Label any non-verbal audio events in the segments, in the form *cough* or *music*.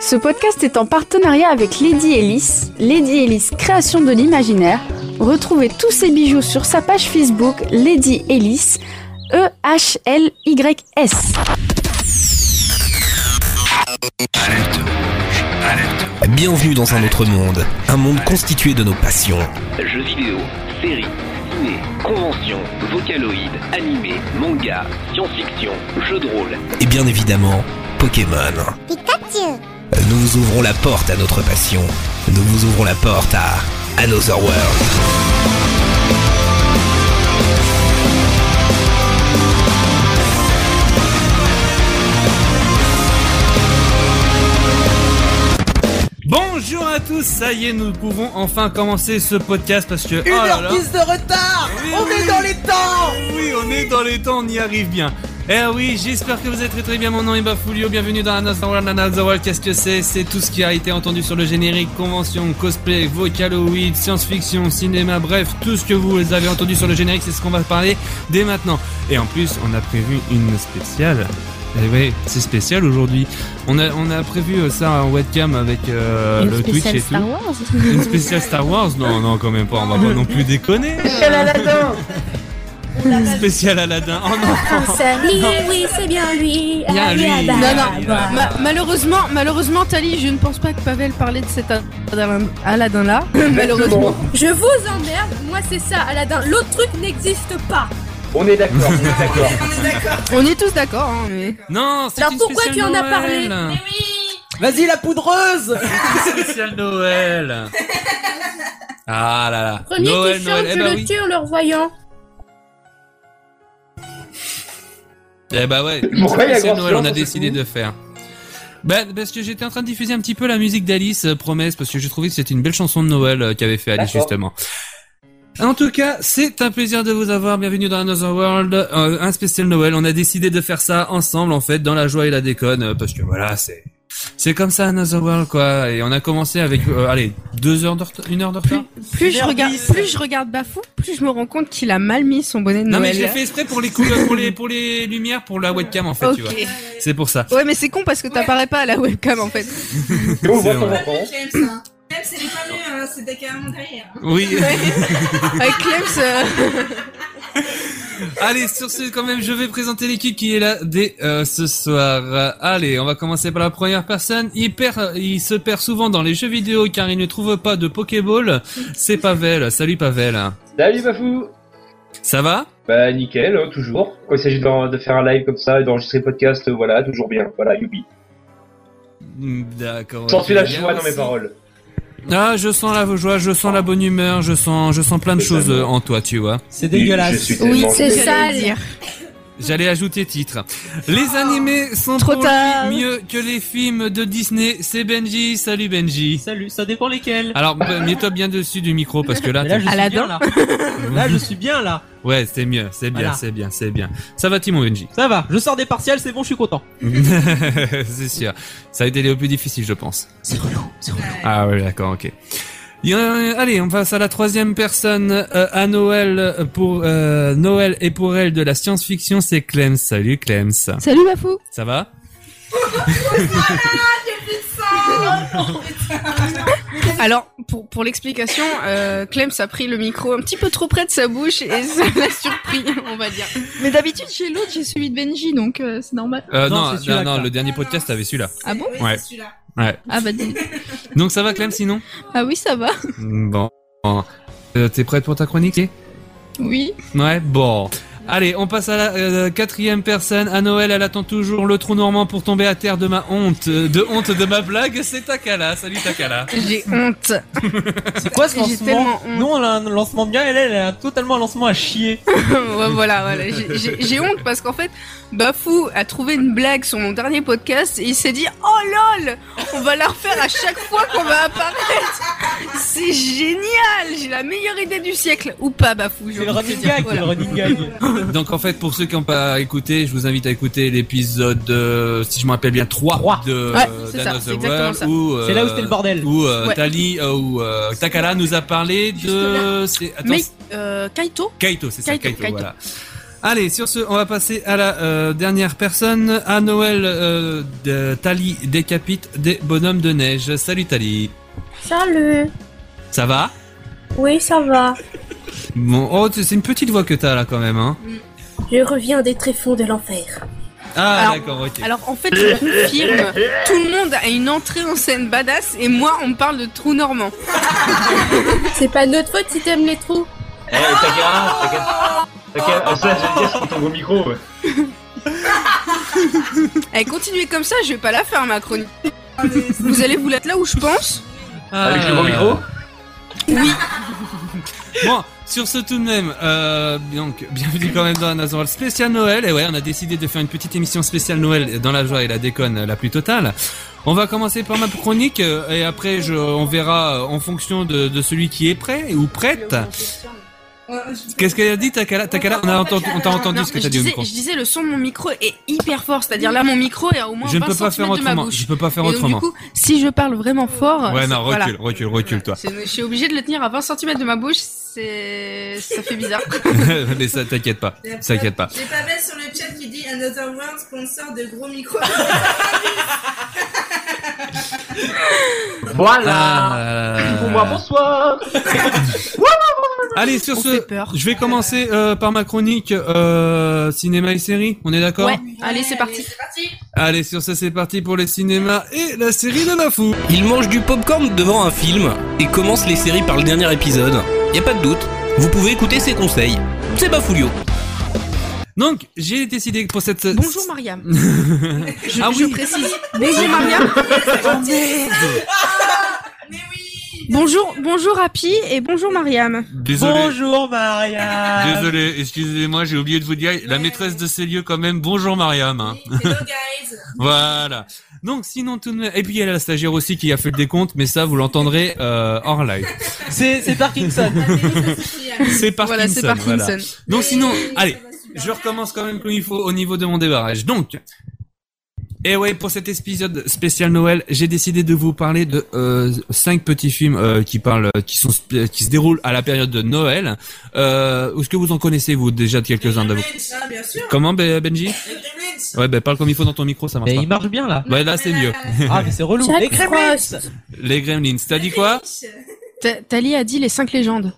Ce podcast est en partenariat avec Lady Ellis, Lady Ellis Création de l'Imaginaire. Retrouvez tous ses bijoux sur sa page Facebook Lady E Ellis, E-H-L-Y-S. Alerte rouge, alerte. Bienvenue dans un autre monde, un monde constitué de nos passions. Jeux vidéo, séries, ciné, conventions, vocaloïdes, animés, manga, science-fiction, jeux de rôle. Et bien évidemment, Pokémon. Nous vous ouvrons la porte à notre passion. Nous vous ouvrons la porte à Another World. Bonjour à tous, ça y est, nous pouvons enfin commencer ce podcast parce que. Une oh là heure là, dix de retard Oui, On oui. est dans les temps Oui, on est dans les temps, on y arrive bien. Eh oui, j'espère que vous êtes très très bien. Mon nom est Bafoulio. Bienvenue dans Another World. Another World, qu'est-ce que c'est C'est tout ce qui a été entendu sur le générique, convention, cosplay, vocaloid, science-fiction, cinéma, bref, tout ce que vous avez entendu sur le générique, c'est ce qu'on va parler dès maintenant. Et en plus, on a prévu une spéciale. Eh oui, c'est spécial aujourd'hui. On a, on a prévu euh, ça en webcam avec euh, le Twitch et tout. Wars Une spéciale Star Wars Non, non, quand même pas, on va pas non plus déconner. Quel Aladdin Spécial Aladdin. Oh non oui, c'est bien lui. Ah, Bien Allez, lui. à Non, bas. non. À bas. Ma- malheureusement, malheureusement, Tali, je ne pense pas que Pavel parlait de cet Aladdin- Aladdin là. malheureusement. Je vous emmerde, moi c'est ça, Aladdin. L'autre truc n'existe pas. On est d'accord, on est d'accord. On est tous d'accord, hein, mais. Non, c'est Alors une pourquoi spéciale tu en as Noël. parlé Vas-y la poudreuse Spéciale Noël Ah là là Premier Noël, qui chante, Noël, eh je bah le oui tue en le revoyant. Eh bah ouais Pourquoi il y a Spéciale grand Noël, on a silence, *laughs* décidé de faire. Bah, parce que j'étais en train de diffuser un petit peu la musique d'Alice, euh, Promesse, parce que j'ai trouvé que c'était une belle chanson de Noël euh, qu'avait fait Alice D'accord. justement. En tout cas, c'est un plaisir de vous avoir. Bienvenue dans Another World, euh, un spécial Noël. On a décidé de faire ça ensemble, en fait, dans la joie et la déconne, euh, parce que voilà, c'est c'est comme ça Another World, quoi. Et on a commencé avec, euh, allez, deux heures de ret- une heure de retard. Plus je Merde, regarde, dix. plus je regarde Bafou, plus je me rends compte qu'il a mal mis son bonnet de Non mais Noël. je l'ai fait exprès pour les couleurs, pour les pour les lumières, pour la webcam en fait, tu vois. ok. C'est pour ça. Ouais, mais c'est con parce que t'apparais pas à la webcam en *laughs* fait. Comment on voit C'est ton vrai. enfant C'était pas mieux, hein, c'était carrément derrière. Oui. Avec Clems, euh, Allez, sur ce, quand même, je vais présenter l'équipe qui est là dès euh, ce soir. Euh, Allez, on va commencer par la première personne. Il, perd, il se perd souvent dans les jeux vidéo car il ne trouve pas de Pokéball. C'est Pavel. Salut Pavel. Salut Bafou Ça va Bah nickel, hein, toujours. Quand il s'agit d'en- de faire un live comme ça et d'enregistrer le podcast, euh, voilà, toujours bien. Voilà, youpi. Mm, D'accord. J'en suis la joie vois dans mes paroles. Ah, je sens la joie, je sens la bonne humeur, je sens, je sens plein de choses euh, en toi, tu vois. C'est Je dégueulasse suis Oui, tellement- c'est j'allais sale. le dire. J'allais ajouter titre. Les Ah, animés sont Trop pour lui tard. mieux que les films de Disney. C'est Benji. Salut Benji. Salut, ça dépend lesquels *laughs* Alors, bah, mets-toi bien dessus du micro parce que là, Mais là je suis bien Aladdin. là *laughs* Là je suis bien là Ouais, c'est mieux, c'est bien, Voilà. c'est bien, c'est bien. Ça va, Timon *laughs* Benji Ça va, je sors des partiels, c'est bon, je suis content C'est sûr. Ça a été les au plus difficile, je pense. C'est relou, c'est relou Ah oui, d'accord, ok. Il y en a- allez, on passe à la troisième personne euh, à Noël euh, pour euh, Noël et pour elle de la science-fiction, c'est Clem. Salut Clem, ça Salut Bafou. va Alors, pour, pour l'explication, euh, Clems a pris le micro un petit peu trop près de sa bouche et *laughs* ça l'a surpris, on va dire. Mais d'habitude, J'ai l'autre, j'ai celui de Benji, donc c'est normal. euh, Non, Non, c'est non, celui-là, non, Clem. le dernier podcast avait celui-là. Ah bon Ouais. ouais. c'est celui-là. Ouais. Ah bah Donc ça va Clem, sinon ah oui ça va. Bon. Euh, T'es prête pour ta chronique Oui. Ouais, bon. Allez, on passe à la euh, quatrième personne. À Noël, elle attend toujours le trou normand pour tomber à terre de ma honte. euh, De honte de ma blague, c'est Takala. Salut *laughs* Takala. J'ai honte. C'est quoi ce J'ai lancement tellement honte. Nous on a un lancement bien, elle, elle a totalement un lancement à chier ouais, voilà, voilà. J'ai- J'ai j'ai honte parce qu'en fait, Bafou a trouvé une blague sur mon dernier podcast et il s'est dit Oh lol, on va la refaire à chaque fois qu'on va apparaître. C'est génial, j'ai la meilleure idée du siècle. Ou pas, Bafou. j'ai C'est le envie de running te dire, gag, c'est voilà. le running gag Donc en fait, pour ceux qui n'ont pas écouté, je vous invite à écouter l'épisode, euh, si je me rappelle bien, 3, Trois. de Ouais, euh, c'est Dan ça, of the c'est exactement World, ça. où, euh, C'est là où c'était le bordel Où euh, Ouais. Tali, euh, où euh, Takala nous a parlé de... c'est- Attends, Mais c'est euh, Kaito Kaito, c'est ça, Kaito, Kaito, Kaito. voilà. Allez, sur ce, on va passer à la euh, dernière personne, à Noël euh, de Tali décapite des bonhommes de neige. Salut Tali, Salut ça va Oui, ça va. Bon, oh, c'est c'est une petite voix que t'as là quand même, hein Je reviens des tréfonds de l'enfer. Ah, Alors- d'accord, ok. Alors en fait, je confirme, tout le monde a une entrée en scène badass et moi on me parle de trou normand. C'est pas notre faute si t'aimes les trous. Eh, Takara, Takara. Takara, ah, ça, j'allais dire, c'est ton gros micro. ouais. Et continuez comme ça, je vais pas la faire ma chronique. Vous allez vous mettre là où je pense Avec le gros micro Euh, *laughs* Bon, sur ce tout de même, euh, donc bienvenue quand même dans la National spécial Noël. Et ouais, on a décidé de faire une petite émission spéciale Noël dans la joie et la déconne la plus totale. On va commencer par ma chronique euh, et après je, on verra euh, en fonction de, de celui qui est prêt ou prête. Qu'est-ce qu'elle a dit Takala Takala, on a entendu, on t'a entendu Non, ce que je t'as dit au disais, micro. je disais, le son de mon micro est hyper fort, c'est-à-dire là mon micro est à au moins Je ne 20 peux pas faire centimètres de ma autrement. bouche. Je peux pas faire Et donc, du autrement. coup, si je parle vraiment fort, Ouais, c'est- non, voilà. recule, recule, recule, toi. *laughs* C'est- Je suis obligée de le tenir à 20 cm de ma bouche, c'est ça fait bizarre. Mais ça, t'inquiète pas, t'inquiète pas. J'ai pas belle sur le chat qui dit Another World sponsor de gros micros. Ah, Voilà là, là, là, là. bonsoir Euh. *laughs* Allez, sur On ce, fait peur. je vais commencer euh, par ma chronique euh, cinéma et séries. On est d'accord Ouais, allez, c'est parti. C'est parti. Allez, sur ce, c'est parti pour le cinéma et la série de la fou. Il mange du popcorn devant un film et commence les séries par le dernier épisode. Y a pas de doute, vous pouvez écouter ses conseils. C'est Bafoulio. Donc, j'ai décidé pour cette... Bonjour *laughs* Mariam. je, Ah je oui. Oh, précise. *laughs* Bonjour Mariam. Mais oui Bonjour, bonjour Happy et bonjour Mariam. Désolé. Bonjour Maria Désolé, excusez-moi, j'ai oublié de vous dire, la maîtresse de ces lieux quand même, bonjour Mariam. hein. Hello guys Voilà. Donc sinon tout de même... Et puis il y a la stagiaire aussi qui a fait le décompte, mais ça vous l'entendrez euh, hors live. C'est c'est Parkinson C'est Parkinson. voilà, c'est Parkinson. voilà. Donc sinon, allez, je recommence quand même comme il faut au niveau de mon débarrage. Donc, et ouais, pour cet épisode spécial Noël, j'ai décidé de vous parler de euh, cinq petits films euh, qui parlent, qui sont, sp- qui se déroulent à la période de Noël. Euh, Est-ce que vous en connaissez vous déjà de quelques-uns d'avant Ah, bien sûr Comment Ben- Benji Les Gremlins. Ouais, ben parle comme il faut dans ton micro, ça marche Mais pas. il marche bien là Ouais, là c'est mieux. Ah mais c'est relou Jack Les Gremlins Les Gremlins. T'as dit quoi Ta- Tali a dit les cinq légendes.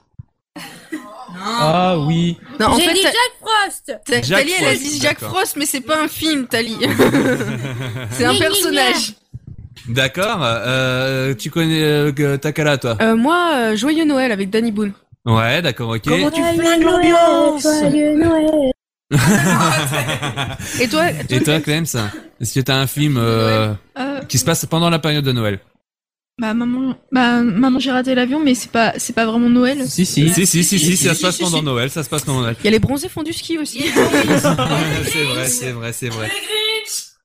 Ah oui Non, en J'ai fait, dit ta- Jack Frost ta- Jack Tali elle a Frost, dit Jack d'accord. Frost, mais c'est pas un film, Tali. *laughs* c'est un Gna, gna, personnage. D'accord. Euh, tu connais euh, que- Takala toi Euh, moi, euh, Joyeux Noël avec Danny Boone. Ouais, d'accord, ok. tu flingues l'ambiance Et toi, toi, Et toi, Clems Est-ce que t'as un film euh, Euh, qui se passe pendant la période de Noël bah maman, bah maman j'ai raté l'avion, mais c'est pas, c'est pas vraiment Noël. Si si Si, si, si, si, si, ça si, se passe si, pendant si. Noël, ça se passe pendant Noël. il y a les bronzés font du ski *laughs* aussi. c'est vrai, c'est vrai, c'est vrai.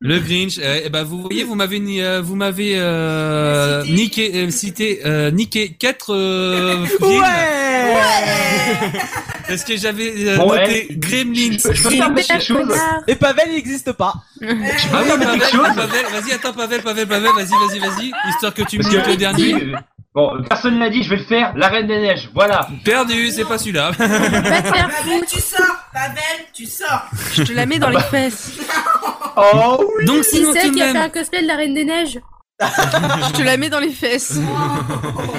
Le Grinch. euh, eh ben, vous voyez, vous m'avez, ni- euh, vous m'avez euh, niqué, euh, cité, euh, niqué quatre euh, films. Parce que j'avais euh, Bon, noté eh. Gremlins. Je peux faire quelque chose Et Pavel il existe pas Ah oui, Pavel, quelque chose Pavel, vas-y, attends, Pavel, Pavel, Pavel, vas-y, vas-y, vas-y, histoire que tu me Parce niques que le dernier. si, euh, Bon, personne n'a dit, je vais le faire, la Reine des Neiges, voilà. Perdu, c'est pas celui-là. Pavel, tu sors Pavel, tu sors Je te la mets Ah bah. dans les fesses. Oh Donc sinon tout de même. cosplay de la Reine des Neiges Je te la mets dans *laughs* les fesses.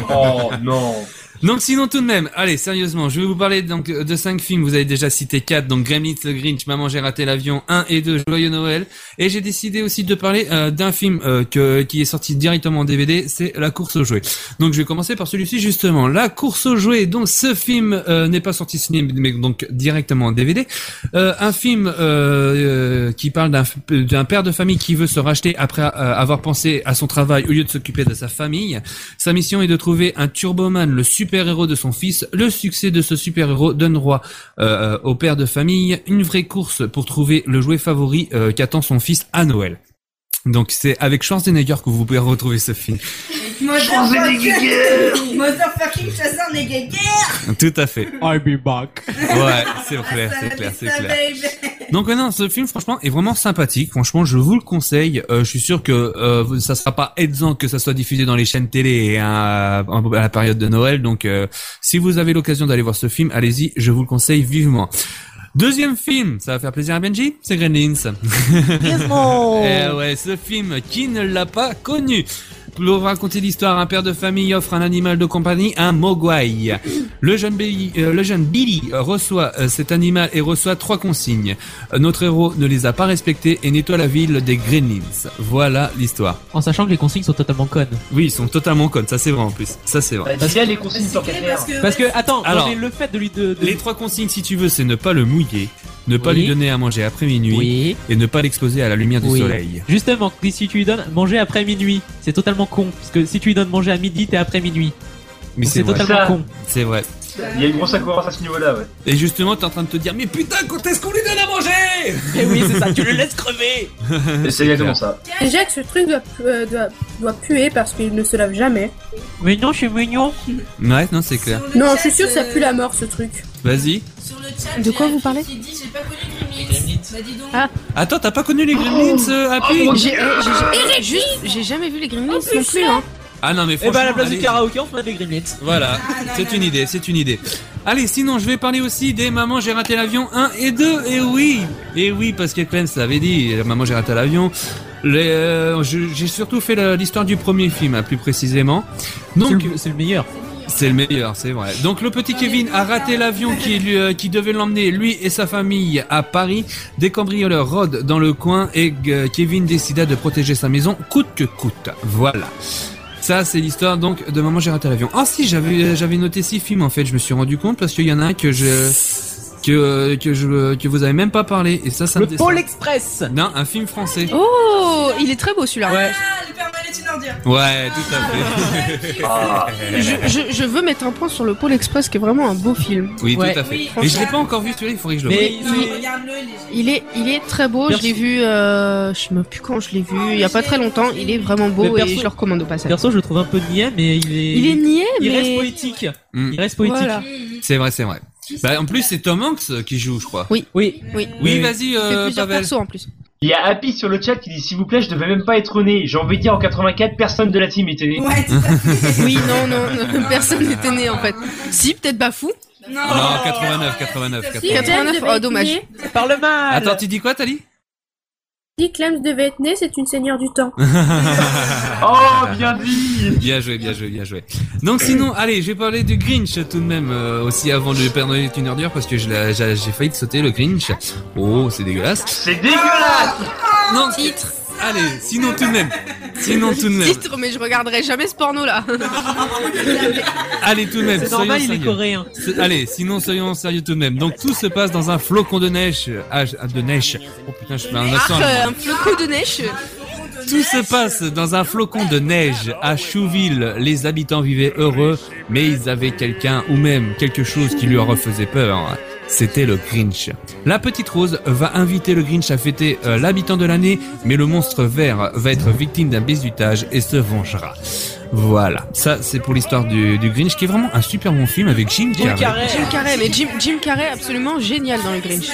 Oh non. Donc sinon tout de même, allez sérieusement, je vais vous parler donc euh, de cinq films. Vous avez déjà cité quatre, donc Gremlins, Le Grinch, Maman j'ai raté l'avion, 1 et 2, Joyeux Noël. Et j'ai décidé aussi de parler euh, d'un film euh, que, qui est sorti directement en DVD, c'est La course aux jouets. Donc je vais commencer par celui-ci justement, La course aux jouets. Donc ce film euh, n'est pas sorti cinéma, mais donc directement en DVD. Euh, un film euh, euh, qui parle d'un f- d'un père de famille qui veut se racheter après euh, avoir pensé à son travail au lieu de s'occuper de sa famille. Sa mission est de trouver un Turboman, le super-héros de son fils. Le succès de ce super-héros donne droit euh, au père de famille une vraie course pour trouver le jouet favori euh, qu'attend son fils à Noël. Donc c'est avec Schwarzenegger que vous pouvez retrouver ce film. Motherfucking Motherfucking chasseur négégué Tout à fait. I'll be back. Ouais, c'est clair, c'est clair, c'est clair. Donc euh, non, ce film franchement est vraiment sympathique. Franchement, je vous le conseille. Euh, je suis sûr que euh, vous- ça sera pas aidant que ça soit diffusé dans les chaînes télé et à, à la période de Noël. Donc euh, si vous avez l'occasion d'aller voir ce film, allez-y, je vous le conseille vivement. Deuxième film, ça va faire plaisir à Benji, c'est Gremlins. Gizmo. *laughs* Eh ouais, ce film, qui ne l'a pas connu Pour raconter l'histoire, un père de famille offre un animal de compagnie, un mogwai. Le jeune Billy, euh, le jeune Billy euh, reçoit euh, cet animal et reçoit trois consignes. Euh, notre héros ne les a pas respectées et nettoie la ville des Gremlins. Voilà l'histoire. En sachant que les consignes sont totalement connes. Oui, ils sont totalement connes, ça c'est vrai en plus. Ça c'est vrai. Parce- Bah, les consignes sur Parce que, attends, Alors, j'ai le fait de lui de. de- Les trois consignes, si tu veux, c'est ne pas le mouiller, ne pas Oui. lui donner à manger après minuit et ne pas l'exposer à la lumière du Oui. soleil. Justement, si tu lui donnes manger après minuit, c'est totalement con. Parce que si tu lui donnes manger à midi, t'es après minuit. Mais Donc c'est vrai. totalement con. C'est vrai. Il y a une grosse incohérence à ce niveau-là, ouais. Et justement, t'es en train de te dire, mais putain, quand est-ce qu'on lui donne à manger Eh oui, c'est ça, tu le laisses crever *laughs* C'est exactement ça. Déjà que ce truc doit, pu- euh, doit, doit puer parce qu'il ne se lave jamais. Mais non, je suis mignon. Ouais, non, c'est clair. Non, je suis sûr que ça pue la mort ce truc. Vas-y. euh, De quoi vous parlez Bah, Ah, Attends, t'as pas connu les Gremlins, euh, Ah, Happy j'ai euh, j'ai- j'ai- juste- j'ai jamais vu les Gremlins non plus. *laughs* Hein. Ah non, mais Et franchement. bah, à la place du allez. karaoké, on se met des gremlins. Voilà, c'est une idée, c'est une idée. Allez, sinon, je vais parler aussi des Maman, j'ai raté l'avion 1 et 2. Et oui, et oui, parce que Clem l'avait dit, Maman, j'ai raté l'avion. Les, euh, je- j'ai surtout fait le- l'histoire du premier film, hein, plus précisément. Donc, C'est le meilleur. c'est le meilleur, c'est vrai. Donc le petit Kevin a raté l'avion qui, lui, euh, qui devait l'emmener, lui et sa famille, à Paris. Des cambrioleurs rôdent dans le coin et euh, Kevin décida de protéger sa maison coûte que coûte. Voilà. Ça, c'est l'histoire donc de Maman j'ai raté l'avion. Ah si, j'avais j'avais noté six films en fait, je me suis rendu compte parce qu'il y en a un que je que euh, que je que vous avez même pas parlé et ça ça Le me Pôle déçoit. Express Non, un film français. Oh, il est très beau celui-là. Ah, Ouais, tout à fait. Je, je- je veux mettre un point sur le Pôle Express qui est vraiment un beau film. Oui, Ouais. tout à fait. Mais je l'ai pas encore vu celui-là, il faudrait que je le Mais voie. Il est, il est très beau, Perso- je l'ai vu, euh, je sais même plus quand je l'ai vu, il y a pas très longtemps, il est vraiment beau Mais perso- et je le recommande au passage. Perso, je le trouve un peu niais, mais il est. Il est niais, Il mais- reste poétique. Mm. Il reste poétique. Voilà. C'est vrai, c'est vrai. Bah, en plus, c'est Tom Hanks qui joue, je crois. Oui. Oui. Oui, Oui, vas-y, Il fait euh, plusieurs Pavel. persos en plus. Il y a Happy sur le chat qui dit S'il vous plaît, je devais même pas être né. J'ai envie de dire en 84, personne de la team était né. *laughs* Oui, non, non, non, *laughs* personne n'était né en fait. Si, peut-être Bafou. Non, Ah, 89, 89, 89. 89, oh, dommage. Par le mal Attends, tu dis quoi, Tali Si Clem devait être né, c'est une seigneur du temps. Oh, bien dit Bien joué, bien joué, bien joué. Donc sinon, allez, je vais parler du Grinch tout de même, euh, aussi avant de perdre une heure d'heure, parce que je l'ai- j'ai j'ai failli te sauter le Grinch. Oh, c'est dégueulasse. C'est dégueulasse Non, titre Allez, sinon tout de même. Sinon tout de même. Titre, mais je regarderai jamais ce porno là. Allez, tout de même. C'est normal, soyons il est sérieux. coréen. Se- Allez, sinon soyons sérieux tout de même. Donc tout se passe dans un flocon de neige. euh, Ah, je- ah, de neige. Oh putain, je fais un Ah, accent. euh, allemand. un flocon de neige. Tout se passe dans un flocon de neige à Chouville. Les habitants vivaient heureux, mais ils avaient quelqu'un ou même quelque chose qui leur refaisait peur. C'était le Grinch. La petite Rose va inviter le Grinch à fêter euh, l'habitant de l'année, mais le monstre vert va être victime d'un bizutage et se vengera. Voilà, ça c'est pour l'histoire du, du Grinch, qui est vraiment un super bon film avec Jim Jim Carrey. Carrey. Jim Carrey, mais Jim, Jim Carrey, absolument génial dans le Grinch.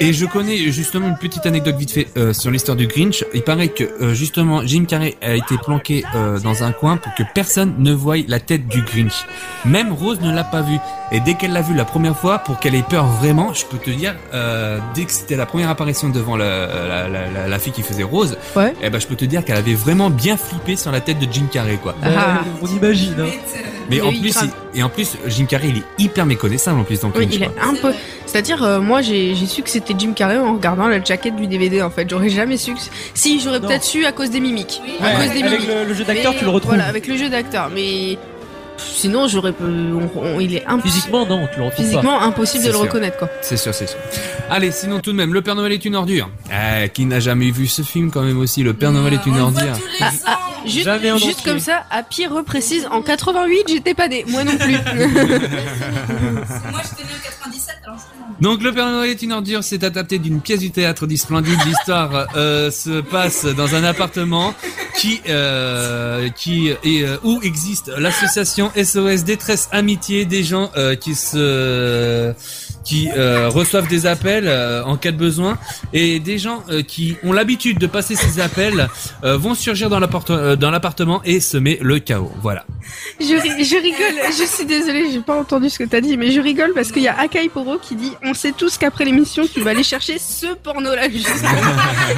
Et je connais justement une petite anecdote vite fait euh, sur l'histoire du Grinch. Il paraît que euh, justement Jim Carrey a été planqué euh, dans un coin pour que personne ne voie la tête du Grinch. Même Rose ne l'a pas vu. Et dès qu'elle l'a vu la première fois, pour qu'elle ait peur vraiment, je peux te dire, euh, dès que c'était la première apparition devant la, la, la, la- la fille qui faisait Rose, Ouais. eh ben je peux te dire qu'elle avait vraiment bien flippé sur la tête de Jim Carrey quoi. Euh, Ah. on imagine. hein. Mais Mais en oui, plus, grave. il- et en plus Jim Carrey il est hyper méconnaissable en plus dans le Oui, Grinch. il quoi. est un peu. C'est-à-dire, euh, moi, j'ai j'ai su que c'était Jim Carrey en regardant la jaquette du DVD, en fait. J'aurais jamais su que. Si, j'aurais Non. peut-être su à cause des mimiques. à Ouais, cause des Avec mimiques. le, le jeu d'acteur, Mais tu le retrouves. Voilà, avec le jeu d'acteur. Mais pff, sinon, j'aurais. peu- on- on- Il est impossible. Physiquement, non, tu le retrouves pas. Physiquement, impossible C'est de le sûr. reconnaître, quoi. C'est sûr, c'est sûr. Allez, sinon tout de même, Le Père Noël est une ordure. Euh, qui n'a jamais vu ce film quand même aussi, Le Père Noël est une ordure. Ah, ah, juste Jamais en juste entier. comme ça, à pire reprécise, en 88, j'étais pas née. Moi non *laughs* plus. Moi j'étais né en 97 alors je Donc Le Père Noël est une ordure, c'est adapté d'une pièce du théâtre dit Splendide. L'histoire euh, se passe dans un appartement qui euh, qui et euh, où existe l'association SOS détresse amitié des gens euh, qui se qui euh, reçoivent des appels euh, en cas de besoin et des gens euh, qui ont l'habitude de passer ces appels euh, vont surgir dans l'appart- euh, dans l'appartement et semer le chaos. Voilà. Je, ri- je rigole, je suis désolée, j'ai pas entendu ce que t'as dit, mais je rigole parce qu'il y a Akai Poro qui dit On sait tous qu'après l'émission, tu vas aller chercher ce porno-là juste pour moi.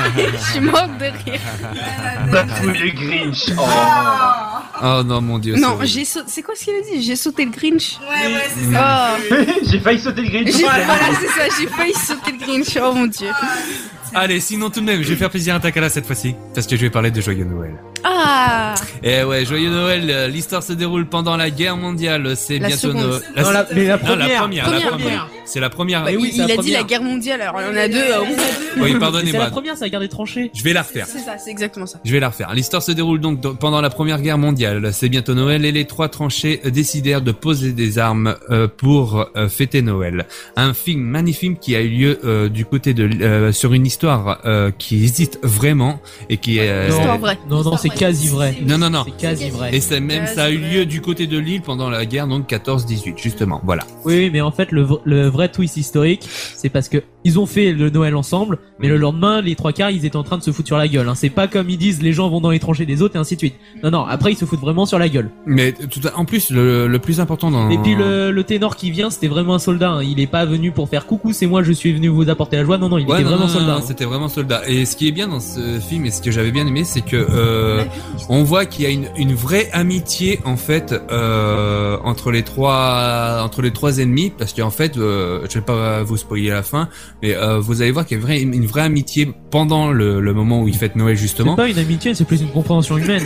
*laughs* Je suis morte de rire. Bafouille le Grinch. Oh non mon dieu. Non, c'est j'ai sauté. C'est quoi ce qu'il a dit J'ai sauté le Grinch Ouais, ouais, c'est ça. J'ai failli sauter le Grinch. Voilà, c'est ça, j'ai failli sauter le Grinch, oh mon dieu. Allez, sinon tout de même, je vais faire plaisir à Takala cette fois-ci, parce que je vais parler de Joyeux Noël. Ah Eh ouais, Joyeux Noël, euh, l'histoire se déroule pendant la guerre mondiale, c'est La bientôt seconde. Noël. Non, la- mais la Non, première. première, la Première. première. C'est la première. Bah, il il a dit la guerre mondiale, alors il y en a deux. euh, on- Oui, pardonnez-moi. C'est la première, ça a gardé tranché. Je vais la refaire. C'est ça, c'est exactement ça. Je vais la refaire. L'histoire se déroule donc dans- pendant la Première Guerre mondiale. C'est bientôt Noël et les trois tranchées décidèrent de poser des armes euh, pour euh, fêter Noël. Un film magnifique qui a eu lieu euh, du côté de l- euh, sur une histoire euh, qui existe vraiment et qui est euh, Histoire vraie. Non, non, Histoire c'est vraie. quasi vrai. Non non non. C'est quasi vrai. Et c'est même Quasi ça a eu vrai. lieu du côté de Lille pendant la guerre donc 14-18 justement. Voilà. Oui, oui, mais en fait, le, v- le vrai twist historique, c'est parce que ils ont fait le Noël ensemble, mais Mhm. le lendemain, les trois quarts, ils étaient en train de se foutre sur la gueule. Hein. C'est pas comme ils disent, les gens vont dans les tranchées des autres et ainsi de suite. Non, non, après, ils se foutent vraiment sur la gueule. Mais tout à- en plus le, le plus important dans Et puis le, le ténor qui vient, c'était vraiment un soldat. hein. Il est pas venu pour faire coucou, c'est moi, je suis venu vous apporter la joie. Non, non, il Ouais, était non, vraiment non, non, soldat. hein. non, C'était vraiment soldat. Et ce qui est bien dans ce film et ce que j'avais bien aimé, c'est que euh, on voit qu'il y a une, une vraie amitié en fait euh, entre les trois entre les trois ennemis, parce qu'en fait, euh, je vais pas vous spoiler la fin, mais euh, vous allez voir qu'il y a une vraie, une vraie amitié pendant le, le moment où ils fêtent Noël C'est justement. pas une amitié, c'est plus une compréhension humaine.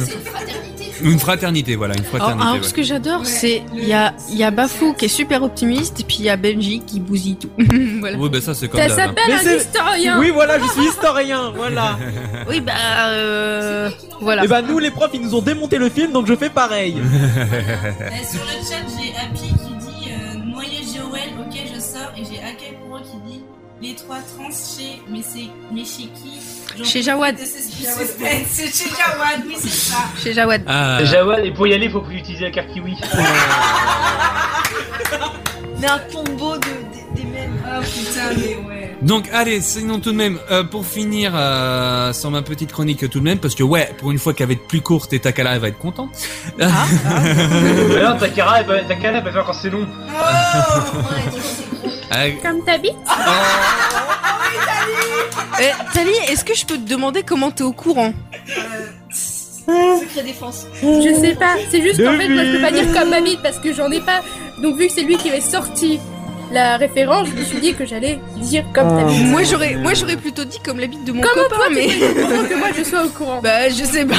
Une fraternité, voilà, une Alors, fraternité. alors, ouais. ce que j'adore, c'est il y a, il y a Bafou qui est super optimiste, et puis il y a Benji qui bousille tout. *laughs* voilà. Oui, ben ça c'est comme Ça d'hab, hein. s'appelle un historien Oui, voilà, je suis historien, *laughs* voilà. Oui, bah, euh, voilà. Eh Eh Et ben, bah, nous, les profs, ils nous ont démonté le film, donc je fais pareil. *laughs* Euh, sur le chat, j'ai Happy qui dit euh, Noyer Joël, ok, je sors. Et j'ai Akai Pro qui dit Les trois trans chez. Mais, c'est... mais chez qui ben, J'en Chez peux Jawad. plus de ce suspense. C'est chez Jawad, oui, c'est ça. Chez Jawad. Ah. Jawad, et pour y aller, faut plus utiliser la carte kiwi. Mais un combo de, de- des mêmes. Oh putain, mais ouais. Donc allez, sinon tout de même, euh, pour finir euh, sur ma petite chronique tout de même, parce que ouais, pour une fois qu'elle va être plus courte et Takala elle va être contente. Mais non, Takara, elle va- Takara, elle va faire quand c'est long. Oh, Euh, Comme ta bite Eh, Tali, est-ce que je peux te demander comment t'es au courant Secret défense. Je sais pas, c'est juste qu'en fait, moi je peux pas Devine. dire comme ma bite parce que j'en ai pas. Donc, vu que c'est lui qui avait sorti la référence, je me suis dit que j'allais dire comme ta bite. Moi j'aurais, moi j'aurais plutôt dit comme la bite de mon Comment copain, toi, tu mais fais pour que moi, je sois au courant *laughs* Bah je sais pas.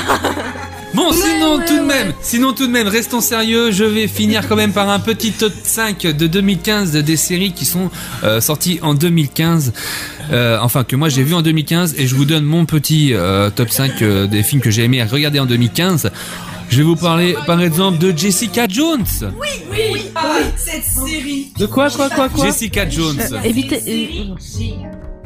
Bon, sinon tout de même, sinon tout de même, restons sérieux. Je vais finir quand même par un petit top 5 de 2015 des séries qui sont euh, sorties en 2015. Euh, enfin que moi j'ai vu en 2015 et je vous donne mon petit euh, top 5 euh, des films que j'ai aimé regarder en 2015. Je vais vous parler par exemple de Jessica Jones. Oui, oui, oui, cette série. De quoi, quoi, quoi, quoi Jessica Jessica Jones. Euh, évitez-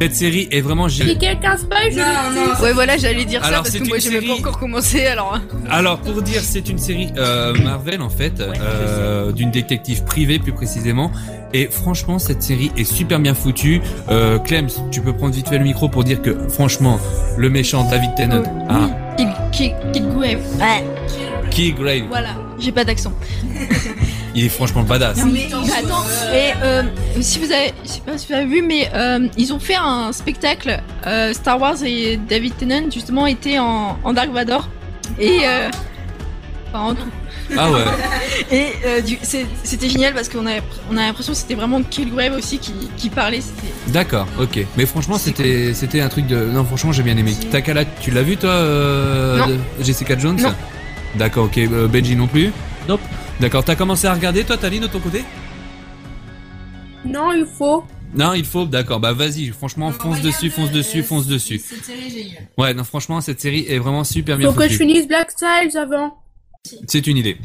Cette série est vraiment géniale. Si quelqu'un spoil, je le Ouais voilà, j'allais dire Alors, ça parce c'est que moi une j'ai même pas série- encore commencé alors. hein. Alors pour dire, c'est une série euh, Marvel en fait, euh, d'une détective privée plus précisément. Et franchement, cette série est super bien foutue. Euh, Clem, tu peux prendre vite fait le micro pour dire que franchement, le méchant David Tennant, ah, Kid, Kid, Kid Grave. Ouais. Keygrave, Voilà. J'ai pas d'accent. il est *laughs* franchement badass. Non, mais bah, attends, et euh, si vous avez, je sais pas si vous avez vu, mais euh, ils ont fait un spectacle. euh, Star Wars et David Tennant justement étaient en, en Dark Vador et euh, enfin, en tout. Ah ouais. Et euh, du- c'est- c'était génial parce qu'on a on a l'impression que c'était vraiment Killgrave aussi qui, qui parlait. C'était D'accord, ok. Mais franchement, c'était c'était un truc de. Non, franchement, j'ai bien aimé. Takala, tu l'as vu toi, euh, Non. de- Jessica Jones Non. D'accord, ok. Euh, Benji non plus. Nope. D'accord, t'as commencé à regarder toi, Taline de ton côté Non, il faut. Non, il faut, d'accord, bah vas-y, franchement, fonce dessus, euh, fonce dessus, fonce dessus. série géniale. Ouais, non, franchement, cette série est vraiment super bien Faut que je foutue. finisse Black Styles avant. C'est une idée.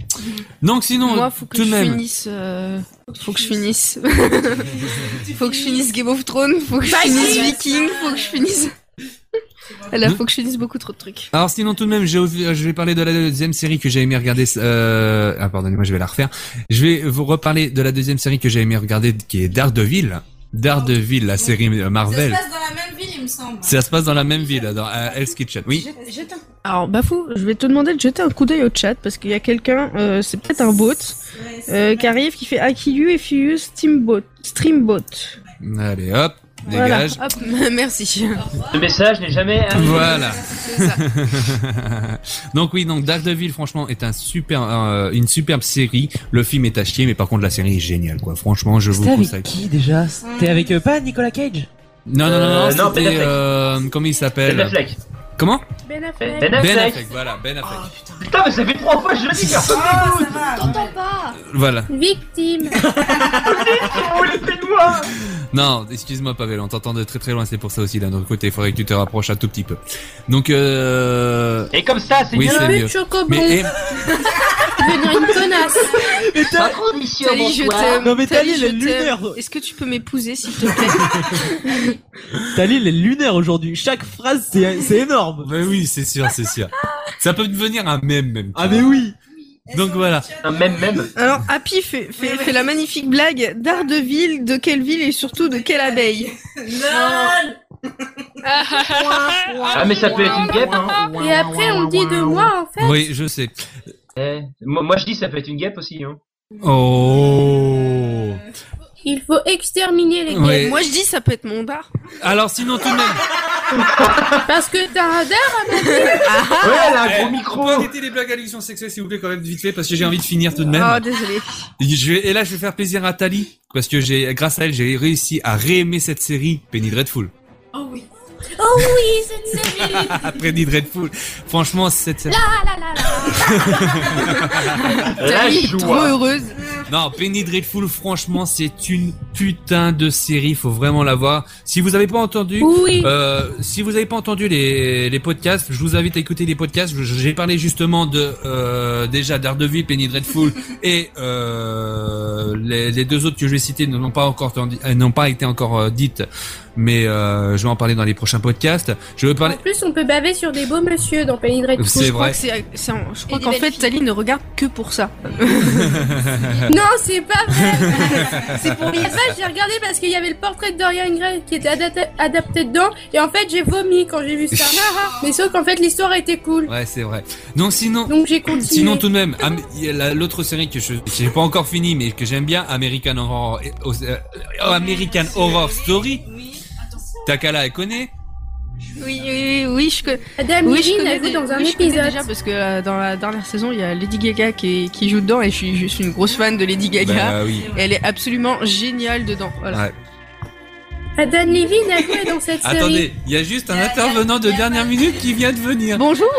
Donc sinon, Moi, faut que tout de je même, finisse. euh, Faut que je finisse. *laughs* faut que je finisse Game of Thrones. Faut que je Vas-y. finisse Viking. Faut que je finisse. Là, faut que je finisse beaucoup trop de trucs. Alors sinon tout de même, j'ai- je vais parler de la deuxième série que j'ai aimé regarder. Euh... Ah pardonnez-moi, je vais la refaire. Je vais vous reparler de la deuxième série que j'ai aimé regarder, qui est Daredevil. Daredevil, la série euh, Marvel. Ça se passe dans la même ville, il me semble. Ça se passe dans la même ville, dans euh, Hell's Kitchen. Oui. Alors, Bafou, je vais te demander de jeter un coup d'œil au chat parce qu'il y a quelqu'un, euh, c'est peut-être un bot, euh, qui arrive, qui fait Akiyu et Fiyu Steamboat, Streambot. Allez, hop, Voilà. dégage. Hop, *laughs* merci. Le message n'est jamais arrivé. Voilà. *laughs* donc oui, donc Daredevil, franchement, est un super, euh, une superbe série. Le film est à chier, mais par contre la série est géniale, quoi. Franchement, je vous C'était conseille. avec qui déjà C'était avec euh, pas Nicolas Cage Non, non, non, Euh, non, non, Ben c'était, Affleck. euh, comment il s'appelle Ben Affleck. Comment Ben Affleck. Ben Ben Affleck. Affleck. voilà, Ben Affleck. Ah. Putain, mais ça fait trois fois que je le dis, personne n'écoute. T'entends pas Voilà. Victime Non, excuse-moi Pavel, on t'entend de très très loin, c'est pour ça aussi d'un autre côté, il faudrait que tu te rapproches un tout petit peu. Donc euh... Et comme ça, c'est oui, mieux. c'est Le mieux. chocobon. Mais, eh, Devenir une connasse Mais t'as- Tali, je bonsoir. t'aime. Non, mais Tali, je elle est t'aime. lunaire. Est-ce que tu peux m'épouser, s'il te plaît Tali, elle est lunaire aujourd'hui. Chaque phrase, c'est c'est énorme. Mais ben oui, c'est sûr, c'est sûr. Ça peut devenir un mème même. Ah mais oui. Donc voilà. Un mème même. *laughs* Alors, Happy fait, fait, fait la magnifique blague Daredevil, de quelle ville et surtout de quelle abeille Non Ah, mais ça peut être une guêpe, hein. Et après, on dit de moi, en fait. Oui, je sais. Eh, moi, moi, je dis, ça peut être une guêpe aussi, hein. Oh. Il faut exterminer les Ouais. guêpes. Moi, je dis ça peut être mon dard. Alors sinon tout de même. Parce que t'as un dard à Ouais, elle a un Eh, gros On micro. peut arrêter les blagues à l'illusion sexuelle s'il vous plaît quand même vite fait parce que j'ai envie de finir tout de même. Oh, désolé. Je vais- et là je vais faire plaisir à Tali parce que j'ai grâce à elle j'ai réussi à réaimer cette série Penny Dreadful. Oh oui Oh oui, cette série Penny Dreadful. Franchement cette série. La la la la Tali est trop hein. heureuse. Non, Penny Dreadful, franchement, c'est une putain de série. Faut vraiment la voir. Si vous avez pas entendu, Oui. euh, si vous avez pas entendu les, les podcasts, je vous invite à écouter les podcasts. Je- J'ai parlé justement de euh, déjà Daredevil, Penny Dreadful et euh, les, les deux autres que je vais citer ne n'ont pas encore entendu- elles n'ont pas été encore euh, dites, mais euh, je vais en parler dans les prochains podcasts. Je vais parler. En plus, on peut baver sur des beaux monsieur dans Penny Dreadful. C'est Je crois vrai. que C'est- c'est en- je crois des qu'en belles fait, Tali ne regarde que pour ça. Non, c'est pas vrai. *laughs* C'est pour les vaches, j'ai regardé parce qu'il y avait le portrait de Dorian Gray qui était adapté, adapté dedans. Et en fait, j'ai vomi quand j'ai vu ça. Mais sauf qu'en fait, l'histoire était cool. Ouais, c'est vrai. Donc sinon, Donc j'ai continué. Sinon tout de même, Am- il y a la- l'autre série que je j'ai pas encore fini mais que j'aime bien, American Horror, eh, oh, euh, oh, American Horror Story. Takala elle connaît. Oui, oui, oui, oui, je connais. Adam oui, Levine connais a joué des- dans un oui, je connais épisode. déjà parce que euh, dans la dernière saison, il y a Lady Gaga qui, qui joue dedans et je suis, je suis une grosse fan de Lady Gaga. Bah oui. Et elle est absolument géniale dedans. Voilà. Ouais. Adam Levine a joué dans cette série. Attendez, il y a juste un intervenant de dernière minute qui vient de venir. Bonjour.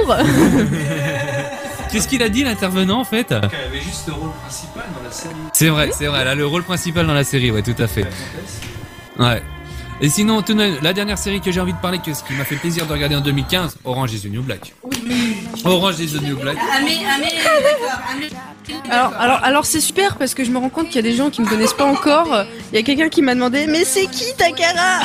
Qu'est-ce qu'il a dit l'intervenant en fait Elle avait juste le rôle principal dans la série. C'est vrai, c'est vrai, elle a le rôle principal dans la série, ouais, tout à fait. Ouais. Et sinon, tout de même, la dernière série que j'ai envie de parler, que ce qui m'a fait plaisir de regarder en 2015, Orange is the New Black. Orange is the New Black. Ah mais, ah mais, d'accord, ah mais... Alors, alors, alors c'est super parce que je me rends compte qu'il y a des gens qui me connaissent pas encore. Il y a quelqu'un qui m'a demandé mais c'est qui Takara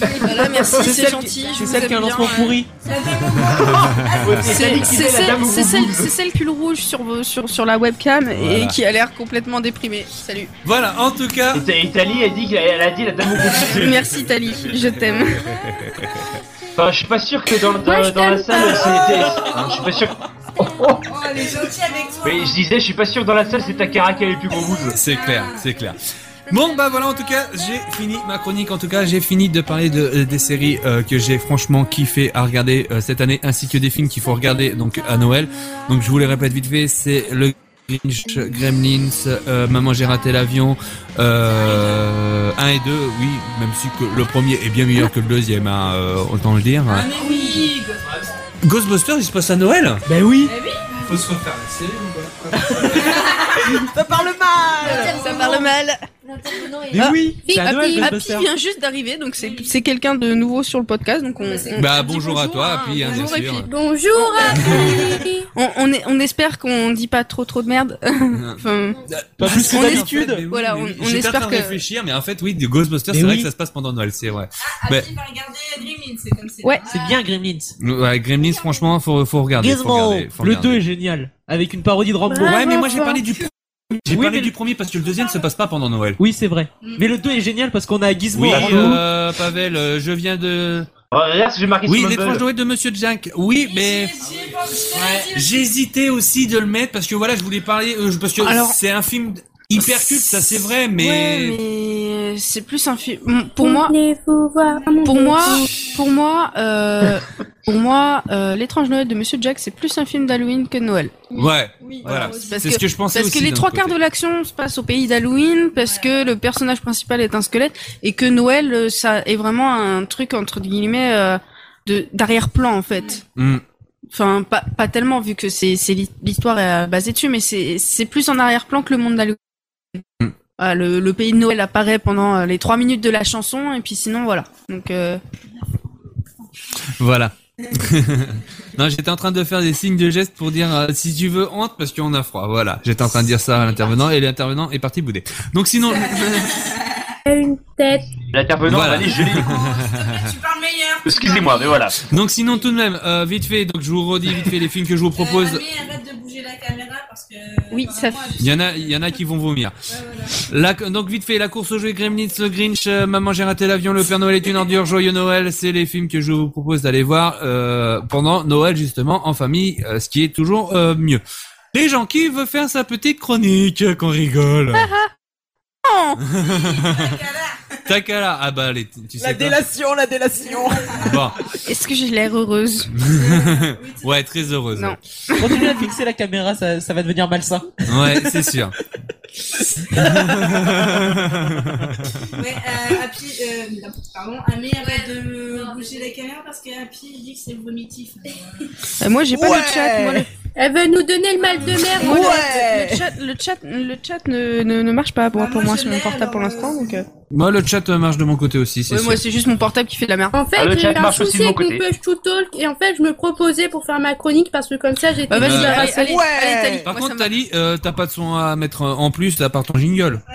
Bah voilà merci C'est c'est celle gentil. qui- je c'est vous celle aime qui a un bien, lancement euh. pourri. C'est Celle c'est qui fait la celle, dame au c'est celle, bout. c'est celle qui le rouge sur, vos- sur, sur la webcam Voilà. et qui a l'air complètement déprimée. Salut. Voilà, en tout cas. Italie a dit qu'elle a dit la dame au bout. Merci Tali, je t'aime. Enfin, je suis pas sûr que dans, dans, Moi, je dans la t'aime. salle c'était. Enfin, je suis pas sûr. Oh, elle est gentille avec toi Mais je disais, je suis pas sûr que dans la salle c'est Takara qui a le plus gros bouse. C'est clair, c'est clair. Bon bah voilà en tout cas j'ai fini ma chronique en tout cas j'ai fini de parler de, euh, des séries euh, que j'ai franchement kiffé à regarder euh, cette année ainsi que des films qu'il faut regarder donc à Noël donc je vous les répète vite fait c'est le Grinch, Gremlins, euh, Maman j'ai raté l'avion, euh, 1 et 2 oui même si que le premier est bien meilleur que le deuxième hein, euh, autant le dire. Ah mais oui Ghostbusters il se passe à Noël Ben oui. Faut se refaire la série ou pas Ça parle mal. Ça parle mal. Mais oui, Happy, c'est à Noël, Happy Ghostbusters. ah, vient juste d'arriver donc c'est c'est quelqu'un de nouveau sur le podcast donc on. on- Bah on dit bonjour à toi hein, puis hein, bien bonjour, et sûr. puis- Bonjour Happy On, on, est- on espère qu'on dit pas trop trop de merde. *laughs* enfin, Pas plus que on d'habitude, en espère- fait, mais oui, Voilà, mais on, oui. on J'étais en train espère de que. réfléchir, mais en fait, oui, du Ghostbusters, Mais c'est vrai oui. que ça se passe pendant Noël, c'est vrai. Mais... Mais, va Ah, regarder Gremlins, c'est comme c'est Ouais, c'est bien Gremlins. ouais, Gremlins, franchement, faut, faut regarder. Faut Gizmo. regarder, faut Le regarder. 2 est génial, avec une parodie de Rob Lowe. Ah, Ouais, mais moi j'ai parlé du J'ai parlé du premier parce que le deuxième se passe pas pendant Noël. Oui, c'est vrai. Mais le 2 est génial parce qu'on a Gizmo. Oui, en loup. euh, Pavel, euh, je viens de. Oh, Regarde, j'ai marqué Oui, sur Mumble. l'étrange Noël de Monsieur Jack. Oui, mais j'hésitais aussi de le mettre parce que voilà, je voulais parler euh, je- parce que Alors- c'est un film hyper culte, ça c'est vrai, mais. Ouais, mais c'est plus un film. Pour moi, pour moi, pour moi, euh, pour moi, euh, l'étrange Noël de Monsieur Jack, c'est plus un film d'Halloween que de Noël. Ouais, voilà. Parce C'est ce que je pensais Parce aussi. que les d'un trois côté. quarts de l'action se passe au pays d'Halloween, parce que le personnage principal est un squelette, et que Noël, euh, ça est vraiment un truc entre guillemets euh, de d'arrière-plan en fait. Mm. Enfin, pas, pas tellement vu que c'est c'est l'hi- l'histoire est euh, basée dessus, mais c'est c'est plus en arrière-plan que le monde d'Halloween. Hmm. Voilà, le, le pays de Noël apparaît pendant euh, les trois minutes de la chanson, et puis sinon voilà. Donc euh, Voilà. *laughs* non, j'étais en train de faire des signes de gestes pour dire euh, si tu veux entre parce qu'on a froid. Voilà, j'étais en train de dire ça à l'intervenant et l'intervenant est parti bouder. Donc sinon, Une tête. l'intervenant va aller geler les Excusez-moi, mais voilà. Donc sinon tout de même, euh, vite fait, donc je vous redis vite fait les films que je vous propose. Amé, arrête de bouger la caméra parce que. oui, ça. Il y en a, il y en a qui vont vomir. La- donc vite fait, la course au jeu Gremlins, le Grinch, euh, Maman j'ai raté l'avion, Le Père Noël est une ordure, Joyeux Noël, c'est les films que je vous propose d'aller voir euh, pendant Noël justement en famille, euh, ce qui est toujours euh, mieux. Les gens qui veulent faire sa petite chronique, euh, qu'on rigole. Ah, Oh. *laughs* Takala, ah bah les, tu sais quoi la délation. *laughs* Bon, Est-ce que j'ai l'air heureuse ouais, très heureuse. Non. Continue à fixer la caméra, ça, ça va devenir malsain. Ouais, c'est sûr. Ouais, euh, Happy, euh, non, pardon, Amé, arrête de bouger la caméra parce que Happy il dit que c'est vomitif. Euh, moi j'ai pas Ouais. le chat. Moi, le- Elle veut nous donner le mal de mer. Moi, le- Ouais. Ah, le, chat, le chat, le chat ne, ne, ne marche pas pour, pour moi sur mon portable pour l'instant. Donc, euh. Moi le chat euh, marche de mon côté aussi, c'est Ouais, moi sûr. c'est juste mon portable qui fait de la merde. En fait, j'ai eu un souci avec mon push to talk et en fait, je me proposais pour faire ma chronique parce que comme ça, j'étais. Bah, vas-y, libérée. allez, allez, Ouais. allez, Tali. Par Moi, ça contre, Tali, euh, t'as pas de son à mettre euh, en plus à part ton jingle. Ah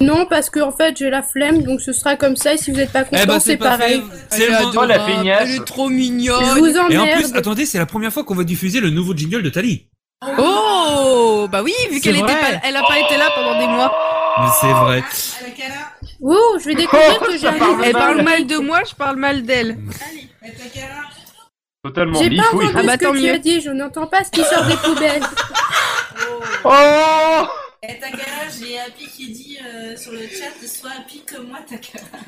Non, parce que en fait, j'ai la flemme, donc ce sera comme ça. Et si vous n'êtes pas content, Eh ben, c'est c'est parfait. pareil. C'est le moment. trop mignonne. Je vous Oh, Et en emmerde. plus, attendez, c'est la première fois qu'on va diffuser le nouveau jingle de Tali. Oh, bah oui, vu C'est qu'elle était vrai. pas, elle a pas été là pendant des mois. C'est vrai. Ouh, je vais découvrir Oh, que j'ai un nouveau Elle parle jingle. mal de moi, je parle mal d'elle. Totalement J'ai pas entendu bifouille. ce que tu as dit, je n'entends pas ce qui sort des poubelles. Oh Et Eh, Takara, j'ai Happy qui dit euh, sur le chat sois Happy comme moi, Takara.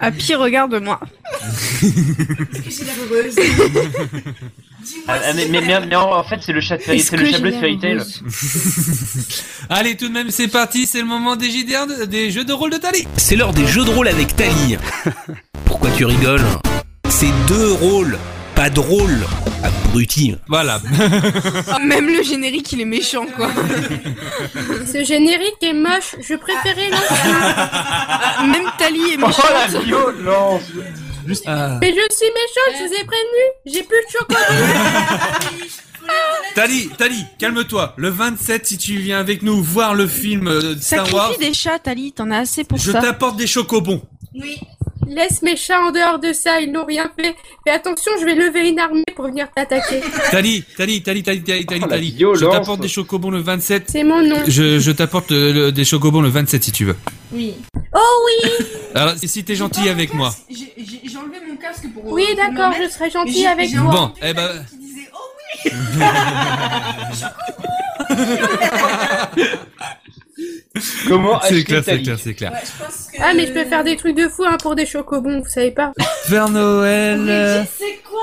Happy, regarde-moi. Parce que j'ai l'air heureuse. Ah, ah, mais, mais, mais- mais en en fait, c'est le chat, c'est Est-ce le que chat bleu de j'ai Fairy l'air Tail. heureuse Allez, tout de même, c'est parti, c'est le moment des JDR, de- des jeux de rôle de Tali. C'est l'heure des jeux de rôle avec Tali. Pourquoi tu rigoles C'est deux rôles, pas drôle. Abruti. Voilà. Ah, Même le générique, il est méchant, quoi. Ce générique est moche, je préférais l'ancien. Ah, *laughs* Même Tali est méchante. violence Mais je suis méchante, je vous ai prévenu. J'ai plus de chocolat. Tali, Tali, calme-toi. Le 27, si tu viens avec nous voir le film euh, de Star Wars, Sacrifie des chats, Tali, t'en as assez pour je ça. t'apporte des chocobons. Oui. Laisse mes chats en dehors de ça, ils n'ont rien fait. Mais attention, je vais lever une armée pour venir t'attaquer. Tali, Tali, Tali, Tali, Tali, Tali, Tali. je Oh, violence. t'apporte des chocobons le 27. C'est mon nom. Je, je t'apporte le- le- des chocobons le 27 si tu veux. Oui. Oh oui Alors, si t'es gentil avec moi. J'ai- J'ai j'ai enlevé mon casque pour. Oui, pour d'accord, me mettre, je serai gentille mais j'ai- avec j'ai vous. entendu Bon, eh ben. Qui disait oh Comment C'est acheter clair, Ah, Tali c'est clair, c'est clair. Ah, mais je peux faire des trucs de fou hein, pour des chocobons, vous savez pas. Vers Noël. euh,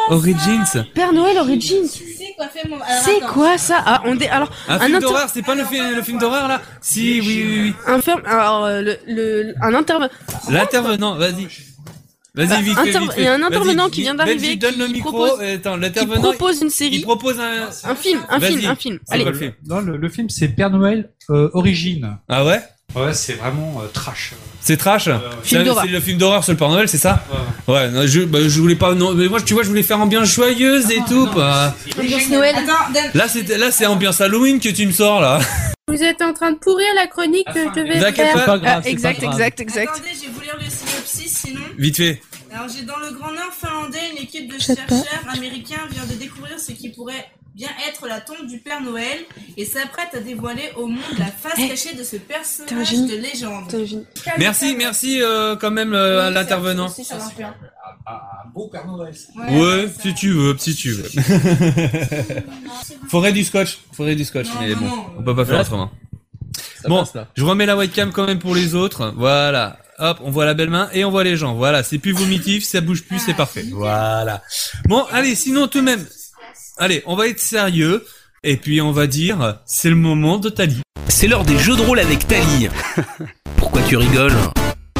Origins. Père Noël Origins. C'est quoi, fais mon. C'est quoi ça Ah, on dé... Alors, Un film inter- d'horreur, c'est pas le, fi- le film d'horreur là Si, oui, oui, oui. Un ferme, alors euh, le, le- un intervenant, L'intervenant, vas-y. Vas-y, vite, fait, interve- vite fait. il y a un intervenant Vas-y, qui vient vite, d'arriver, Benji, donne qui le micro. propose- euh, attends, qui l'intervenant. propose une série, Il propose un. un film, un Vas-y. film, un film. C'est Allez, quoi le film Non, le, le film c'est Père Noël euh, Origine. Ah ouais Ouais, c'est vraiment euh, trash. C'est trash Film Ça, d'horreur. C'est le film d'horreur sur le Père Noël, c'est ça Ouais, non, je, bah, je voulais pas. Non, mais moi, tu vois, je voulais faire ambiance joyeuse Ah, et tout. bah. Ambiance Noël. Attends, donne- Là, c'est là, c'est ambiance Halloween que tu me sors là. Vous êtes en train de pourrir la chronique que je devais D'accord, faire. Euh, c'est pas grave, exact, exact, exact. Attendez, je vais vous lire le synopsis sinon. Vite fait. Alors j'ai dans le Grand Nord finlandais, une équipe de Chat chercheurs américains vient de découvrir ce qui pourrait bien être la tombe du Père Noël et s'apprête à dévoiler au monde la face cachée de ce t'es un personnage génie. de légende. Merci, merci euh, quand même euh, à l'intervenant. Si ça marche bien. Un beau Père Noël. Ouais, si tu veux, si tu veux. faudrait du scotch, faudrait du scotch, mais bon, on peut pas faire Là, autrement. Bon, passe, là. je remets la webcam quand même pour les autres. Voilà. Hop, on voit la belle main et on voit les gens. Voilà, c'est plus vomitif, ça bouge plus, c'est parfait. Voilà. Bon, allez, sinon tout de même. Allez, on va être sérieux et puis on va dire c'est le moment de Tali. C'est l'heure des jeux de rôle avec Tali. Pourquoi tu rigoles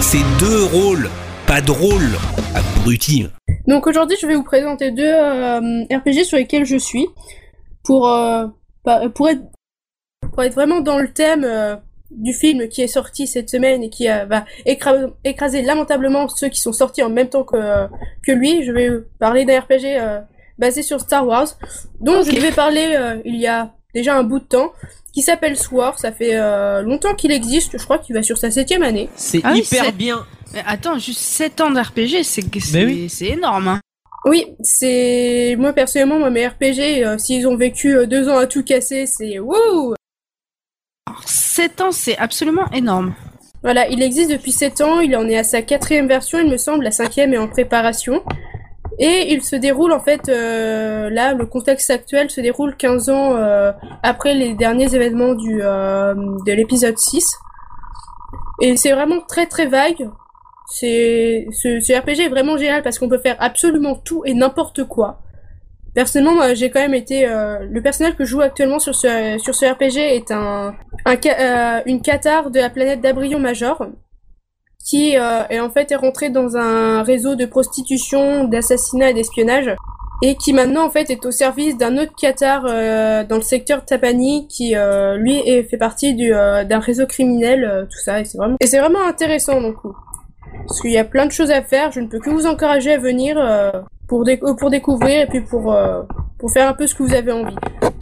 C'est deux rôles, pas drôle, abruti. Donc aujourd'hui, je vais vous présenter deux euh, RPG sur lesquels je suis pour euh, pas- pour être pour être vraiment dans le thème euh, du film qui est sorti cette semaine et qui euh, va écra- écraser lamentablement ceux qui sont sortis en même temps que euh, que lui. Je vais parler d'un RPG euh, basé sur Star Wars, dont je devais parler euh, il y a déjà un bout de temps, qui s'appelle Sword. Ça fait euh, longtemps qu'il existe. Je crois qu'il va sur sa septième année. C'est Ah oui, hyper c'est- bien. Mais attends, juste 7 ans d'RPG, c'est c'est- c'est énorme. hein. Oui, c'est moi personnellement, moi mes RPG, euh, s'ils ont vécu euh, deux ans à tout casser, c'est wouh 7 ans, c'est absolument énorme. Voilà, il existe depuis sept ans, il en est à sa quatrième version, il me semble, la cinquième est en préparation. Et il se déroule en fait, euh, là, le contexte actuel se déroule 15 ans euh, après les derniers événements du, euh, de l'épisode 6. Et c'est vraiment très très vague. C'est ce, ce RPG est vraiment génial parce qu'on peut faire absolument tout et n'importe quoi. Personnellement, moi, j'ai quand même été euh, le personnage que je joue actuellement sur ce sur ce RPG est un, un ca- euh, une cathare de la planète d'Abrion Major qui euh, est en fait est rentrée dans un réseau de prostitution, d'assassinat et d'espionnage et qui maintenant en fait est au service d'un autre cathare euh, dans le secteur Tapani qui euh, lui est, fait partie du, euh, d'un réseau criminel euh, tout ça et c'est vraiment et c'est vraiment intéressant donc euh, parce qu'il y a plein de choses à faire. Je ne peux que vous encourager à venir euh, pour, déc- euh, pour découvrir et puis pour, euh, pour faire un peu ce que vous avez envie.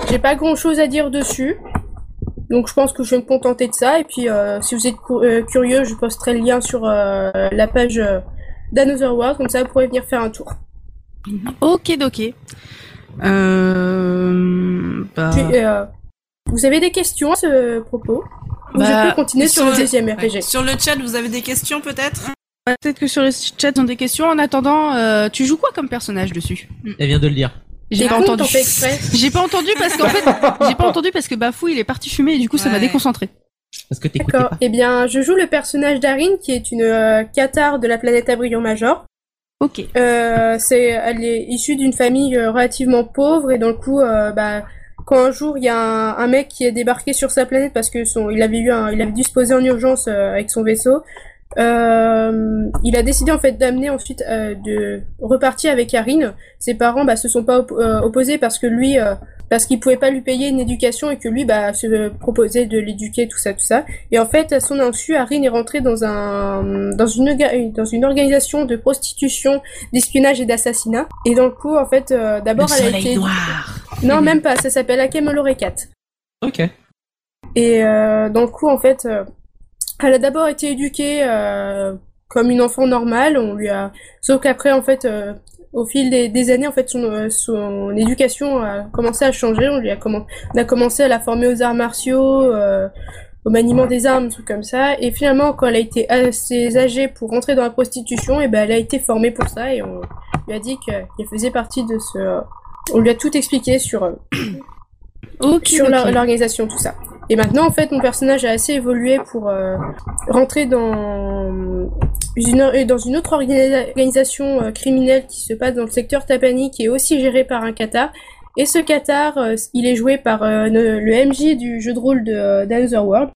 J'ai pas grand chose à dire dessus, donc je pense que je vais me contenter de ça. Et puis euh, si vous êtes cou- euh, curieux, je posterai le lien sur euh, la page euh, d'Another World, comme ça vous pourrez venir faire un tour. Ok, ok. Euh. Ah. Bah. Puis, euh, vous avez des questions à ce propos Ou Bah, je peux continuer sur, sur le le- deuxième RPG ouais, Sur le chat, vous avez des questions peut-être Peut-être que sur le chat, ils ont des questions. En attendant, euh, tu joues quoi comme personnage dessus Elle vient de le dire. J'ai Ah T'es pas con, entendu. t'en fais exprès. J'ai pas entendu parce qu'en fait, j'ai pas entendu parce que Bafou il est parti fumer et du coup ça m'a déconcentré. Parce que t'écoutes. D'accord. Eh bien, je joue le personnage d'Arin, qui est une euh, cathare de la planète Abrion Major. Ok. Euh, c'est, elle est issue d'une famille euh, relativement pauvre et dans le coup, euh, bah, quand un jour il y a un, un mec qui est débarqué sur sa planète parce que son, il avait eu, un- il avait dû se poser en urgence euh, avec son vaisseau. euh, il a décidé en fait d'amener ensuite euh, de repartir avec Arin. Ses parents bah, se sont pas op- euh, opposés parce que lui, euh, parce qu'il pouvait pas lui payer une éducation et que lui bah se proposait de l'éduquer tout ça tout ça et en fait à son insu Arin est rentré dans un dans une orga- dans une organisation de prostitution d'espionnage et d'assassinat et dans le coup en fait euh, d'abord Le elle a soleil été Ah. noir. non même pas ça s'appelle Akemelore 4 Ok. et euh, dans le coup, en fait, euh, elle a d'abord été éduquée euh, comme une enfant normale. On lui a, sauf qu'après, en fait, euh, au fil des, des années, en fait, son, euh, son éducation a commencé à changer. On lui a commen- on a commencé à la former aux arts martiaux, euh, au maniement des armes, des trucs comme ça. Et finalement, quand elle a été assez âgée pour rentrer dans la prostitution, et ben, elle a été formée pour ça. Et on lui a dit qu'elle faisait partie de ce. On lui a tout expliqué sur. euh, sur la- ok. l'organisation, tout ça. Et maintenant, en fait, mon personnage a assez évolué pour euh, rentrer dans une, or- euh, dans une autre organisa- organisation euh, criminelle qui se passe dans le secteur Tapani, qui est aussi gérée par un Qatar. Et ce Qatar, euh, il est joué par euh, le, le MJ du jeu de rôle de euh, d'Another World.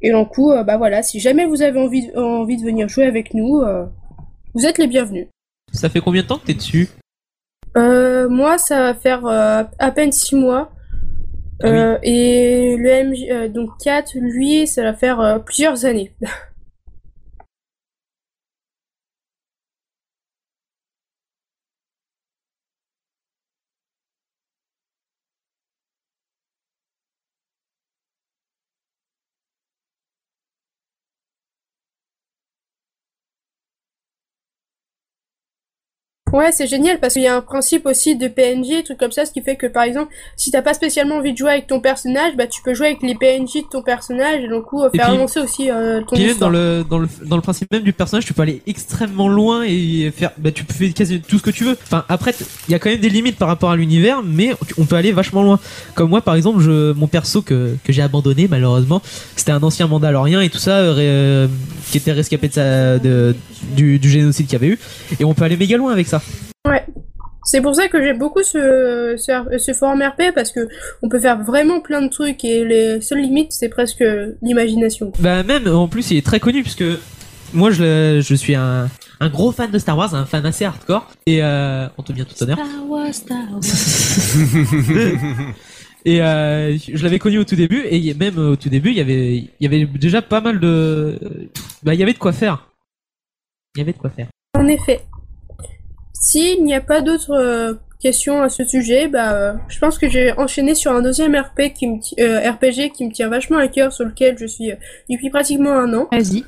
Et en coup, euh, bah voilà, si jamais vous avez envie de, envie de venir jouer avec nous, euh, vous êtes les bienvenus. Ça fait combien de temps que t'es dessus Euh, moi, ça va faire euh, à peine 6 mois. Ah Euh, et le MJ, euh, donc 4, lui, ça va faire euh, plusieurs années. *laughs* Ouais, c'est génial parce qu'il y a un principe aussi de PNJ, trucs comme ça, ce qui fait que par exemple, si t'as pas spécialement envie de jouer avec ton personnage, bah tu peux jouer avec les PNJ de ton personnage et donc coup euh, Et faire puis- avancer aussi euh, ton Puis même dans histoire. le, dans le dans le principe même du personnage, tu peux aller extrêmement loin et faire bah tu peux faire quasi tout ce que tu veux. Enfin après t- il y a quand même des limites par rapport à l'univers, mais tu- on peut aller vachement loin. Comme moi par exemple, je mon perso que que j'ai abandonné malheureusement, c'était un ancien Mandalorien et tout ça euh, ré- euh, qui était rescapé de sa de, du, du génocide qu'il y avait eu et on peut aller méga loin avec ça. Ouais. C'est pour ça que j'aime beaucoup ce, ce, ce forum RP parce que on peut faire vraiment plein de trucs et les seules limites c'est presque l'imagination. Bah même en plus il est très connu puisque moi je, le- je suis un, un gros fan de Star Wars, un fan assez hardcore et euh, on te bien tout honneur. *laughs* et euh, je l'avais connu au tout début et il y- même au tout début il y avait il y avait déjà pas mal de bah il y avait de quoi faire. Il y avait de quoi faire. En effet. S'il n'y a pas d'autres euh, questions à ce sujet, bah, euh, je pense que j'ai enchaîné sur un deuxième RP qui me ti- euh, RPG qui me tient vachement à cœur, sur lequel je suis euh, depuis pratiquement un an. Vas-y.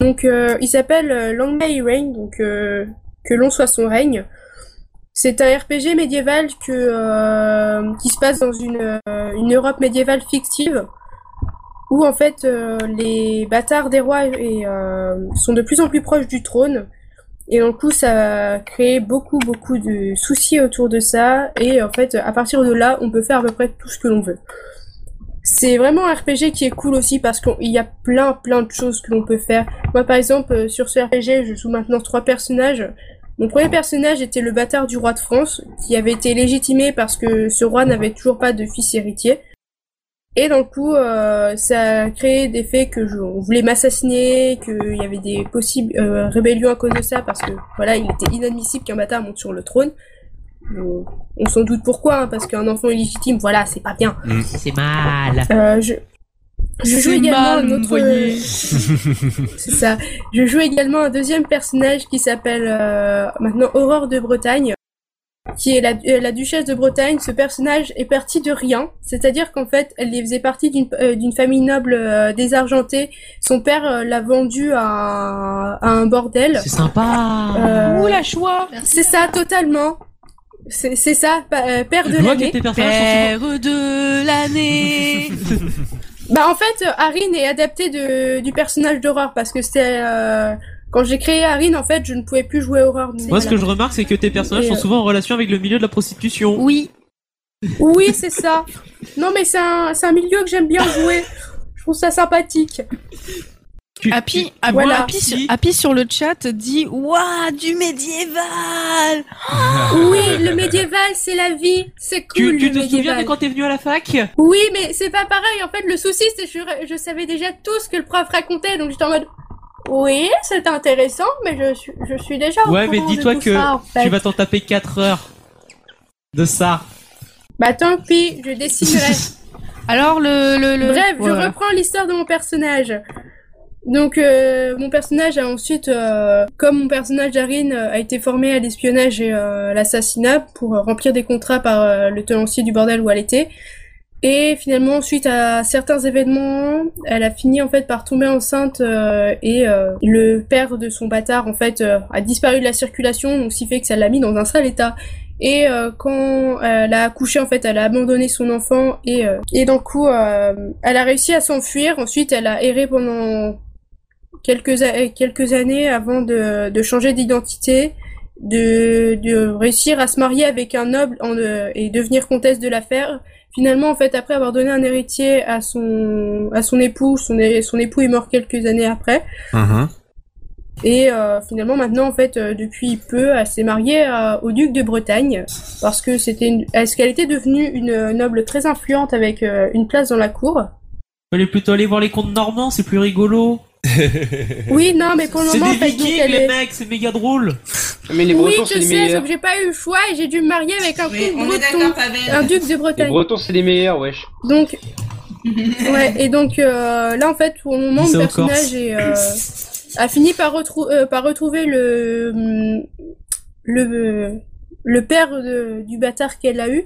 Donc, euh, il s'appelle euh, Long May Reign, donc euh, que long soit son règne. C'est un RPG médiéval que, euh, qui se passe dans une, euh, une Europe médiévale fictive où en fait euh, les bâtards des rois et, euh, sont de plus en plus proches du trône. Et donc coup, ça a créé beaucoup, beaucoup de soucis autour de ça. Et en fait, à partir de là, on peut faire à peu près tout ce que l'on veut. C'est vraiment un RPG qui est cool aussi parce qu'il y a plein, plein de choses que l'on peut faire. Moi, par exemple, euh, sur ce RPG, je joue maintenant trois personnages. Mon premier personnage était le bâtard du roi de France, qui avait été légitimé parce que ce roi n'avait toujours pas de fils héritier. Et dans le coup, euh, ça a créé des faits que je, on voulait m'assassiner, qu'il y avait des possibles euh, rébellions à cause de ça, parce que voilà, il était inadmissible qu'un bâtard monte sur le trône. On, on s'en doute pourquoi, hein, parce qu'un enfant illégitime, voilà, c'est pas bien. C'est mal. Euh, je, je joue C'est également mal, un autre. euh, vous voyez. *laughs* C'est ça. Je joue également un deuxième personnage qui s'appelle euh, maintenant Aurore de Bretagne, qui est la, euh, la duchesse de Bretagne. Ce personnage est parti de rien, c'est-à-dire qu'en fait, elle faisait partie d'une euh, d'une famille noble euh, désargentée. Son père euh, l'a vendue à, un- à un bordel. C'est sympa. Ouh la choix C'est ça, totalement. C'est c'est ça, pa- euh, père de Je vois que l'année. tes personnages sont de *laughs* l'année Bah en fait, euh, Harine est adaptée de, du personnage d'Aurore parce que c'était... euh, quand j'ai créé Harine, en fait, je ne pouvais plus jouer Aurore. Moi ce que je remarque c'est que tes personnages Et, sont euh, souvent en relation avec le milieu de la prostitution. Oui. Oui, c'est ça. Non mais c'est un, c'est un milieu que j'aime bien jouer. Je trouve ça sympathique. Happy, ah, Voilà. Happy, sur, Happy sur le chat dit Waouh, du médiéval Oui, le médiéval, c'est la vie. C'est Tu- cool. tu le te souviens médiéval. de quand t'es venu à la fac Oui, mais c'est pas pareil. En fait, le souci, c'est que je, je savais déjà tout ce que le prof racontait, donc j'étais en mode. Oui, c'est intéressant, mais je, suis- je suis déjà. au Ouais, mais courant de dis-toi tout que ça, en fait. tu vas t'en taper 4 heures de ça. Bah tant pis, je *laughs* dessinerai. Alors le, Bref, je Voilà. reprends l'histoire de mon personnage. Donc euh, mon personnage a ensuite, euh, comme mon personnage Darin a été formé à l'espionnage et euh, l'assassinat pour euh, remplir des contrats par euh, le tenancier du bordel où elle était. Et finalement, suite à certains événements, elle a fini en fait par tomber enceinte euh, et euh, le père de son bâtard en fait euh, a disparu de la circulation, donc ce qui fait que ça l'a mis dans un sale état. Et euh, quand elle a accouché, en fait, elle a abandonné son enfant et, euh, et d'un coup, euh, elle a réussi à s'enfuir. Ensuite, elle a erré pendant quelques, a- euh, quelques années avant de, de changer d'identité, de, de réussir à se marier avec un noble en, euh, et devenir comtesse de l'affaire. Finalement, en fait, après avoir donné un héritier à son, à son époux, son, é- son époux est mort quelques années après. Et euh, finalement, maintenant, en fait, euh, depuis peu, elle s'est mariée euh, au duc de Bretagne parce que c'était une... est-ce qu'elle était devenue une euh, noble très influente avec euh, une place dans *laughs* la cour. Fallait plutôt aller voir les contes normands, c'est plus rigolo. Oui, non, mais pour le C'est moment, des en fait, donc, vikings elle les est- mecs, c'est méga drôle. Mais les oui, Bretons, je c'est les sais, sauf meilleurs. que j'ai pas eu le choix et j'ai dû me marier avec un comte on est breton, d'accord, Pavel. un duc de Les Bretagne. Bretons, c'est les meilleurs, wesh. Donc, ouais, et donc euh, là en fait, pour le moment, Dis ça le aux personnage Corses. est, euh, a fini par, retrou- euh, par retrouver le hum, le le père de- du bâtard qu'elle a eu.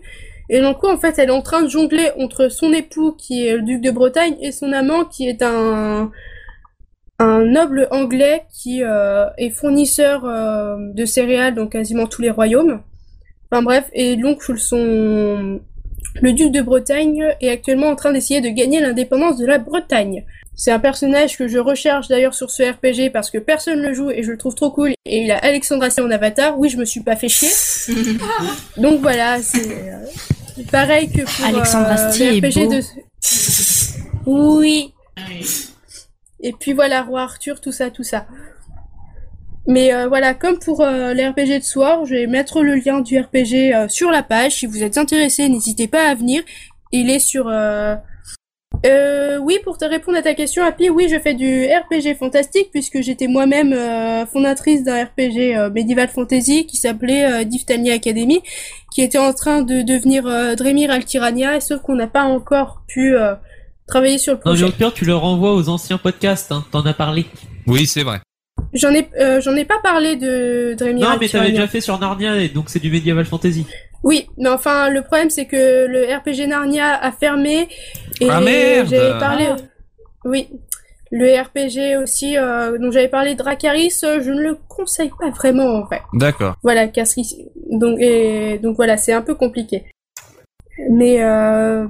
Et donc en fait, elle est en train de jongler entre son époux qui est le duc de Bretagne et son amant qui est un un noble anglais qui euh, est fournisseur euh, de céréales dans quasiment tous les royaumes. Enfin bref, et donc son... le duc de Bretagne est actuellement en train d'essayer de gagner l'indépendance de la Bretagne. C'est un personnage que je recherche d'ailleurs sur ce RPG parce que personne le joue et je le trouve trop cool. Et il a Alexandre Astier en avatar. Oui, je me suis pas fait chier. donc voilà, c'est euh, pareil que pour Alexandre euh, Astier les est RPG beau. de... Oui. Et puis voilà, Roi Arthur, tout ça, tout ça. Mais euh, voilà, comme pour euh, les RPG de soir, je vais mettre le lien du RPG euh, sur la page. Si vous êtes intéressé, n'hésitez pas à venir. Il est sur... euh, euh, oui, pour te répondre à ta question, Happy, oui, je fais du RPG fantastique puisque j'étais moi-même euh, fondatrice d'un RPG euh, médiéval fantasy qui s'appelait euh, Diphthania Academy, qui était en train de devenir euh, Dremir Altirania, et sauf qu'on n'a pas encore pu euh, travailler sur le Non, mais projet. au pire, tu le renvoies aux anciens podcasts, hein, t'en as parlé. Oui, c'est vrai. J'en ai, euh, j'en ai pas parlé de Dremir Non, mais t'avais Altirania. déjà fait sur Narnia, et donc c'est du Medieval Fantasy. Oui, mais enfin, le problème c'est que le RPG Narnia a fermé et Ah, merde j'avais parlé. Ah. Oui, le RPG aussi euh, dont j'avais parlé Dracaris, euh, je ne le conseille pas vraiment en vrai. D'accord. Voilà, car ce qui- donc et donc voilà, c'est un peu compliqué. Mais euh,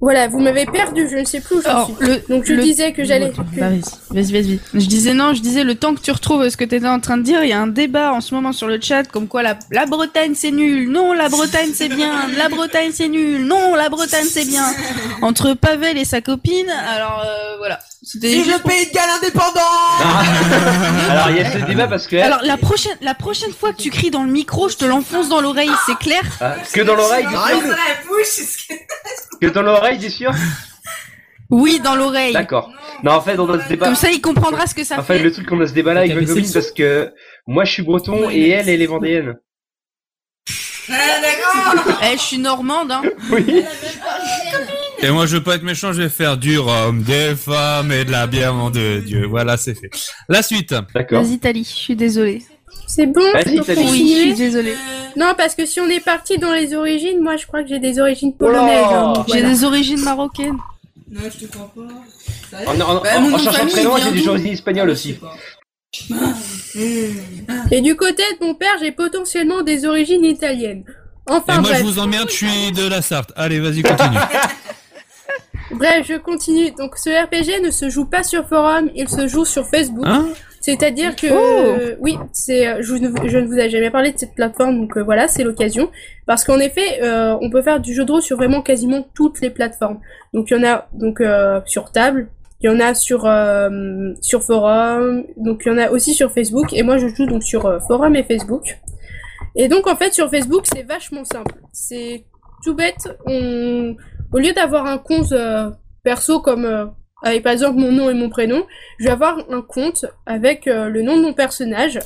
voilà, vous m'avez perdu, je ne sais plus où je Alors, suis. le- donc je le- disais que j'allais. que- Bah, vas-y, vas-y, vas-y. Je disais non, je disais le temps que tu retrouves ce que t'étais en train de dire, il y a un débat en ce moment sur le chat comme quoi la, la Bretagne c'est nul, non la Bretagne c'est bien, la Bretagne c'est nul, non la Bretagne c'est bien. Entre Pavel et sa copine, alors euh, voilà. C'était Vive juste le pour- Pays de Galles indépendant Alors, il y a ce débat parce que. Alors la prochaine, la prochaine fois que tu cries dans le micro, je te l'enfonce dans l'oreille, c'est clair Ah, que dans l'oreille, dis sûr la bouche. Que dans l'oreille, dis sûr Oui, dans l'oreille. D'accord. Non, en fait, on a ce débat. Comme ça, il comprendra ce que ça En fait, fait. le truc qu'on a ce débat là avec T'as baissé Goblin le parce que moi je suis breton et elle, elle est vendéenne. Ah, d'accord. Eh, je suis normande, hein. Oui. Et moi, je veux pas être méchant, je vais faire du rhum, des femmes et de la bière, mon de Dieu. Voilà, c'est fait. La suite. D'accord. Vas-y, Tali, je suis désolée. C'est bon, Vas-y, on peut Thalie. Oui, je continuer suis désolée. Non, parce que si on est parti dans les origines, moi je crois que j'ai des origines Oh là polonaises. hein, donc J'ai voilà. des origines marocaines. Non, je te crois pas. En, en- Bah, en- mon en nom de cherchant famille, très loin, il vient j'ai des d'où origines Ah, espagnoles aussi. Et du côté de mon père, j'ai potentiellement des origines italiennes. Enfin et moi, bref. je vous emmerde, je suis de la Sarthe. Allez, vas-y, *laughs* continue. Bref, je continue. Donc ce RPG ne se joue pas sur forum, il se joue sur Facebook. Hein C'est-à-dire que Oh euh, oui, c'est euh, je, ne- je ne vous ai jamais parlé de cette plateforme, donc euh, voilà, c'est l'occasion. Parce qu'en effet, euh, on peut faire du jeu de rôle sur vraiment quasiment toutes les plateformes. Donc il y en a donc euh, sur table, il y en a sur euh, sur forum, donc il y en a aussi sur Facebook. Et moi, je joue donc sur euh, forum et Facebook. Et donc en fait sur Facebook c'est vachement simple. C'est tout bête. On... Au lieu d'avoir un compte euh, perso comme euh, avec par exemple mon nom et mon prénom, je vais avoir un compte avec euh, le nom de mon personnage.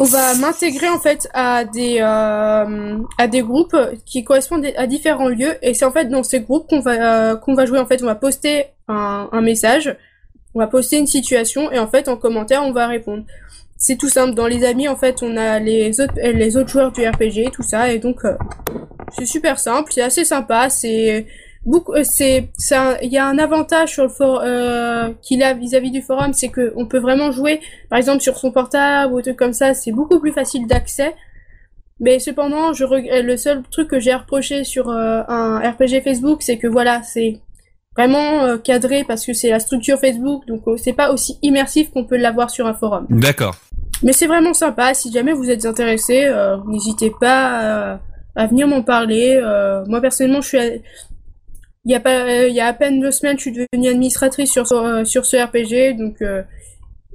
On va m'intégrer en fait à des euh, à des groupes qui correspondent à différents lieux et c'est en fait dans ces groupes qu'on va euh, qu'on va jouer en fait on va poster un, un message, on va poster une situation et en fait en commentaire on va répondre. C'est tout simple dans les amis en fait on a les autres euh, les autres joueurs du RPG tout ça et donc euh, c'est super simple, c'est assez sympa, c'est beaucoup, euh, c'est, c'est un- il y a un avantage sur le for, euh, qu'il a vis-à-vis du forum, c'est que on peut vraiment jouer, par exemple sur son portable ou des trucs comme ça, c'est beaucoup plus facile d'accès. Mais cependant, je reg- euh, le seul truc que j'ai reproché sur euh, un RPG Facebook, c'est que voilà, c'est vraiment euh, cadré parce que c'est la structure Facebook, donc euh, c'est pas aussi immersif qu'on peut l'avoir sur un forum. D'accord. Mais c'est vraiment sympa. Si jamais vous êtes intéressé, euh, n'hésitez pas euh, à venir m'en parler. Euh, moi personnellement, je suis à- il y a pas euh, il y a à peine deux semaines, je suis devenue administratrice sur ce- euh, sur ce RPG, donc euh,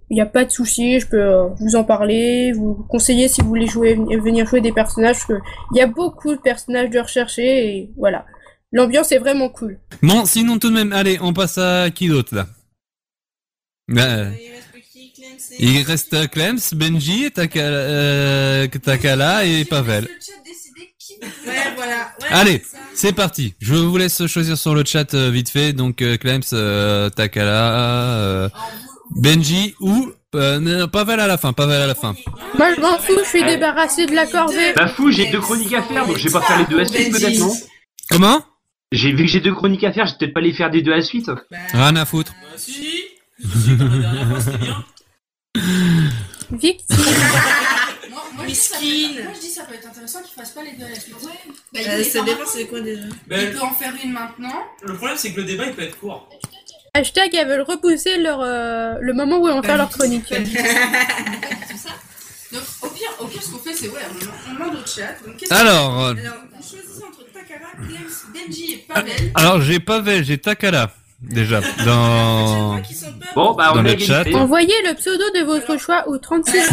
il n'y a pas de souci. Je peux euh, vous en parler, vous conseiller si vous voulez jouer venir jouer des personnages, parce que il y a beaucoup de personnages de rechercher et voilà. L'ambiance est vraiment cool. Bon, sinon, tout de même, allez, on passe à qui d'autre, là Euh, Il reste Clems, Benji, Takala, euh, Takala et Pavel. Ouais, voilà. Ouais, Allez, c'est parti. Je vous laisse choisir sur le chat euh, vite fait. Donc euh, Clems, euh, Takala, euh, Benji ou euh, non, Pavel à la fin. Pavel à la fin. Moi je m'en fous, je suis Ouais. débarrassée de la corvée. Bah fou, j'ai deux chroniques à faire, donc je vais pas faire les deux à suite peut-être, non Comment J'ai vu que j'ai deux chroniques à faire, je vais peut-être pas les faire des deux à suite. Rien à foutre. si, si, si, comme la dernière fois, c'était Euh, bien. Victime. Moi, moi, je dis ça peut Miskin. être- moi, je dis ça peut être intéressant qu'ils fassent pas les deux à la suite. Bah, il Euh, est ça pas dépend, marrant. c'est quoi déjà Il peut en faire une maintenant. Le problème, c'est que le débat, il peut être court. Hashtag, elles veulent repousser leur, euh, le moment où elles vont faire leur *laughs* chronique. Donc, au pire, au pire, ce qu'on fait, c'est ouais, on, on demande au chat. Donc, qu'est-ce Alors, que- euh, alors, vous choisissez entre Takara, Clems, Benji et Pavel. Alors, j'ai Pavel, j'ai Takala, déjà, dans, *laughs* Bon, bah, on dans est le égalité. chat. Envoyez le pseudo de votre choix au 36 *laughs*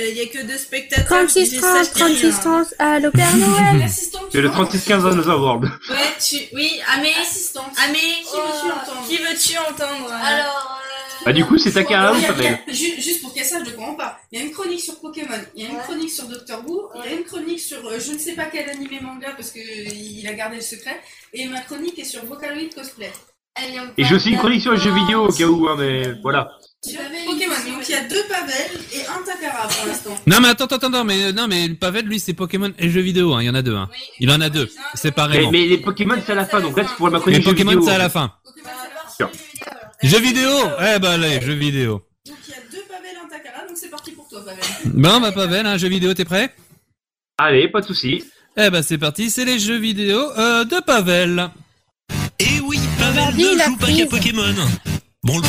Il Euh, y a que deux spectateurs. 36 30 36 30 Allô Père Noël Ah, L'assistante. C'est le 3615 Another World. Ouais, tu... Oui, Amé. Assistante. Amé, qui veux-tu entendre Qui veux-tu entendre Alors. euh, Bah, du coup, c'est Takara ou Il y a- Pavel il y a- ju- Juste pour qu'elle sache de quoi on parle. Il y a une chronique sur Pokémon, il y a une chronique sur Doctor Who, il y a une chronique sur euh, je ne sais pas quel animé manga Ah, parce qu'il a gardé le secret, et ma chronique est sur Vocaloid Cosplay. Et j'ai aussi une chronique sur les jeux vidéo au cas où, hein, mais voilà. Pokémon, donc il y a deux Pavel et un Takara pour l'instant. Non, mais attends, attends, attends, mais, euh, non, mais Pavel, lui, c'est Pokémon et jeux vidéo, hein, il y en a deux, hein. Il en a deux, séparément. Mais, mais les Pokémon, c'est à la fin, donc là, c'est pour ma Les chronique jeux Pokémon, vidéo. c'est à la fin. Jeux vidéo Eh ben, allez, jeux vidéo. Donc il y a deux Pavel et un Takara, donc c'est parti pour toi Pavel. Bon, bah, Pavel, hein, jeux vidéo, t'es prêt Allez, pas de soucis. Eh ben, c'est parti, c'est les jeux vidéo euh, de Pavel. Et Eh oui, Pavel ne joue pas qu'à Pokémon. Bon.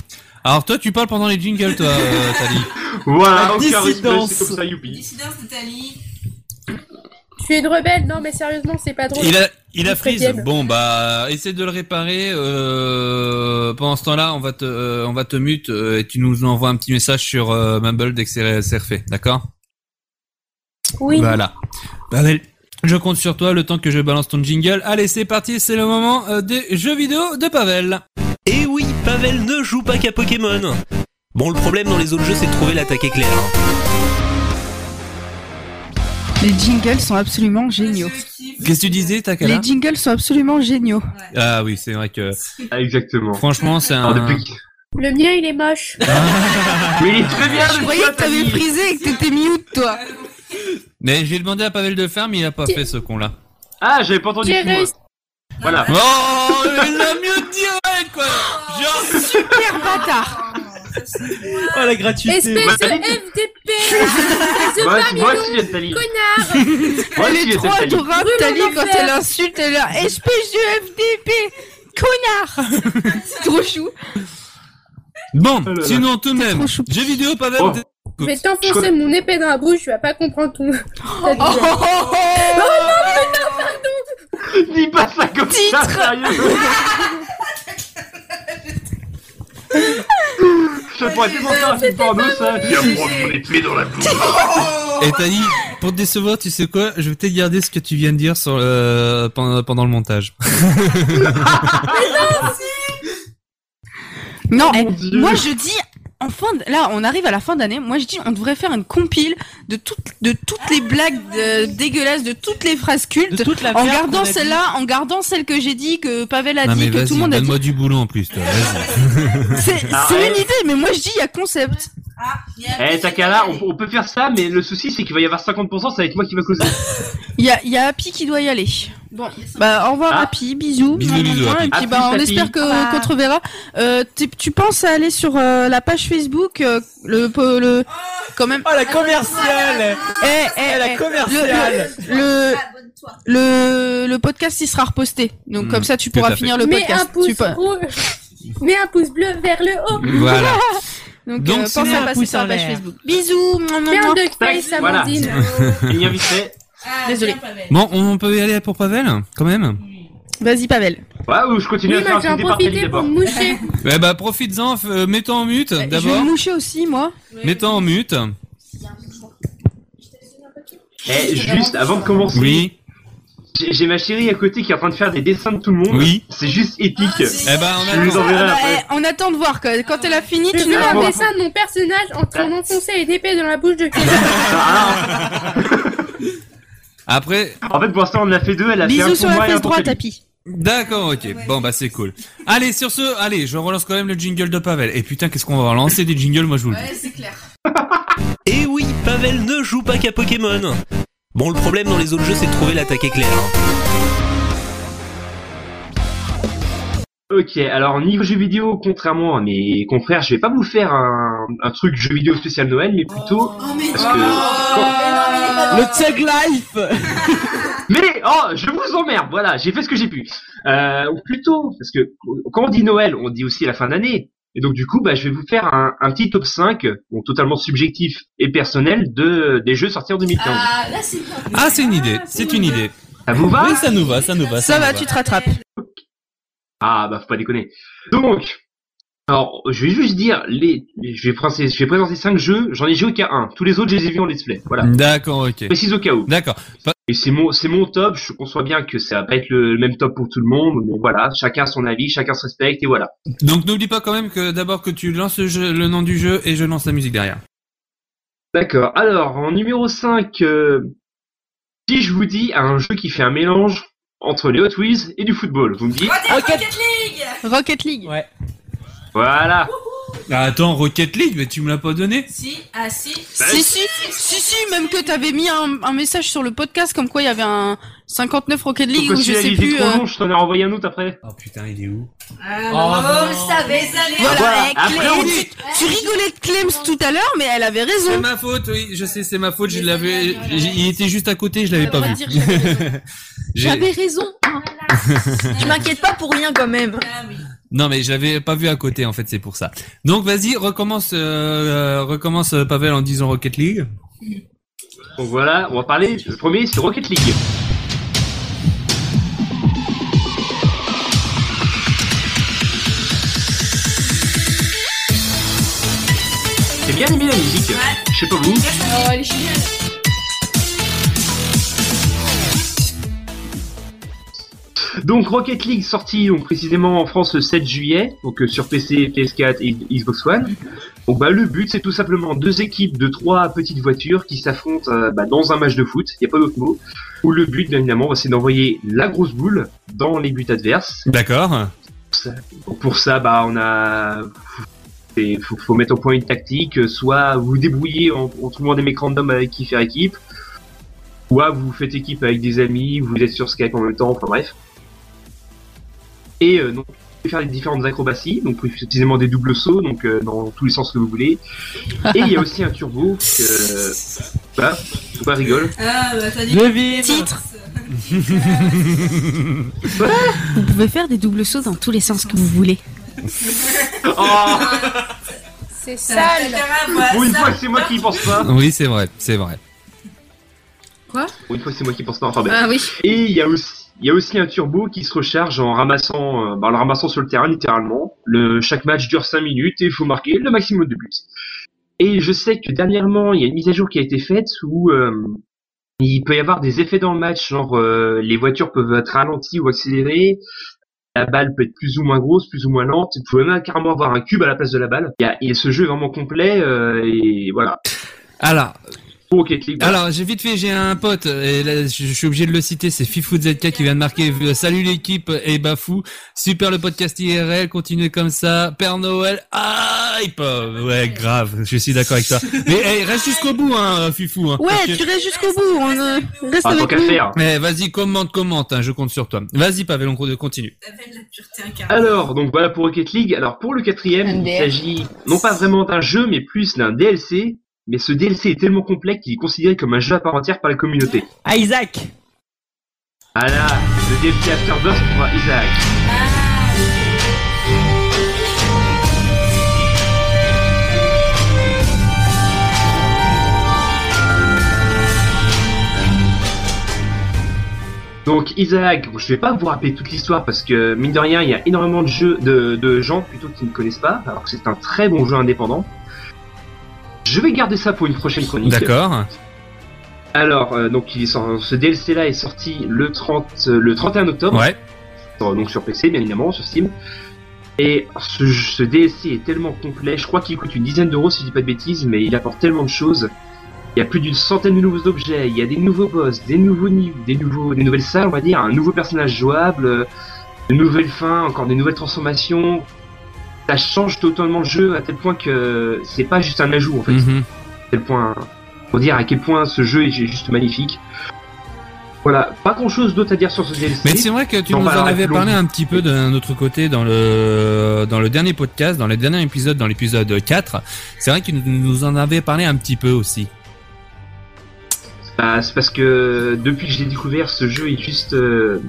Alors, toi, tu parles pendant les jingles, toi, euh, Tali. Voilà, aucun respect, c'est comme ça, youpi. Dissidence d'Italie. Tu es une rebelle Non mais sérieusement, c'est pas drôle. Il a, il a freeze. Septième. Bon bah, essaie de le réparer. Euh, pendant ce temps-là, on va te, euh, on va te mute euh, et tu nous envoies un petit message sur euh, Mumble dès que c'est c'est refait, d'accord Oui. Voilà. Pavel, je compte sur toi le temps que je balance ton jingle. Allez, c'est parti. C'est le moment euh, des jeux vidéo de Pavel. Et Eh oui, Pavel ne joue pas qu'à Pokémon. Bon, le problème dans les autres jeux, c'est de trouver l'attaque éclair. Les jingles sont absolument géniaux. Qu'est-ce que tu disais, Takala Les jingles sont absolument géniaux. Ah oui, c'est vrai que. Ah, exactement. Franchement, c'est un. Alors, Ah, depuis Le mien, il est moche. Mais il est très bien. Ah. Je croyais que t'avais frisé et que t'étais mute, toi. Mais j'ai demandé à Pavel de faire, mais il a pas fait ce con-là. Ah, j'avais pas entendu. J'ai tout, moi. réussi. Voilà. Oh, il l'a mieux direct, quoi Genre, super bâtard Oh la gratuité Espèce de FDP Espèce de Moi- Marilou, moi aussi, Nathalie. Connard Moi Elle aussi, est j'étais Nathalie. Brûle en Tali, quand enfer. elle insulte, elle est là, espèce de FDP Connard *laughs* Trop chou Bon, sinon tout de même, jeux vidéo Pavel. Oh. t'es- Je vais t'enfoncer mon épée dans la bouche, tu vas pas comprendre *laughs* ton... ta Oh, vie. oh, oh, oh. Dis pas ça comme ça, *laughs* sérieux Je te pourrais tellement faire un film porno, ça Viens prendre mon épée dans la bouche Et t'as dit, Eh, pour te décevoir, tu sais quoi Je vais peut-être garder ce que tu viens de dire sur le... pendant, pendant le montage. Non, eh, moi je dis, en fin de- là on arrive à la fin d'année, moi je dis on devrait faire une compile de, toutes de toutes les blagues euh, dégueulasses, de toutes les phrases cultes, la en merde qu'on gardant a dit. celle-là, en gardant celle que j'ai dit, que Pavel a non mais dit, que tout le vas-y, monde a dit. donne-moi du boulot en plus, toi. Vas-y. C'est c'est une idée, mais moi je dis il y a concept. Ah, Eh, Takala, on, on peut faire ça, mais le souci, c'est qu'il va y avoir 50%, ça va être moi qui va causer. Il y a, il y a Happy qui doit y aller. Bon, bah au revoir Happy, bisous. Bisous, Mouah, bisous, mouah, Happy. Et À puis bah plus, on Happy. espère que Au revoir. qu'on te reverra. Euh, tu, tu penses à aller sur euh, la page Facebook euh, le po- le quand même. Oh la commerciale Eh Eh, eh la eh, commerciale le, le, Ah, le, le le podcast il sera reposté. Donc Hmm, comme ça tu tout à pourras fait. finir le Mets podcast. un pouce Tu peux- rouge. Mets un pouce bleu vers le haut. Voilà. Donc, Donc, euh, ce pensez n'est à un passer pouce sur en la page l'air. Facebook. Bisous. mouah, mouah, Ferme mouah. de face, Voilà. Amandine. *laughs* Il y a vite fait. Ah, Désolé. Bon, on peut y aller pour Pavel, quand même Vas-y Pavel. Ouais, ou je continue à Oui, faire moi, un je vais film en des parties profiter d'abord. pour me moucher. Eh bah profites-en, f- euh, mets-toi en mute Bah, Je vais d'abord. me moucher aussi moi. Mets-toi en mute. Eh, juste avant de commencer. Oui. J'ai j'ai ma chérie à côté qui est en train de faire des dessins de tout le monde. Oui. C'est juste épique. Ah, Eh ben, on je lui enverrai après. Ah, bah, eh, on attend de voir quand, quand elle a fini. Je tu veux nous un l'envoies. dessin de mon personnage en train d'enfoncer une épée dans la bouche de quelqu'un. *laughs* Après. En fait, pour l'instant, on en a fait deux. Elle a fait un pour moi et un pour Camille. tapis. D'accord, ok. Bon, bah c'est cool. Allez, sur ce, allez, je relance quand même le jingle de Pavel. Et putain, qu'est-ce qu'on va relancer des jingles, moi je vous le dis. Ouais, c'est clair. Et Eh oui, Pavel ne joue pas qu'à Pokémon. Bon, le problème dans les autres jeux, c'est de trouver l'attaque éclair. Ok, alors niveau jeux vidéo, contrairement à mes confrères, je vais pas vous faire un, un truc jeu vidéo spécial Noël, mais plutôt parce que Le Tug Life Mais oh, je vous emmerde. Voilà, j'ai fait ce que j'ai pu. Euh, ou plutôt, parce que quand on dit Noël, on dit aussi la fin d'année. Et donc du coup, bah, je vais vous faire un, un petit top 5, bon, totalement subjectif et personnel, de des jeux sortis en 2015. Ah, là, c'est bien. Ah, c'est une idée, c'est une idée. Ça vous va Oui, ça nous va, Bah, ça nous va. nous rattrapes. Ah bah faut pas déconner. Donc, alors je vais juste dire les, je vais présenter, je vais présenter cinq jeux. J'en ai joué qu'à un. Tous les autres, je les ai vus en let's play. Voilà. D'accord, ok. Précise au cas où. D'accord. Et c'est mon, c'est mon top. Je conçois bien que ça va pas être le, le même top pour tout le monde, mais voilà, chacun a son avis, chacun se respecte et voilà. Donc n'oublie pas quand même que d'abord que tu lances le, jeu- le nom du jeu et je lance la musique derrière. D'accord. Alors en numéro 5, si je vous dis un jeu qui fait un mélange entre les Hot Wheels et du football, vous me dites Rocket League Rocket League Ouais. Voilà. Ah, Attends, Rocket League, mais tu me l'as pas donné Si, ah si. si. Si, si, si, si, même que t'avais mis un, un message sur le podcast comme quoi il y avait un 59 Rocket League ou je sais plus. trop euh, long, je t'en ai renvoyé un autre après. Oh putain, il est où Ah, Oh, non, non. vous le savez, ça allait- Ah, Voilà, Voilà, eh, après, Clem, on dit- tu, tu rigolais de Clems tout à l'heure, mais elle avait raison. C'est ma faute, oui, je sais, c'est ma faute, je l'avais, j'ai- il était juste à côté, je l'avais pas vu. *laughs* J'ai- J'avais raison. hein. Je m'inquiète pas pour rien quand même. Ah Non mais je l'avais pas vu à côté en fait, c'est pour ça. Donc vas-y, recommence, euh, euh, recommence euh, Pavel en disant Rocket League. Donc voilà, on va parler. Le premier, c'est Rocket League. J'ai bien aimé la musique. Je sais pas vous. Oh, elle est géniale. Donc Rocket League sorti donc précisément en France le 7 juillet, donc euh, sur PC, PS4 et Xbox One. Donc bah le but c'est tout simplement deux équipes de trois petites voitures qui s'affrontent euh, bah, dans un match de foot, il n'y a pas d'autre mot. Où le but bien évidemment bah, c'est d'envoyer la grosse boule dans les buts adverses. D'accord. Donc, Pour ça bah on a et faut, faut mettre au point une tactique, euh, soit vous débrouillez en, en trouvant des mecs random avec qui faire équipe, soit vous faites équipe avec des amis, vous êtes sur Skype en même temps, enfin bref. Et euh, donc, vous pouvez faire les différentes acrobaties, donc précisément des doubles sauts, donc euh, dans tous les sens que vous voulez. Et il y a aussi un turbo, que, euh, bah, faut pas rigole. Ah, bah, t'as dit. Devine. Titre. Vous pouvez faire des doubles sauts dans tous les sens que vous voulez. C'est sale. Pour une fois que c'est moi qui y pense pas. Oui, c'est vrai, c'est vrai. Pour une fois que c'est moi qui pense pas, enfin bref. Bah Ah oui. Et il y a aussi il y a aussi un turbo qui se recharge en ramassant, euh, bah, en le ramassant sur le terrain littéralement. Le, chaque match dure 5 minutes et il faut marquer le maximum de buts. Et je sais que dernièrement, il y a une mise à jour qui a été faite où euh, il peut y avoir des effets dans le match, genre euh, les voitures peuvent être ralenties ou accélérées, la balle peut être plus ou moins grosse, plus ou moins lente, vous pouvez même carrément avoir un cube à la place de la balle. Il y a- et ce jeu est vraiment complet euh, et voilà. Alors, Pour Rocket League, voilà. Alors, j'ai vite fait, j'ai un pote, et là, je je suis obligé de le citer, c'est Fifou ZK qui vient de marquer euh, Salut l'équipe et Bafou. Super le podcast IRL, continuez comme ça. Père Noël, hype! Ouais, grave, je suis d'accord avec toi. Mais hey, reste jusqu'au bout, hein, Fifou. Hein, parce que- Ouais, tu restes jusqu'au bout. On, euh, reste Ah, tant avec qu'à nous. faire. Mais vas-y, commente, commente, hein, je compte sur toi. Vas-y, Pavel, on continue. Alors, donc voilà pour Rocket League. Alors pour le quatrième, il s'agit non pas vraiment d'un jeu, mais plus d'un DLC. Mais ce DLC est tellement complet qu'il est considéré comme un jeu à part entière par la communauté. Isaac Ah là, le DLC Afterbirth pour Isaac. Donc Isaac, bon, je vais pas vous rappeler toute l'histoire parce que mine de rien, il y a énormément de jeux de, de gens plutôt qui ne connaissent pas, alors que c'est un très bon jeu indépendant. Je vais garder ça pour une prochaine chronique. D'accord. Alors, euh, donc il est sor- ce DLC là est sorti le 30, euh, le 31 octobre. Ouais. Sur- euh, Donc sur PC, bien évidemment, sur Steam. Et ce, ce DLC est tellement complet, je crois qu'il coûte une dizaine d'euros si je dis pas de bêtises, mais il apporte tellement de choses. Il y a plus d'une centaine de nouveaux objets, il y a des nouveaux boss, des nouveaux niveaux, des nouveaux, des nouvelles salles, on va dire, un nouveau personnage jouable, euh, de nouvelles fins, encore des nouvelles transformations. Ça change totalement le jeu à tel point que c'est pas juste un ajout en Mhm. fait. À tel point, pour dire à quel point ce jeu est juste magnifique. Voilà, pas grand chose d'autre à dire sur ce DLC. Mais c'est vrai que tu Non, nous bah, en alors, avais long. parlé un petit peu d'un autre côté dans le dans le dernier podcast, dans le dernier épisode, dans l'épisode 4. C'est vrai que tu nous en avais parlé un petit peu aussi. Bah, c'est parce que depuis que j'ai découvert ce jeu, il est juste. euh,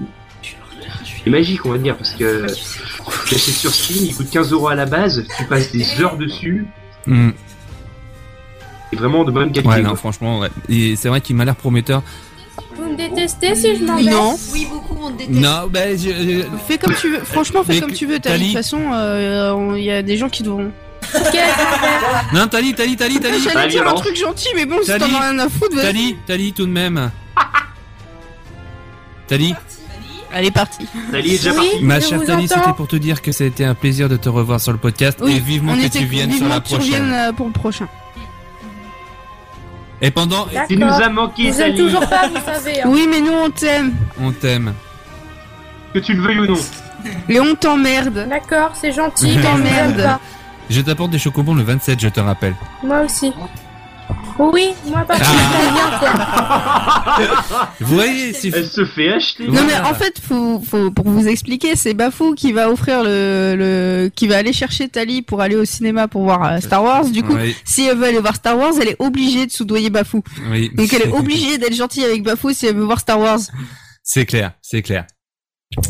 il est magique, on va dire, parce que tu l'achètes sur Steam, il coûte 15 euros à la base, tu passes des heures dessus, Hmm. et vraiment de bonne qualité. Ouais, non, franchement, ouais. Et c'est vrai qu'il m'a l'air *laughs* prometteur. Vous me détestez si je m'en vais Non. Oui, beaucoup m'ont détesté. Non, ben, je, je- Bah, Fais comme tu veux. Franchement, fais Mais comme que- tu veux. Tali. De Tali. toute façon, euh, on- il y a des gens qui devront. non, Tali, Tali, Tali, Tali. Ah, J'allais dire un truc gentil, mais bon, si t'en Tali. as rien à foutre, vas-y. Tali, Tali, tout de *laughs* même. Tali. Elle est partie. Tali est déjà partie. Ma Ah, je chère vous Tali, entends. c'était pour te dire que ça a été un plaisir de te revoir sur le podcast Oui, et vivement on que était- tu viennes sur vivement la que tu reviennes, prochaine. euh, pour le prochain. Et pendant, D'accord. Vous êtes toujours pas, vous savez. hein. Oui, mais nous on t'aime. On t'aime. Que tu le veuilles ou non. Et on t'emmerde. D'accord, *laughs* c'est gentil. On mais je vous aime t'emmerde. pas. Je t'apporte des chocobons le 27, je te rappelle. Moi aussi. Oui, moi pas. Ah. Vous voyez, c'est Elle se fait acheter. Non mais en fait, faut, faut, pour vous expliquer, c'est Bafou qui va offrir le, le, qui va aller chercher Tali pour aller au cinéma pour voir euh, Star Wars. Du coup, Oui. si elle veut aller voir Star Wars, elle est obligée de soudoyer Bafou. Oui. Donc elle est obligée d'être gentille avec Bafou si elle veut *laughs* voir Star Wars. C'est clair, c'est clair.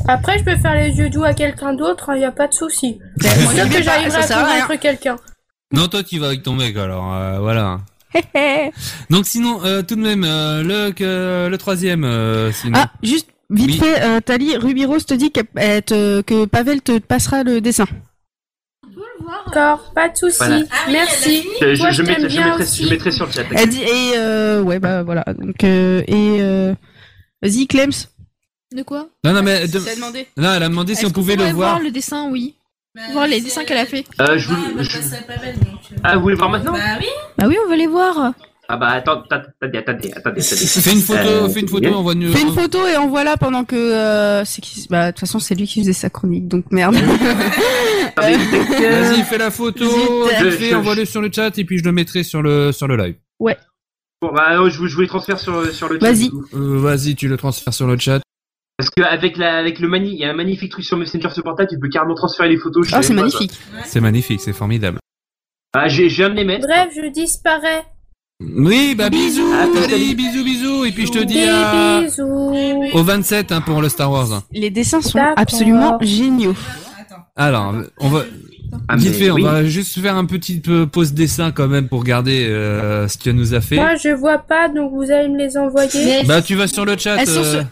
Après, je peux faire les yeux doux à quelqu'un d'autre, il y a pas de souci. Je suis j'y sûr Ben, vais que pas, j'arriverai ça à sert à rien. convaincre quelqu'un. Non, toi, tu vas avec ton mec, alors, euh, *laughs* voilà. Donc sinon, euh, tout de même, euh, le, que- le troisième, euh, sinon. Ah, juste vite Oui. fait, euh, Tali Ruby Rose te dit qu'elle- elle te- que Pavel te passera le dessin. D'accord, pas de souci. Voilà. Ah Merci. Je, Toi, je je t'aime mettrai, je bien mettrai- aussi. je mettrai sur le chat. Elle dit et euh, ouais bah voilà donc euh, et euh, vas-y Clems. De quoi Non, non, mais. Elle de- t'a demandé. Non, elle a demandé si Est-ce on qu'on pouvait le pourrait voir. le dessin, oui. voir les dessins qu'elle a fait. Euh, je Ah, vous- je- Ah, vous voulez voir maintenant euh. Bah oui, on va les voir. Ah bah attends, attendez, attendez, attendez. Fais une photo, fais une photo, envoie-nous. Fais une photo et envoie-la pendant que euh, c'est qui bah de toute façon c'est lui qui faisait sa chronique donc merde. Ah, *laughs* Vas-y, fais la photo, Zut. vite Je- fait, je- envoie-le sur le chat et puis je le mettrai sur le, sur le live. Ouais. Bon bah euh, je, vous- je vous les transfère sur, sur le chat. du coup. Euh, Vas-y, tu le transfères sur le chat. Parce qu'avec la, avec le mani, il y a un magnifique truc sur Messenger ce portable, tu peux carrément transférer les photos. je Ah, savais c'est pas, magnifique. ça. C'est magnifique, c'est formidable. Ah, j'ai j'ai un de les mettre. Bref, je disparais. Oui, bah bisous, Ah, bisous. allez, bisous, bisous, et puis je te dis Des à... Eh bisous. ben, au 27 hein, pour le Star Wars. Les dessins sont D'accord. absolument géniaux. Alors, on va. Ah, Vite mais fait, on oui. va juste faire un petit peu pause dessin quand même pour garder euh, ce qu'elle nous a fait. Moi, je vois pas, donc vous allez me les envoyer. Bah, tu vas sur le chat. euh,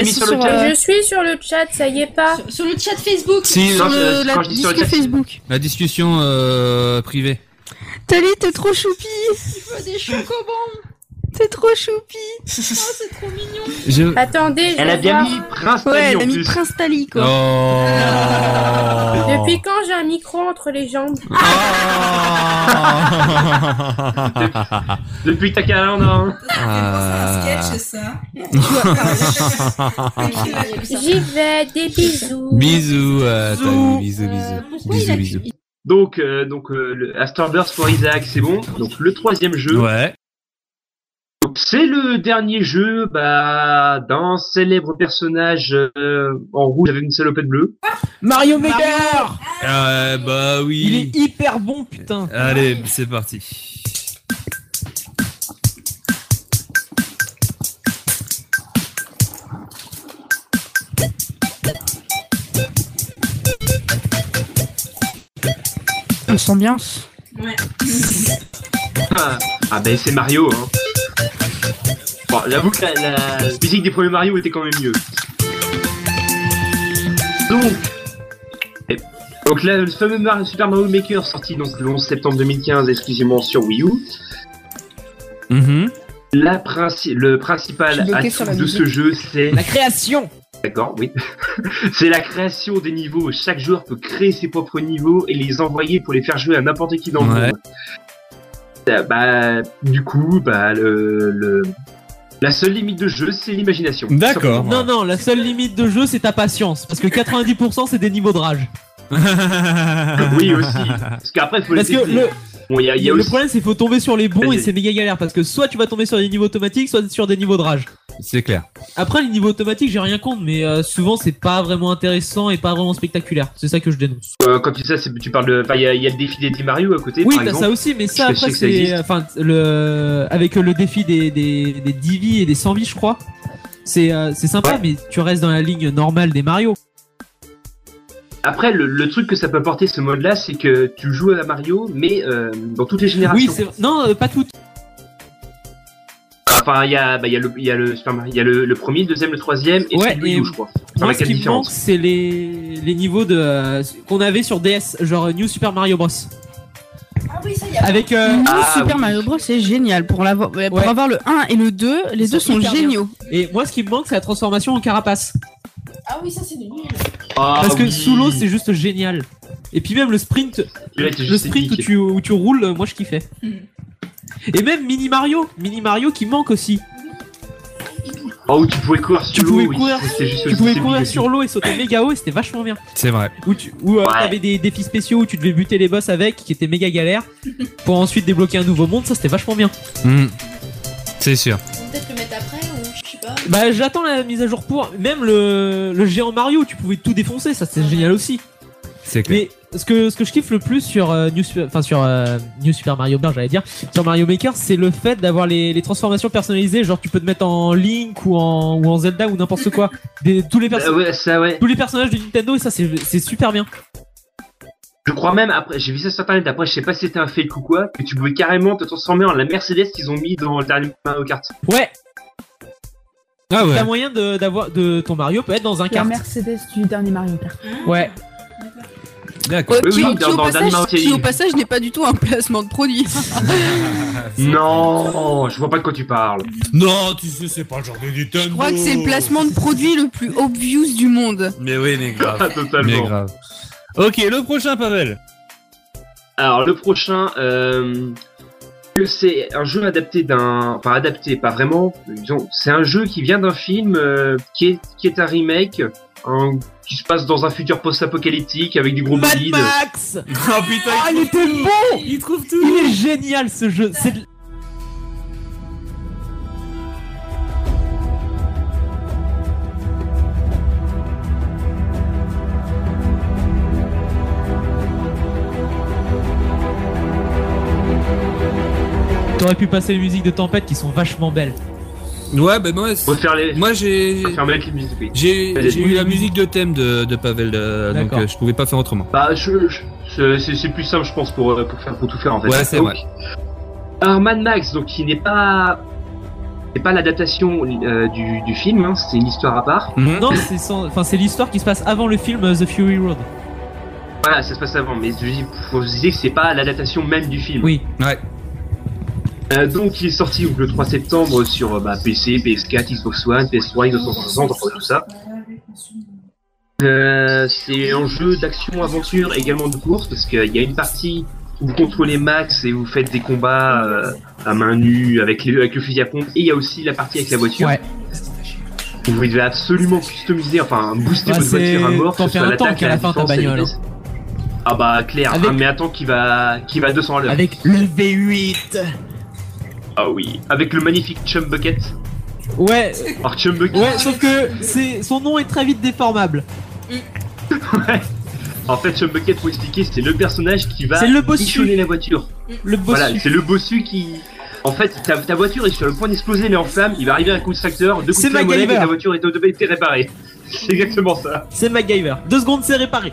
mis sur le chat. Je suis sur le chat, ça y est pas. Sur, le chat Facebook. Si, sur euh, le, la quand je dis sur le disque chat, Facebook. La discussion euh, privée. Tali t'es trop choupi. Je veux des chocobons. T'es trop choupi. c'est trop mignon. Ah, Je- Attendez, je Elle a vais bien voir. mis Prince Ouais, Tali elle en a mis plus. Prince Tali quoi. Depuis quand j'ai un micro entre les jambes Depuis ta calendrier. hein. sketch, ça. J'y vais, des bisous. bisous, euh, Bisous. Tali, bisous, bisous. il a- Bisous, bisous. Donc, euh, donc euh, le Astorburst pour Isaac, c'est bon. Donc, le troisième jeu. Ouais. Donc, c'est le dernier jeu bah, d'un célèbre personnage euh, en rouge avec une salopette bleue. Mario Maker Euh, bah Il oui. est hyper bon, putain. Allez, c'est parti. On s'ambiance. Ah, ah, ben c'est Mario. Hein. Bon, j'avoue que la, la musique des premiers Mario était quand même mieux. Donc, et- donc là, le fameux Mar- Super Mario Maker sorti donc, le 11 septembre 2015 exclusivement sur Wii U. Mm-hmm. La princi- le Je suis principal bloqué sur atout la de ce musique. jeu, c'est La création D'accord, oui. *laughs* c'est la création des niveaux. Chaque joueur peut créer ses propres niveaux et les envoyer pour les faire jouer à n'importe qui dans le Ouais. monde. Euh, Bah, du coup, bah, le, le- la seule limite de jeu, c'est l'imagination. Simplement. Non, non, la seule limite de jeu, c'est ta patience. Parce que 90% c'est des niveaux de rage. oui, aussi. Parce qu'après, il faut Parce les que tester. le, Bon, il y a, il y a le aussi... problème, c'est qu'il faut tomber sur les bons Vas-y. et c'est méga galère. Parce que soit tu vas tomber sur des niveaux automatiques, soit sur des niveaux de rage. C'est clair. Après, les niveaux automatiques, j'ai rien contre, mais euh, souvent, c'est pas vraiment intéressant et pas vraiment spectaculaire. C'est ça que je dénonce. Euh, quand tu dis ça, c'est- tu parles de. Enfin, il y, a- il y a le défi des 10 Mario à côté. Oui, par t'as exemple. ça aussi, mais ça, Je sais après, que ça existe. c'est. Enfin, le... avec le défi des, des, des 10 vies et des 100 vies, je crois. C'est euh, c'est sympa, mais tu restes dans la ligne normale des Mario. Après, le, le truc que ça peut apporter ce mode-là, c'est que tu joues à Mario, mais euh, dans toutes les générations. Oui, c'est- non, euh, pas toutes. Enfin, il y a, bah, il y a, le, il y a, le, Super Mario- il y a le, le premier, le deuxième, le troisième, et Ouais, celui du Wii et U, je crois. Enfin, Moi, la ce quatre qui me manque, différences. c'est les, les niveaux de euh, qu'on avait sur DS, genre euh, New Super Mario Bros. Avec euh, New ah, Super oui. Mario Bros, c'est génial. Pour, l'avoir- pour Ouais. avoir le 1 et le 2, les deux sont hyper bien. géniaux. Et moi, ce qui me manque, c'est la transformation en carapace. Ah oui, ça c'est du nul. Ah, Parce que sous l'eau, c'est juste génial. Et puis même le sprint, Celui-là était le juste sprint où épique. tu, où tu roules, euh, moi je kiffais. Et même Mini Mario, Mini Mario qui manque aussi. Oh, où tu pouvais courir sur Tu l'eau. pouvais oui, courir, c'était juste- tu pouvais c'était courir obligé. sur l'eau et sauter méga haut et c'était vachement bien. C'est vrai. Où tu où, euh, t'avais des défis spéciaux où tu devais buter les boss avec, qui étaient méga galères, pour ensuite débloquer un nouveau monde, ça c'était vachement bien. Hmm. C'est sûr. Peut-être le mettre après ou je sais pas. Bah j'attends la mise à jour pour même le, le géant Mario où tu pouvais tout défoncer, ça c'est génial aussi. C'est clair. Mais ce que ce que je kiffe le plus sur euh, New Super, enfin sur euh, New Super Mario Bros, j'allais dire, sur Mario Maker, c'est le fait d'avoir les, les transformations personnalisées, genre tu peux te mettre en Link ou en ou en Zelda ou n'importe quoi, Des- tous les personnages, Ah, ouais, ça, Bah ouais. tous les personnages de Nintendo et ça c'est c'est super bien. Je crois même, après, j'ai vu ça sur internet, après, je sais pas si c'était un fake ou quoi, que tu pouvais carrément te transformer en la Mercedes qu'ils ont mis dans le dernier Mario Kart. Ouais. Ah T'as moyen de d'avoir de ton Mario peut être dans un La kart. Mercedes du dernier Mario Kart. Ouais. D'accord. Euh, qui, qui au passage, qui, au passage, n'est pas du tout un placement de produit. Non, je vois pas de quoi tu parles. Non, tu sais, c'est pas le genre de Je Nintendo. crois que c'est le placement de produit le plus obvious du monde. Mais oui, mais grave. Totalement. Mais grave. Ok, le prochain, Pavel. Alors le prochain, euh, c'est un jeu adapté d'un, enfin adapté, pas vraiment. Disons, c'est un jeu qui vient d'un film euh, qui est qui est un remake, hein, qui se passe dans un futur post-apocalyptique avec du gros Mad bolide. Max Oh putain *laughs* Ah il était bon Il trouve tout Il est génial ce jeu C'est de- T'aurais pu passer les musiques de Tempête qui sont vachement belles. Ouais, bah moi, c'est- moi j'ai j'ai Vas-y. j'ai eu la musique de thème de, de Pavel, euh, donc D'accord. euh, je pouvais pas faire autrement. Bah je, je- c'est- c'est c'est plus simple je pense pour euh, pour faire pour tout faire en fait. Ouais, c'est Donc, vrai. Alors Mad Max, donc qui n'est pas c'est pas l'adaptation euh, du, du film, hein, c'est une histoire à part. Mhm. Non, c'est sans- enfin, c'est l'histoire qui se passe avant le film euh, The Fury Road. Voilà, ça se passe avant, mais je dis, faut se dire que c'est pas l'adaptation même du film. Oui. Ouais. Euh, donc il est sorti donc, le 3 septembre sur euh, bah, PC, PS4, Xbox One, PS3, Xbox 360, enfin tout ça. Euh, c'est un jeu d'action-aventure également de course parce qu'il y a une partie où vous contrôlez Max et vous faites des combats euh, à main nue avec, les- avec le fusil à pompe et il y a aussi la partie avec la voiture. Où Vous devez absolument customiser, enfin booster Ouais, votre voiture à c'est- mort, que t'en ce fais soit un l'attaque, tank à la fin, ta défense, bagnole, vitesse. Ah bah clair, hein, mais attends qui va qui va à 200 à l'heure. Avec le V8 Ah oui, avec le magnifique Chum Bucket. Ouais. Alors Chum Bucket. Ouais, sauf que c'est son nom est très vite déformable. En fait, Chum Bucket, pour expliquer, c'est le personnage qui va C'est le bossu. bichonner la voiture. Le bossu. Bah, Voilà, c'est le bossu qui. En fait, ta, ta voiture est sur le point d'exploser, elle est en flamme, il va arriver un coup de tracteur, deux coups C'est de flamme au lait, et MacGyver. ta voiture est automatique réparée. *laughs* C'est exactement ça. C'est MacGyver. Deux secondes, c'est réparé.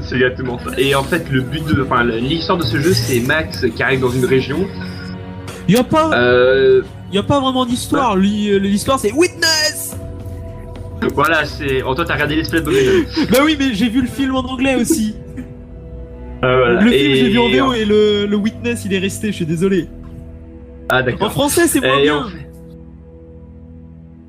C'est exactement ça. Et en fait, le but de. Enfin, l'histoire de ce jeu, c'est Max qui arrive dans une région. Y a pas. Euh. Y a pas vraiment Bah. d'histoire. Li- L'histoire c'est Witness. Voilà, c'est. En toi, t'as regardé les de Bobby. Bah oui, mais j'ai vu le film en anglais aussi. Ah, voilà. Le film Et- j'ai vu en VO et le, le Witness il est resté. Je suis désolé. Ah, d'accord. En français c'est moins Et bien. en fait-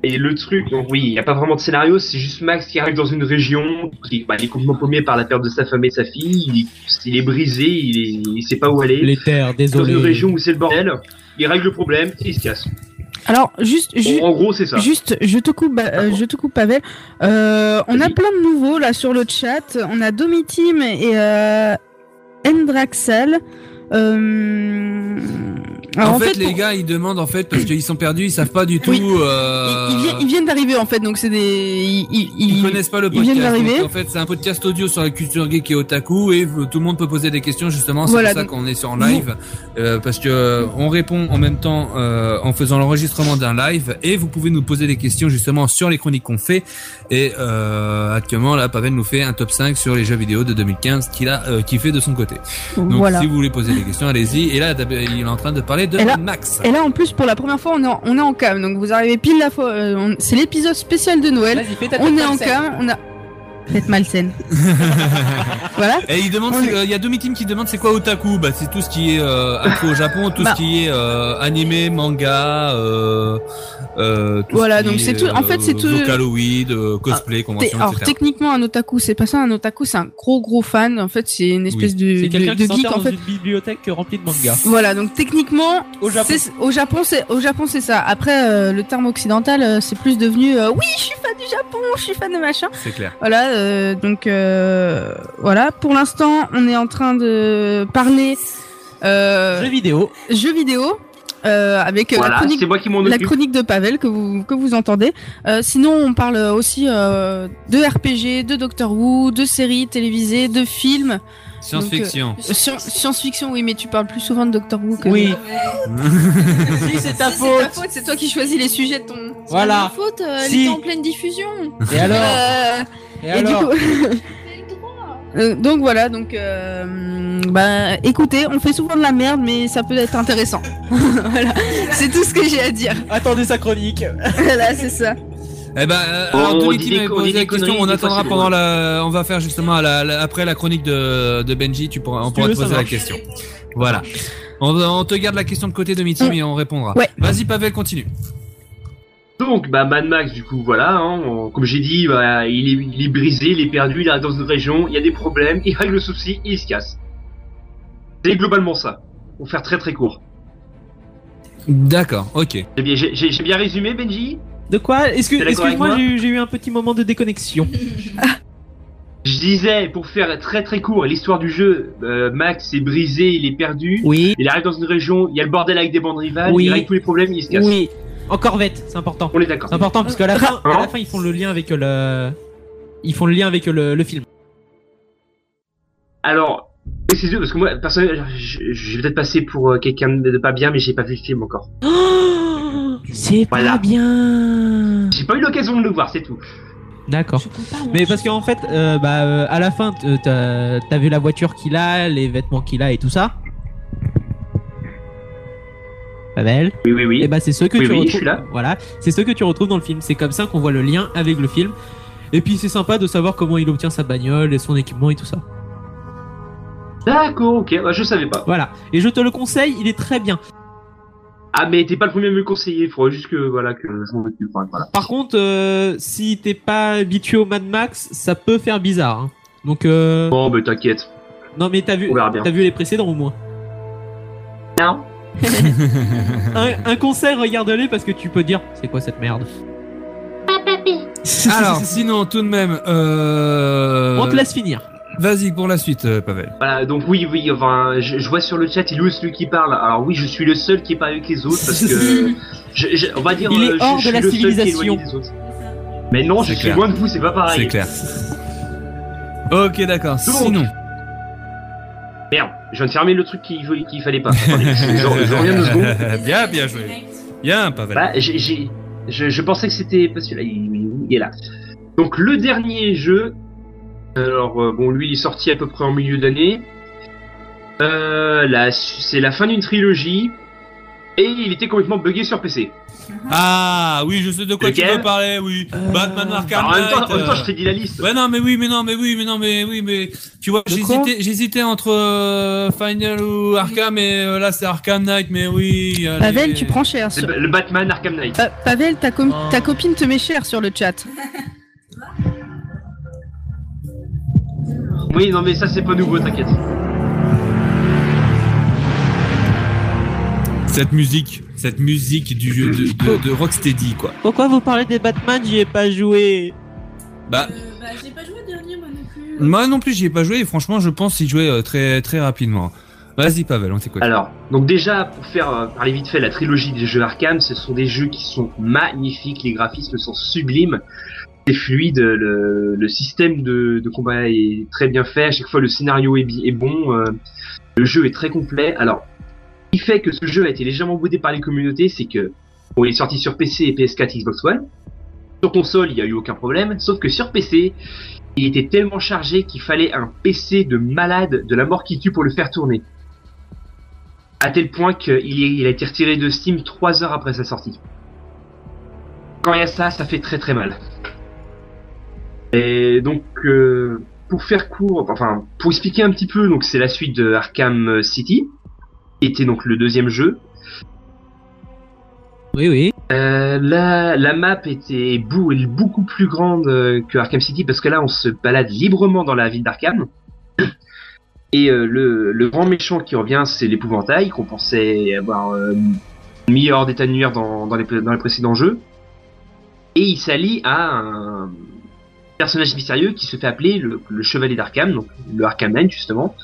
Et le truc, donc oui, il n'y a pas vraiment de scénario, c'est juste Max qui arrive dans une région, qui, bah, il est complètement paumé par la perte de sa femme et de sa fille, il est, il est brisé, il, est, il sait pas où aller. Les terres, désolé. Dans une région où c'est le bordel, il règle le problème et il se casse. Alors, juste, ju- Oh, en gros, c'est ça. Juste, je te coupe, bah, euh, je te coupe, Pavel. Euh, on a plein de nouveaux là sur le chat. On a Domitim et euh, Endraxel. Euh, en, Alors, en fait, fait, les pour- gars, ils demandent en fait *clears throat* parce qu'ils sont perdus, ils savent pas du tout. euh, Ils, vi- ils viennent d'arriver en fait, donc c'est des. Ils, ils- ils connaissent pas le Ils podcast. viennent d'arriver. donc en fait, c'est un podcast audio sur la culture geek et otaku et v- tout le monde peut poser des questions justement. C'est Voilà, pour ça donc- qu'on est sur en live euh, parce que euh, on répond en même temps euh, en faisant l'enregistrement d'un live et vous pouvez nous poser des questions justement sur les chroniques qu'on fait et euh, actuellement là Pavel nous fait un top 5 sur les jeux vidéo de 2015 qu'il a euh, kiffé de son côté. Donc Voilà. si vous voulez poser des questions, allez-y. Et là, d'ab- il est en train de parler de Et là, Max. et là, en plus, pour la première fois, on est en, on est en cam. Donc, vous arrivez pile la fois. euh, on- c'est l'épisode spécial de Noël. Vas-y, fais ta tête on est en malsaine. cam. On a. Faites malsaine. *laughs* voilà. Et il demande, c'est- euh, il y a deux teams qui demandent c'est quoi otaku Bah c'est tout ce qui est euh, accro au Japon, tout Bah. ce qui est euh, animé, manga, euh, euh, tout ce Voilà, qui donc c'est est, tout- en fait, c'est tout- Ah, Vocaloid, euh, cosplay, T'es- convention, Alors, etc. techniquement, un otaku, c'est pas ça. Un otaku, c'est un gros gros fan. En fait, c'est une espèce de- C'est de, quelqu'un qui de geek s'enterre en dans fait. une bibliothèque euh, remplie de mangas. Voilà, donc techniquement, Au Japon. c'est- au Japon, c'est au Japon, c'est ça. Après, euh, le terme occidental, euh, c'est plus devenu euh, oui, je suis fan du Japon, je suis fan de machin. C'est clair. Voilà, euh, donc euh, voilà. Pour l'instant, on est en train de parler euh, jeux vidéo, jeux vidéo. euh, avec euh, Voilà, la, chronique, c'est moi qui m'en la occupe. chronique de Pavel que vous, que vous entendez. Euh, sinon, on parle aussi euh, de RPG, de Doctor Who, de séries télévisées, de films. Science-fiction. Donc, euh, sci- Science-fiction, oui, mais tu parles plus souvent de Doctor Who que Oui. si, c'est ta faute. C'est toi qui choisis les sujets de ton. Voilà. C'est pas ma faute, euh, elle Si. était en pleine diffusion. Euh, Et alors Et, Et alors du coup. *laughs* Euh, donc voilà, donc euh, bah écoutez, on fait souvent de la merde, mais ça peut être intéressant. *laughs* voilà, c'est tout ce que j'ai à dire. *laughs* Attendez sa chronique. voilà, c'est ça. Eh ben, euh, On- alors, on Tony dit Tim des avait conneries, posé la des question. conneries, On des fois, attendra c'est pendant drôle. la, on va faire justement à la- la- après la chronique de, de Benji. Tu pourras, on tu pourra veux, te ça poser la marche. question. Voilà. On, on te garde la question de côté de Mitty, Mm. mais on répondra. Ouais. Vas-y, Pavel, continue. Donc, bah, Mad Max, du coup, voilà, hein, on- comme j'ai dit, bah, il, est, il est brisé, il est perdu, il arrive dans une région, il y a des problèmes, il règle le souci, il se casse. C'est globalement ça, pour faire très très court. D'accord, ok. J'ai bien, j'ai- j'ai- j'ai bien résumé, Benji De quoi Excuse- T'es d'accord avec Excuse-moi, moi j'ai eu- j'ai eu un petit moment de déconnexion. Je disais, pour faire très très court, l'histoire du jeu, euh, Max est brisé, il est perdu, oui. il arrive dans une région, il y a le bordel avec des bandes rivales, Oui. il règle tous les problèmes, il se casse. Oui. En corvette, c'est important. On est d'accord. C'est important parce qu'à la, fin, à Hein la fin, ils font le lien avec le. Ils font le lien avec euh, le, le film. Alors, précisez parce que moi, personnellement, je je vais peut-être passer pour euh, quelqu'un de pas bien, mais j'ai pas vu le film encore. C'est pas Voilà. bien. J'ai pas eu l'occasion de le voir, c'est tout. D'accord. Mais parce qu'en fait, euh, bah, euh, à la fin, t- euh, t'as t'as vu la voiture qu'il a, les vêtements qu'il a et tout ça. Pavel. Oui, oui, oui. Et bah, c'est ceux que Oui, tu oui, je retrouves. suis là. Voilà, c'est ceux que tu retrouves dans le film. C'est comme ça qu'on voit le lien avec le film. Et puis c'est sympa de savoir comment il obtient sa bagnole et son équipement et tout ça. D'accord, ok, ouais, je savais pas. Voilà. Et je te le conseille, il est très bien. Ah, mais t'es pas le premier à me le conseiller, il faudrait juste que, voilà, que je m'en occupe. ouais, Voilà. Par contre, euh, si t'es pas habitué au Mad Max, ça peut faire bizarre. hein. Donc. Euh... Bon, bah t'inquiète. Non, mais t'as vu, On verra bien. t'as vu les précédents au moins. Non. un, un conseil, regarde-les parce que tu peux dire c'est quoi cette merde. *laughs* Alors, sinon, tout de même, euh... On te laisse finir. Vas-y pour la suite, euh, Pavel. Voilà, donc oui, oui, enfin, je, je vois sur le chat, il est celui qui parle. Alors oui, je suis le seul qui est pas avec les autres *laughs* parce *laughs* que. je- je- on va dire. Il est euh, je- hors je de suis la le seul qui est éloigné civilisation. des autres. Mais non, je C'est suis clair. loin de vous, c'est pas pareil. C'est clair. Ok, d'accord. Sinon. Merde, je viens de fermer le truc qu'il qu'il fallait *laughs* pas. Attendez, je, je- je reviens deux secondes. *laughs* Euh, Bien, bien joué. Bien, Pavel. Bah, j'ai- j'ai- je, je pensais que c'était pas celui-là, il, il est là. Donc le dernier jeu, alors euh, bon, lui il est sorti à peu près en milieu d'année. Euh, la- c'est la fin d'une trilogie et il était complètement buggé sur PC. Ah oui, je sais de quoi tu Lequel veux parler, oui. Batman Arkham Alors, en même temps- Knight, en même temps, euh, je t'ai dit la liste. Ouais, non, mais oui, mais non, mais oui, mais non, mais oui, mais tu vois, j'hésitais, j'hésitais entre euh, Final ou Arkham, et euh, là c'est Arkham Knight, mais oui. allez. Pavel, tu prends cher. Sur... Ah. Le, le Batman Arkham Knight. Pa- Pavel, ta, com- ta copine te met cher sur le chat. Oui, non mais ça c'est pas nouveau, t'inquiète. Cette musique, cette musique du jeu de, de, de Rocksteady, quoi. Pourquoi vous parlez des Batman J'y ai pas joué. Bah, Bah, j'ai pas joué au dernier, moi non plus. moi non plus, j'y ai pas joué, et franchement, je pense y jouer euh, très, très rapidement. Vas-y, Pavel, on t'écoute. Alors, donc déjà, pour faire euh, parler vite fait la trilogie des jeux Arkham, ce sont des jeux qui sont magnifiques, les graphismes sont sublimes, c'est fluide, le, le système de, de combat est très bien fait, à chaque fois le scénario est, bi- est bon, euh, le jeu est très complet. Alors, ce qui fait que ce jeu a été légèrement boudé par les communautés, c'est que bon, il est sorti sur PC et PS4 Xbox One. Sur console, il n'y a eu aucun problème, sauf que sur PC, il était tellement chargé qu'il fallait un PC de malade de la mort qui tue pour le faire tourner. À tel point qu'il est- il a été retiré de Steam 3 heures après sa sortie. Quand il y a ça, ça fait très très mal. Et donc, euh, pour faire court, enfin, pour expliquer un petit peu, donc c'est la suite de Arkham City, qui était donc le deuxième jeu. Oui, oui. Euh, la, la map était bou- beaucoup plus grande euh, que Arkham City parce que là on se balade librement dans la ville d'Arkham. Et euh, le, le grand méchant qui revient, c'est l'épouvantail qu'on pensait avoir euh, mis hors d'état de nuire dans, dans les, dans les précédents jeux. Et il s'allie à un personnage mystérieux qui se fait appeler le, le Chevalier d'Arkham, donc le Arkham Knight justement.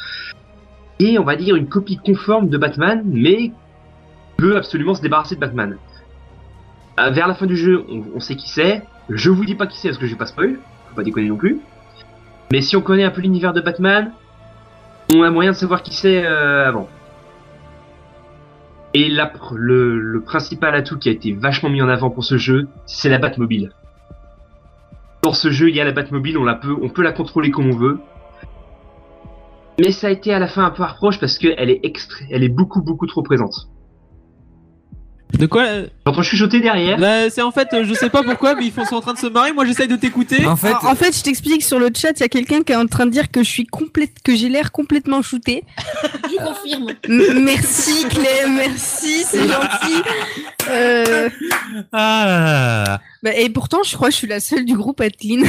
Et on va dire une copie conforme de Batman, mais veut absolument se débarrasser de Batman. Euh, vers la fin du jeu, on, on sait qui c'est. Je vous dis pas qui c'est parce que j'ai pas spoil, faut pas déconner non plus. Mais si on connaît un peu l'univers de Batman, on a moyen de savoir qui c'est euh, avant. Et la pr- le, le principal atout qui a été vachement mis en avant pour ce jeu, c'est la Batmobile. Dans ce jeu, il y a la Batmobile, on, la peut, on peut la contrôler comme on veut. Mais ça a été à la fin un peu reproche parce qu'elle est, extra- elle est beaucoup beaucoup trop présente. De quoi J'entends chuchoter derrière. c'est en fait, euh, je sais pas pourquoi, mais ils font- sont en train de se marrer. Moi, j'essaye de t'écouter. En fait, En fait, je t'explique sur le chat, il y a quelqu'un qui est en train de dire que je suis complète, que j'ai l'air complètement shooté. Je confirme. *laughs* M- merci Claire, merci, c'est gentil. Euh, Ah là là. bah, et pourtant, je crois que je suis la seule du groupe à être clean. *laughs*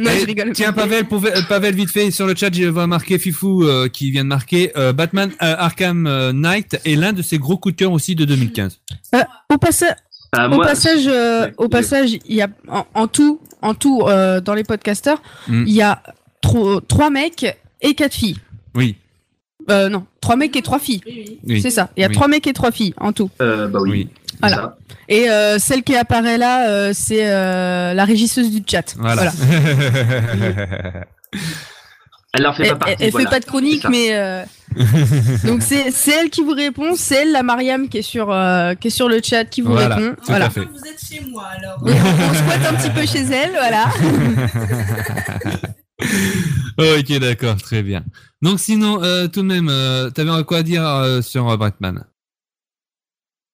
non, je rigole. Tiens, Pavel, pour- euh, Pavel, vite fait, sur le chat, je vois marquer Fifou euh, qui vient de marquer euh, Batman euh, Arkham euh, Knight est l'un de ses gros coups de cœur aussi de 2015. Euh, au, passa- Ah, au moi- passage, euh, au passage, il y a en, en tout, en tout, euh, dans les podcasters, Mm. il y a tro- trois mecs et quatre filles. Oui. Euh, non, trois mecs et trois filles. Oui. C'est ça. Il y a Oui. trois mecs et trois filles en tout. Euh, bah oui. Voilà. Et euh, celle qui apparaît là, euh, c'est euh, la régisseuse du chat. Voilà. Elle en fait Elle, pas partie. elle- elle voilà. fait pas de C'est chronique, ça. mais *laughs* euh, donc c'est c'est elle qui vous répond, c'est elle la Mariam qui est sur euh, qui est sur le chat qui vous *laughs* Voilà, répond. tout à Mmh, Voilà. fait. Vous êtes chez moi alors. On, on squatte un petit peu chez elle, voilà. ok, d'accord, très bien. Donc sinon, euh, tout de même, euh, t'avais quoi à dire euh, sur euh, Batman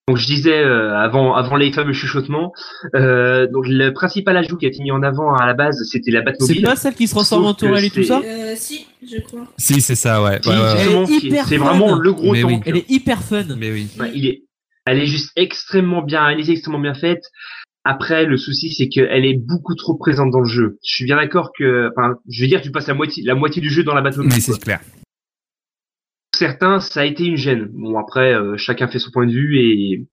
Donc je disais euh, avant avant les fameux chuchotements, euh, donc le principal ajout qui a été mis en avant à la base, c'était la Batmobile. C'est pas celle qui se transforme Sauf en tourelle que et tout c'est- ça Euh, si, je crois. Si, c'est ça, ouais. Si, justement, qui- c'est vraiment le gros Mais oui. tank. Elle est hyper fun. Mais oui. Ouais, il est, elle est juste extrêmement bien réalisée, extrêmement bien faite. Après, le souci, c'est qu'elle est beaucoup trop présente dans le jeu. Je suis bien d'accord que, enfin, je veux dire, tu passes la moitié, la moitié du jeu dans la Batmobile. Mais c'est clair. Pour certains, ça a été une gêne. Bon, après, euh, chacun fait son point de vue et,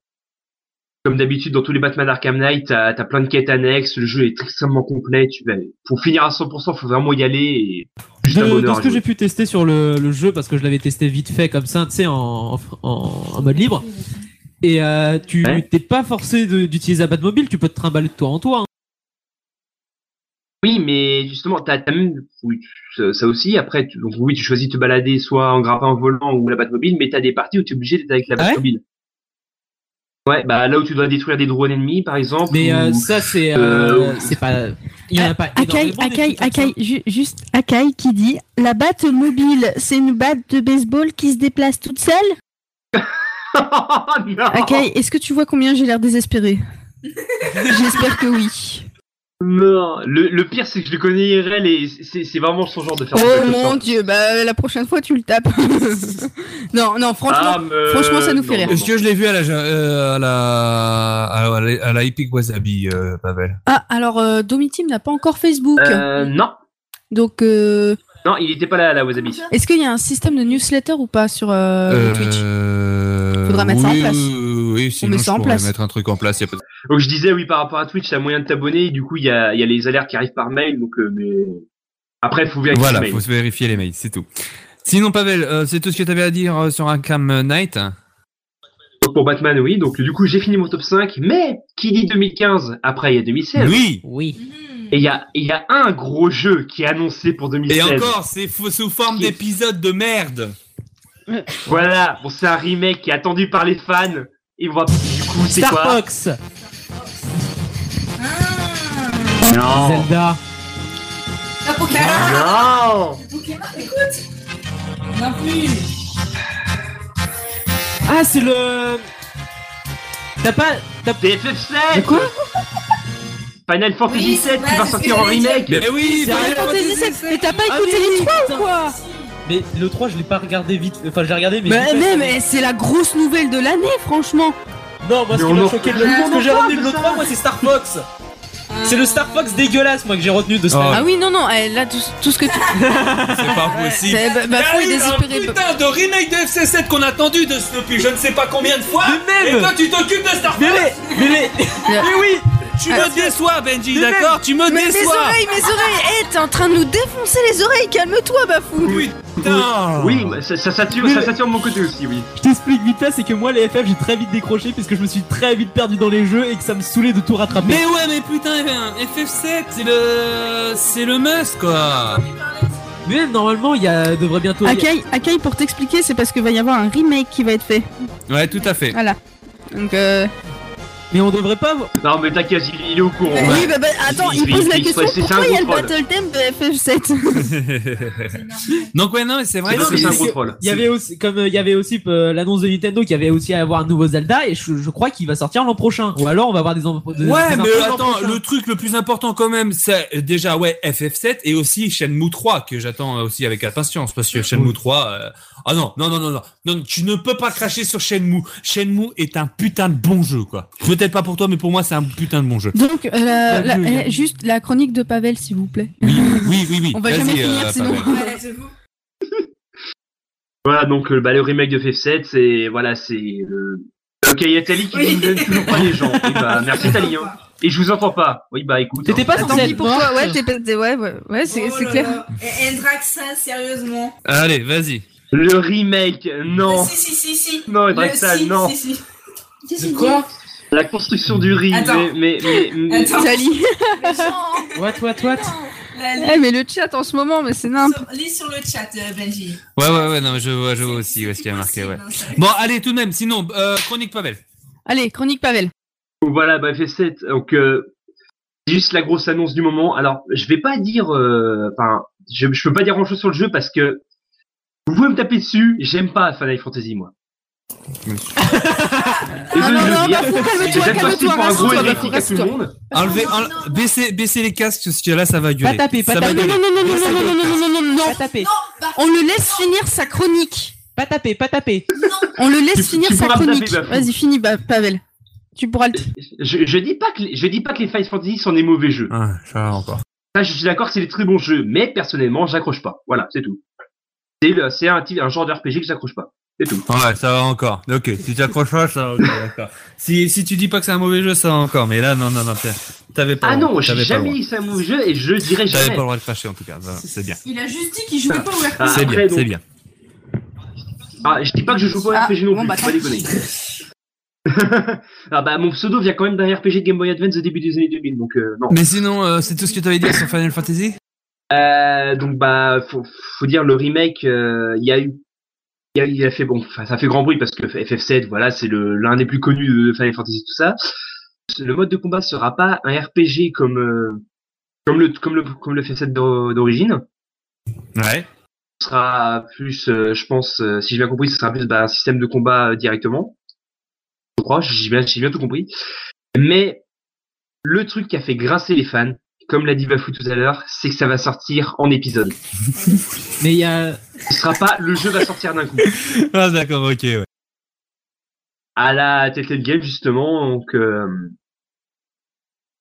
comme d'habitude, dans tous les Batman Arkham Knight, t'as as plein de quêtes annexes, le jeu est extrêmement complet, tu vas, pour finir à 100%, faut vraiment y aller et juste un De, de bonheur euh, ce à que jouer. j'ai pu tester sur le, le jeu, parce que je l'avais testé vite fait comme ça, tu sais, en, en, en mode libre. Et euh, tu Ouais. t'es pas forcé de- d'utiliser la Batmobile, tu peux te trimballer de toi en toi. hein. Oui, mais justement, t'as, t'as même, oui, ça, ça aussi. Après, tu- donc oui, tu choisis de te balader soit en grimpant en volant ou la Batmobile, mais t'as des parties où t'es obligé d'être avec Ah la Batmobile. Ouais, bah là où tu dois détruire des drones ennemis, par exemple. Mais *laughs* euh, ou- ça, c'est Euh, euh, c'est pas. Il y en a pas. Euh, Akai, énormément, des Akai, trucs comme ça. Akai, ju- juste Akai qui dit La batte mobile, c'est une batte de baseball qui se déplace toute seule Ah, oh. Akai, est-ce que tu vois combien j'ai *laughs* l'air désespéré J'espère que oui. Non, le, le pire, c'est que je le connais IRL et c'est, c'est vraiment son genre de faire. Oh mon dieu, bah la prochaine fois tu le tapes. *laughs* non, non, franchement, Ah, mais- franchement ça nous fait non, rire. Est-ce que je l'ai vu à la, euh, à la, à la, à la Epic Wasabi, euh, Pavel Ah, alors euh, Domitim n'a pas encore Facebook. hein Euh, non. Donc, euh, Non, il était pas là, la Wasabi. est-ce qu'il y a un système de newsletter ou pas sur euh, Euh, Twitch Faudra mettre ça en place. Oui, euh, oui, oui, sinon met je ça en pourrais place. mettre un truc en place. y a pas de- Donc je disais, oui, par rapport à Twitch, t'as moyen de t'abonner. et Du coup, il y a, il y a les alertes qui arrivent par mail. Donc, euh, mais après, faut vérifier. Voilà, le mail. faut se vérifier les mails, c'est tout. Sinon, Pavel, euh, c'est tout ce que t'avais à dire euh, sur Arkham Knight Donc pour Batman, oui. Donc du coup, j'ai fini mon top 5. Mais qui dit 2015 Après, il y a 2016. Oui. Oui. Et il y a, il y a un gros jeu qui est annoncé pour 2016. Et encore, c'est fou- sous forme d'épisode de merde. Voilà, bon, c'est un remake qui est attendu par les fans. Et on va. Du coup, c'est Star quoi Fox Non. Zelda Ah, Pokémon Non Pokémon, écoute Non plus Ah, c'est le. T'as pas. T'as... FF7 Quoi Final Fantasy Oui, 7 ouais, qui va c'est sortir ce en que j'allais dire. remake. Mais oui, Final Final Fantasy Fantasy VII. Mais t'as pas Ah, écouté mais les trois ou putain. quoi Mais le 3, je l'ai pas regardé vite. Enfin, j'ai regardé, mais. Mais, j'ai pas- mais, mais c'est la grosse nouvelle de l'année, franchement. Non, moi, ce Mais qui on m'a en- choqué de Mais le on ce que en j'ai parle retenu de de l'E3, moi, c'est Star Fox C'est le Star Fox dégueulasse, moi, que j'ai retenu de ce Oh. Ah film. oui, non, non, eh, là, tout, tout ce que tu. Oh, C'est pas possible. C'est- bah- bah, Il y a faut y eu désespérer. Un putain de remake de FC7 qu'on a attendu de, depuis je ne sais pas combien de fois. Mais même- Et toi, tu t'occupes de Star Fox. Mais les- mais *laughs* les- Mais oui. Tu Ah, me déçois, Benji, Mais même- d'accord Tu me mais mes déçois. oreilles, mes oreilles Eh, t'es en train de nous défoncer les oreilles, calme-toi, Bafou Oui, mais ça, ça sature, Mais- ça sature de mon côté aussi, oui. Je t'explique vite fait, c'est que moi les FF j'ai très vite décroché parce que je me suis très vite perdu dans les jeux et que ça me saoulait de tout rattraper. Mais ouais, mais putain, eh ben, FF7, c'est le, c'est le must quoi. Mais même, normalement il y a devrait bientôt. Akai, Akai, pour t'expliquer, c'est parce qu'il va y avoir un remake qui va être fait. Ouais, tout à fait. Voilà. Donc, euh... Mais on devrait pas. Non, mais t'inquiète, il, il est au courant. Oui, bah, bah, attends, il pose la question c'est- c'est un pourquoi il y a le gros troll. battle theme de FF7 *laughs* Donc ouais, non, mais c'est vrai. Non, que mais c'est un gros c'est- troll. Il y avait aussi, comme euh, il y avait aussi euh, l'annonce de Nintendo, qu'il y avait aussi à avoir un nouveau Zelda, et je, je crois qu'il va sortir l'an prochain. Ou alors on va avoir des. en- des- Ouais, des mais infos l'an attends, prochain. le truc le plus important quand même, c'est euh, déjà ouais FF7 et aussi Shenmue 3 que j'attends euh, aussi avec impatience parce que Shenmue 3. euh, Ah non, non, non, non, non, non, tu ne peux pas cracher sur Shenmue. Shenmue est un putain de bon jeu quoi. Peut-être pas pour toi, mais pour moi c'est un putain de bon jeu. Donc, euh, la- la- Adieu, eh, Yann. juste la chronique de Pavel, s'il vous plaît. Oui, oui, oui. On va Vas-y, jamais euh, finir sinon. Pavel. Voilà, donc euh, bah, le remake de FF7, c'est. Voilà, c'est. euh, Ok, il y a Tali qui nous donne toujours pas les gens. Et bah, merci Tali. Hein. Et je vous entends pas. Oui, bah écoute. T'étais pas Tant pis pour toi, ouais, t'es pas- t'es- ouais, ouais, ouais, c'est c'est clair. Oh Et Draxas, sérieusement Euh, Allez, vas-y. Le remake, non. Si, si, si, si Non, Le Draxas, si, non. si, si. De quoi La construction du riz, Attends. mais. mais, mais, Attends. Tali. What, what, what Eh, mais le chat en ce moment, mais c'est nimp. Lis sur le chat, euh, Benji. hein, Ouais, ouais, ouais, non, mais je vois, je vois aussi où est-ce qu'il y a marqué, ouais. Bon, allez, tout de même, sinon, euh, chronique Pavel. Allez, chronique Pavel. Donc Voilà, bah FF7. Donc, euh, c'est juste la grosse annonce du moment. Alors, je vais pas dire, euh, enfin, je, je peux pas dire grand chose sur le jeu parce que vous pouvez me taper dessus. J'aime pas Final *laughs* Fantasy, moi. Ah Non, non, non, bah, Bafou, calme-toi, J'aime pas calme-toi, pour un gros rassure-toi, Bafou, hérétique à tout le rassure-toi. monde. Enlevez, enle- baissez, baissez les casques, parce que là, ça va gueuler. Pas taper, pas Ça va taper. Non, gueuler. non, non, non, non, Ça non, va non, non, gueuler. non, non, non, non, Pas taper. On le laisse finir sa chronique. Pas taper, pas taper. On le laisse finir tu sa pourras me chronique. taper, Bafou. Vas-y, finis, Ba- Pavel. Tu pourras le. Je, je dis pas que les- je dis pas que les Final Fantasy sont des mauvais jeux. Ah, ça va encore. Ça, je suis d'accord, c'est des très bons jeux, mais personnellement, j'accroche pas. Voilà, c'est tout. C'est le- c'est un, type- un genre de RPG que j'accroche pas. Ouais, ça va encore. Ok, si tu accroches pas, ça va ok, d'accord. Si, si tu dis pas que c'est un mauvais jeu, ça va encore. Mais là, non, non, non, t'as- t'avais pas Ah le droit, non, j'ai t'avais pas le jamais droit. dit que c'est un mauvais jeu et je dirais T'avais jamais. pas le droit de cracher, en tout cas. Voilà, C'est bien. Il a juste dit qu'il jouait pas au RPG. Ah, C'est bien, après, donc- c'est bien. Ah, je dis pas que je joue pas au Ah, RPG non bon, plus, bah, faut pas tant déconner. *laughs* ah bah mon pseudo vient quand même d'un RPG de Game Boy Advance au début des années 2000, donc euh, non. Mais sinon, euh, c'est tout ce que t'avais dit sur Final Fantasy Euh, donc bah faut, faut dire le remake, euh, il y a eu, il y a, il a fait bon, enfin, ça fait grand bruit parce que FF7, voilà, c'est le l'un des plus connus de Final Fantasy tout ça. Le mode de combat sera pas un RPG comme euh, comme le comme le comme le FF7 d'o- d'origine. Ouais. *laughs* Ce sera plus, euh, je pense, euh, si j'ai bien compris, ce sera plus bah, un système de combat euh, directement. Je crois, j'ai bien, j'ai bien tout compris. Mais le truc qui a fait grincer les fans, comme l'a dit Bafou tout à l'heure, c'est que ça va sortir en épisode. Mais il y a. Ce sera pas le jeu va sortir d'un coup. Ah, d'accord, ok, ouais. À la Telltale Game, justement, donc. euh,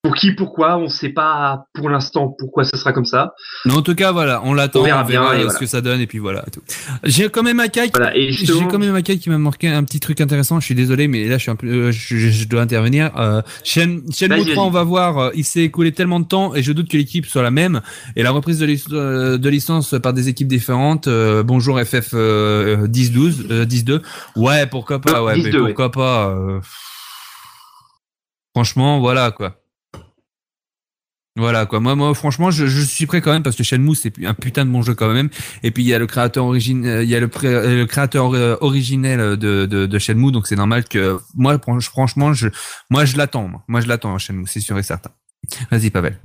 pour qui, pourquoi, on sait pas pour l'instant pourquoi ça sera comme ça. Mais en tout cas, voilà, on l'attend, On verra bien, euh, et ce voilà. que ça donne, et puis voilà. tout. J'ai quand même Akai. J'ai quand même Akai qui m'a marqué un petit truc intéressant. Je suis désolé, mais là, je suis un peu, euh, je, je- je dois intervenir. Euh, Shen- Shenmue Vas-y, 3, vas-y. on va voir. euh, Il s'est écoulé tellement de temps, et je doute que l'équipe soit la même. Et la reprise de, lic- euh, de licence par des équipes différentes. euh, bonjour FF euh, 10-12, euh, 10-2. Ouais, pourquoi pas. Ouais, 10-2, mais ouais. pourquoi pas. euh, Franchement, voilà quoi. Voilà quoi. Moi, moi franchement, je, je suis prêt quand même parce que Shenmue c'est un putain de bon jeu quand même. Et puis il y a le créateur origine, euh, il y a le, pré- euh, le créateur euh, originel de, de, de Shenmue, donc c'est normal que moi fran- franchement, je, moi je l'attends, moi. Moi, je l'attends hein, Shenmue, c'est sûr et certain. Vas-y Pavel.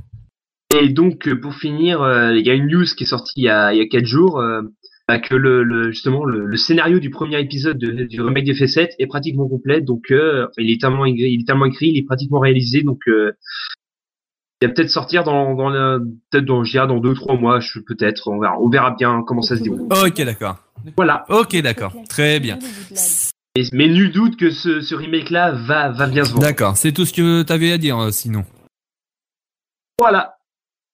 Et donc, euh, pour finir, euh, il y a une news qui est sortie il y a, il y a 4 jours, euh, bah, que le, le- justement le, le scénario du premier épisode de- du remake de F7 est pratiquement complet, donc euh, il, est tellement, écrit- il est tellement écrit, il est pratiquement réalisé, donc euh, il va peut-être sortir dans, dans le- peut-être dans, je dirais dans 2-3 mois, je- peut-être, on verra, on verra bien comment ça se déroule. Ok d'accord. Voilà. Ok d'accord. Très bien. Mais, mais nul doute que ce, ce remake-là va, va bien se vendre. D'accord. C'est tout ce que t'avais à dire euh, sinon. Voilà.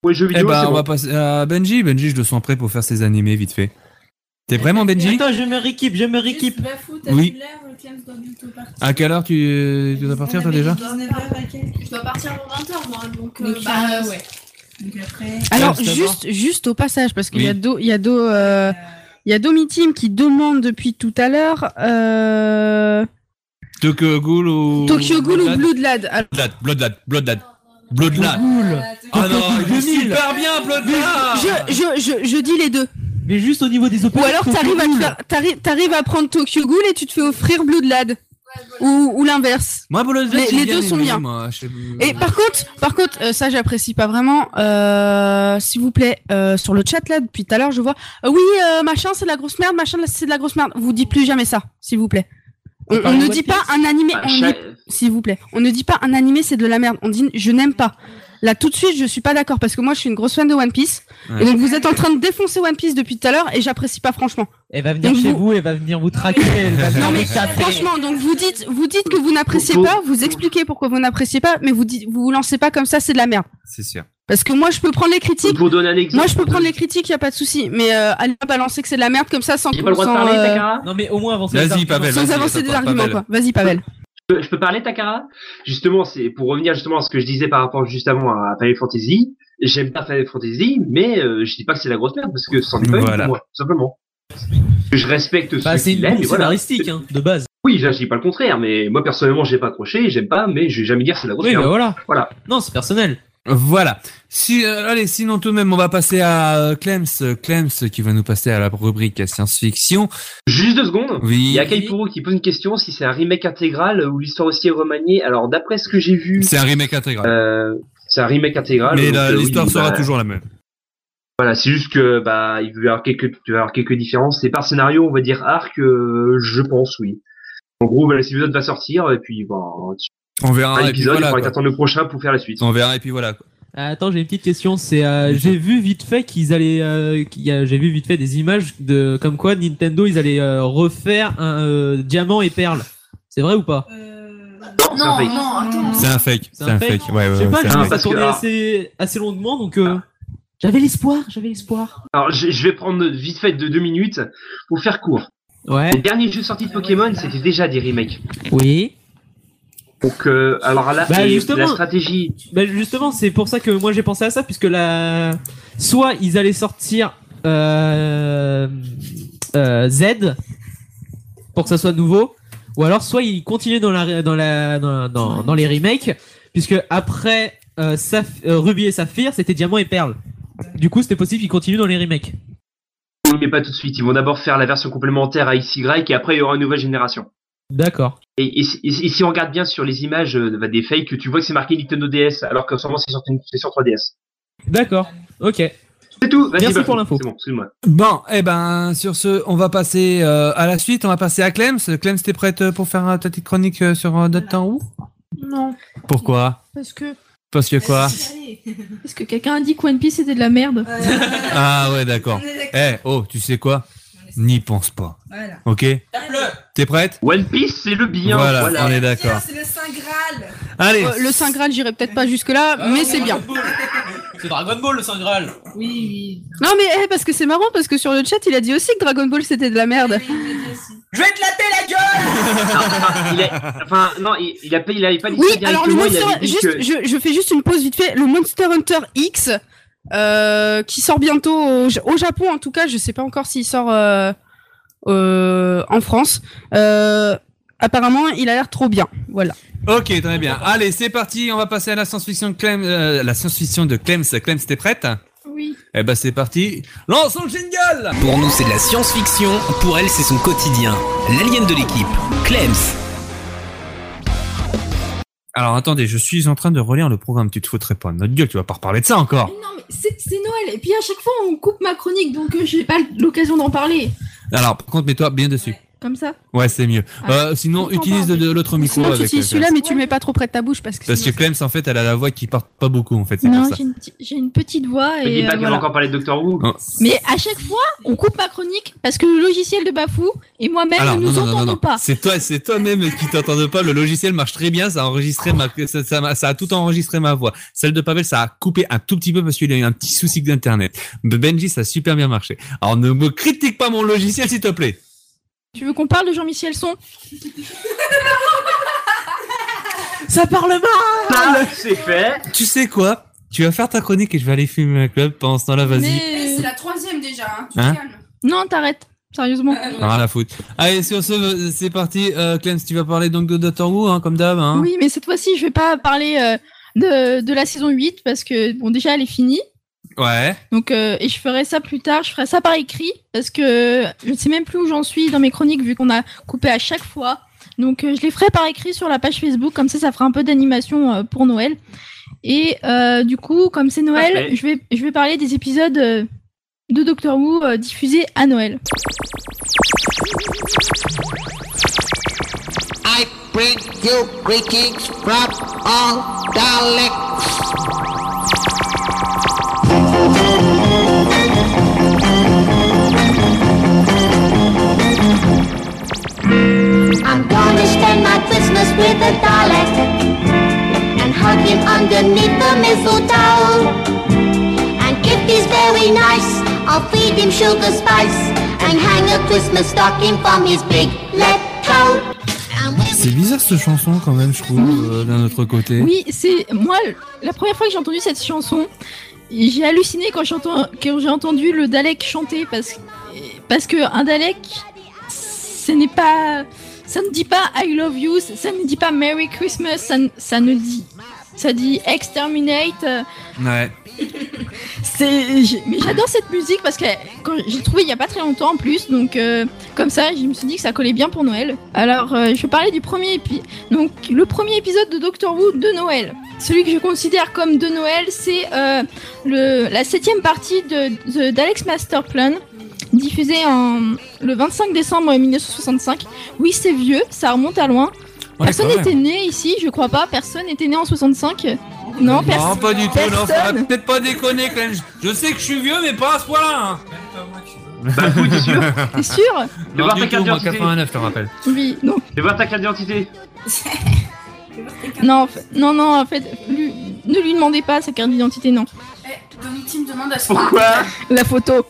Pour les jeux Eh vidéo, ben, c'est on bon. va passer à Benji. Benji, je le sens prêt pour faire ses animés vite fait. T'es vraiment Benji Attends, je me rééquipe, je me rééquipe. Oui. partir. À quelle heure tu, tu dois partir toi déjà 19h à quelques. Je dois partir avant 20h moi, donc. euh, Donc, bah, euh, ouais. Donc après. Ah, Alors Ouais, juste juste au passage parce qu'il Oui. y a Do il y a Do euh, il y a Domitim qui demande depuis tout à l'heure euh, Tokyo Ghoul ou. Tokyo Ghoul ou Bloodlad. Alors, Bloodlad, Bloodlad, Bloodlad. Bloodlad. Ah non, il est super bien, Ah. Bloodlad je, je, je, je dis les deux. Mais juste au niveau des Ou opérations. alors t'arrives à te faire- t'arrives t'arrives à prendre Tokyo Ghoul et tu te fais offrir Bloodlad ou ou l'inverse. Moi, Bloodlad, Les- j'ai les bien deux sont aimé, bien. moi, je sais- Et par contre, par contre, euh, ça j'apprécie pas vraiment. Euh, S'il vous plaît, euh, sur le chat là depuis tout à l'heure, je vois. euh, oui, euh, machin, c'est de la grosse merde. Machin, c'est de la grosse merde. Vous dites plus jamais ça, s'il vous plaît. On, on Parlez ne One dit Piece. pas un animé, Bah, Ah, on chaque- dit- s'il vous plaît. On ne dit pas un animé, c'est de la merde. On dit je n'aime pas. Là tout de suite, je suis pas d'accord parce que moi je suis une grosse fan de One Piece. Ouais. Et donc vous êtes en train de défoncer One Piece depuis tout à l'heure et j'apprécie pas franchement. Elle va venir Donc chez vous- vous, elle va venir vous traquer, elle va venir Non mais vous taper. franchement, donc vous dites, vous dites que vous n'appréciez pas, vous expliquez pourquoi vous n'appréciez pas, mais vous dites, vous vous lancez pas comme ça, c'est de la merde. C'est sûr. Parce que moi je peux prendre les critiques. Pour donner un exemple. Moi je peux prendre les critiques, y a pas de souci, mais euh, allez pas balancer que c'est de la merde comme ça sans J'ai pas le droit de sans, parler, euh, Takara Non mais au moins avancer. Vas-y, Pavel, sans vas-y, avancer des attends, arguments Pavel. quoi. Vas-y Pavel. Je peux- je peux parler, Takara Justement, c'est pour revenir justement à ce que je disais par rapport juste avant à Final Fantasy. J'aime pas Final Fantasy, mais euh, je dis pas que c'est la grosse merde parce que c'en est pas une Voilà. pour moi, tout simplement. Je respecte Bah, ceux c'est qui une l'aiment, bombe et voilà. scénaristique, hein, de base. Oui, je je dis pas le contraire, mais moi personnellement, j'ai pas accroché, j'aime pas, mais je vais jamais dire que c'est la grosse Oui, merde. bah voilà. hein. Voilà. Non, c'est personnel. Voilà. Si, euh, allez, sinon tout de même, on va passer à euh, Clems. Clems qui va nous passer à la rubrique science-fiction. Juste deux secondes. Oui. Il y a Kaipuro qui pose une question si c'est un remake intégral ou l'histoire aussi est remaniée. Alors, d'après ce que j'ai vu, C'est un remake intégral. euh, c'est un remake intégral. Mais donc, la- euh, oui, l'histoire sera bah, toujours la même. Voilà, c'est juste que bah il va y avoir quelques, il va y avoir quelques différences. Et par scénario, on va dire arc, euh, je pense, oui. En gros, bah, l'épisode va sortir et puis bon, tu- On verra, un Ah, et puis épisode, voilà, il faudra quoi. attendre le prochain pour faire la suite. On verra et puis voilà. quoi. Ah, Attends, j'ai une petite question. C'est, euh, j'ai vu vite fait qu'ils allaient, euh, qu'il y a- j'ai vu vite fait des images de, comme quoi Nintendo ils allaient euh, refaire un euh, diamant et perle. C'est vrai ou pas Non, non, attends. C'est un fake. C'est un fake. Ouais, ouais, je sais ouais, pas, Euh, c'est je un me suis fake. tourné Ah. assez, assez longuement, donc euh, j'avais l'espoir, j'avais l'espoir. Alors, je, je vais prendre vite fait de deux minutes pour faire court. Ouais. Les derniers jeux sortis de Pokémon, c'était déjà des remakes. Oui. Donc, euh, alors là, Bah, et justement. la stratégie. Bah justement, c'est pour ça que moi j'ai pensé à ça, puisque la... soit ils allaient sortir euh... euh, Z pour que ça soit nouveau, ou alors soit ils continuent dans, la... dans, la... dans, la- dans, dans les remakes, puisque après euh, Saph- euh, Ruby et Saphir, c'était Diamant et Perle. Du coup, c'était possible qu'ils continuent dans les remakes. Oui, mais pas tout de suite. Ils vont d'abord faire la version complémentaire à XY et après il y aura une nouvelle génération. D'accord. Et, et si- et si- et si on regarde bien sur les images euh, bah, des fakes, tu vois que c'est marqué Nintendo DS alors qu'en ce moment c'est sur, c'est sur 3DS. D'accord. Ok. C'est tout. Vas-y, Merci bah, pour l'info. C'est bon, excuse-moi. Bon, eh ben, sur ce, on va passer euh, à la suite. On va passer à Clems. Clems, t'es prête euh, pour faire euh, ta petite chronique euh, sur euh, Doctor Who Non, Pourquoi parce que. Parce que quoi Parce que quelqu'un a dit que One Piece c'était de la merde. Ah ouais, d'accord. On est Eh, oh, tu sais quoi N'y pense pas. Voilà. Ok T'es prête One Piece, c'est le bien. Voilà, Voilà. on est d'accord. C'est le Saint Graal. Allez. Euh, le Saint Graal, j'irai peut-être pas jusque-là, Ah, mais c'est bien. *laughs* C'est Dragon Ball le Saint Graal. Oui. Non, mais eh, parce que c'est marrant, parce que sur le chat, il a dit aussi que Dragon Ball c'était de la merde. Je vais te latter la gueule *laughs* Il a- enfin, non, il, il a pas, il avait pas dit ça Oui, alors le directement, il Monster, avait dit juste, que- je, je fais juste une pause vite fait. Le Monster Hunter X, euh, qui sort bientôt au, Ja- au Japon, en tout cas, je sais pas encore s'il sort euh, euh, en France. Euh, apparemment, il a l'air trop bien. Voilà. Ok, très bien. Allez, c'est parti. On va passer à la science-fiction de Clem, euh, la science-fiction de Clems. Clems, t'es prête Oui. Eh ben, c'est parti. Lançons le jingle Pour nous, c'est de la science-fiction. Pour elle, c'est son quotidien. L'alien de l'équipe, Clems. Alors, attendez, je suis en train de relire le programme. Tu te foutrais pas de notre gueule. Tu vas pas reparler de ça encore. Non, mais c'est c'est Noël. Et puis à chaque fois, on coupe ma chronique, donc euh, j'ai pas l'occasion d'en parler. Alors, par contre, mets-toi bien dessus. Comme ça Ouais, c'est mieux. Ah. Euh, sinon, utilise de- de l'autre micro Sinon, tu avec. utilises euh, celui-là, mais tu le mets pas trop près de ta bouche parce que. Parce que Clems, en fait, elle a la voix qui part pas beaucoup, en fait. c'est Non, pour ça. j'ai une, petite- j'ai une petite voix. Mais dis Et, pas euh, qu'on voilà. va encore parler de Doctor Who. Oh. Mais à chaque fois, on coupe ma chronique parce que le logiciel de Bafou et moi-même Alors, ne nous non, non, non, entendons non, non. pas. C'est toi, c'est toi-même qui t'entends pas. Le logiciel marche très bien. Ça a enregistré ma, ça, ça m'a- ça a tout enregistré ma voix. Celle de Pavel, ça a coupé un tout petit peu parce qu'il a eu un petit souci d'internet. De Benji, ça a super bien marché. Alors, ne me critique pas mon logiciel, s'il te plaît. Tu veux qu'on parle de Jean-Michel Son Ça parle mal C'est fait. Tu sais quoi? Tu vas faire ta chronique et je vais aller filmer un club pendant ce temps-là, vas-y. Eh, C'est la troisième déjà. Hein. Hein Non, t'arrêtes. Sérieusement. Rien à la foutre. Allez, sur ce, euh, c'est parti. Euh, Clem, tu vas parler donc de Doctor Who, hein, comme d'hab. Hein. Oui, mais cette fois-ci, je vais pas parler euh, de, de la saison 8 parce que, bon, déjà, elle est finie. Ouais. Donc, euh, et je ferai ça plus tard, je ferai ça par écrit parce que je ne sais même plus où j'en suis dans mes chroniques vu qu'on a coupé à chaque fois. Donc, euh, je les ferai par écrit sur la page Facebook, comme ça, ça fera un peu d'animation euh, pour Noël. Et euh, du coup, comme c'est Noël, Parfait. je vais, je vais parler des épisodes euh, de Doctor Who euh, diffusés à Noël. I bring you greetings from all dialects. I'm gonna spend my Christmas with a Dalek and hug him underneath the mistletoe. And if he's very nice, I'll feed him sugar spice and hang a Christmas stocking from his big left toe. C'est bizarre cette chanson, quand même, je trouve, euh, d'un autre côté. Oui, c'est moi la première fois que j'ai entendu cette chanson, j'ai halluciné quand j'entends quand j'ai entendu le Dalek chanter parce parce que un Dalek ce n'est pas ça ne dit pas I love you, ça ne dit pas Merry Christmas, ça, ne- ça ne dit ça dit exterminate. euh, Ouais. C'est j'ai- mais j'adore cette musique parce que quand j'ai trouvé il y a pas très longtemps en plus donc euh, comme ça je me suis dit que ça collait bien pour Noël. Alors euh, je vais parler du premier épi donc le premier épisode de Doctor Who de Noël. Celui que je considère comme de Noël c'est euh, le la septième partie de de- d'Alex Master Plan diffusée en le 25 décembre 1965. Oui c'est vieux ça remonte à loin. Ouais, personne quand n'était même. né ici je crois pas personne n'était né en 65. Non, Non, personne. pas du tout, non, faudrait Personne. peut-être pas déconner quand même. Je- Je sais que je suis vieux, mais pas à ce point-là. Hein. Bah, *laughs* T'es sûr De Non, voir du ta tout, carte moi, d'identité. 89, je te rappelle. Oui, non. De voir ta carte d'identité. Non, en fait- non, non, en fait, lui- ne lui demandez pas sa carte d'identité, non. Eh, Donity me demande à ce Pourquoi La photo.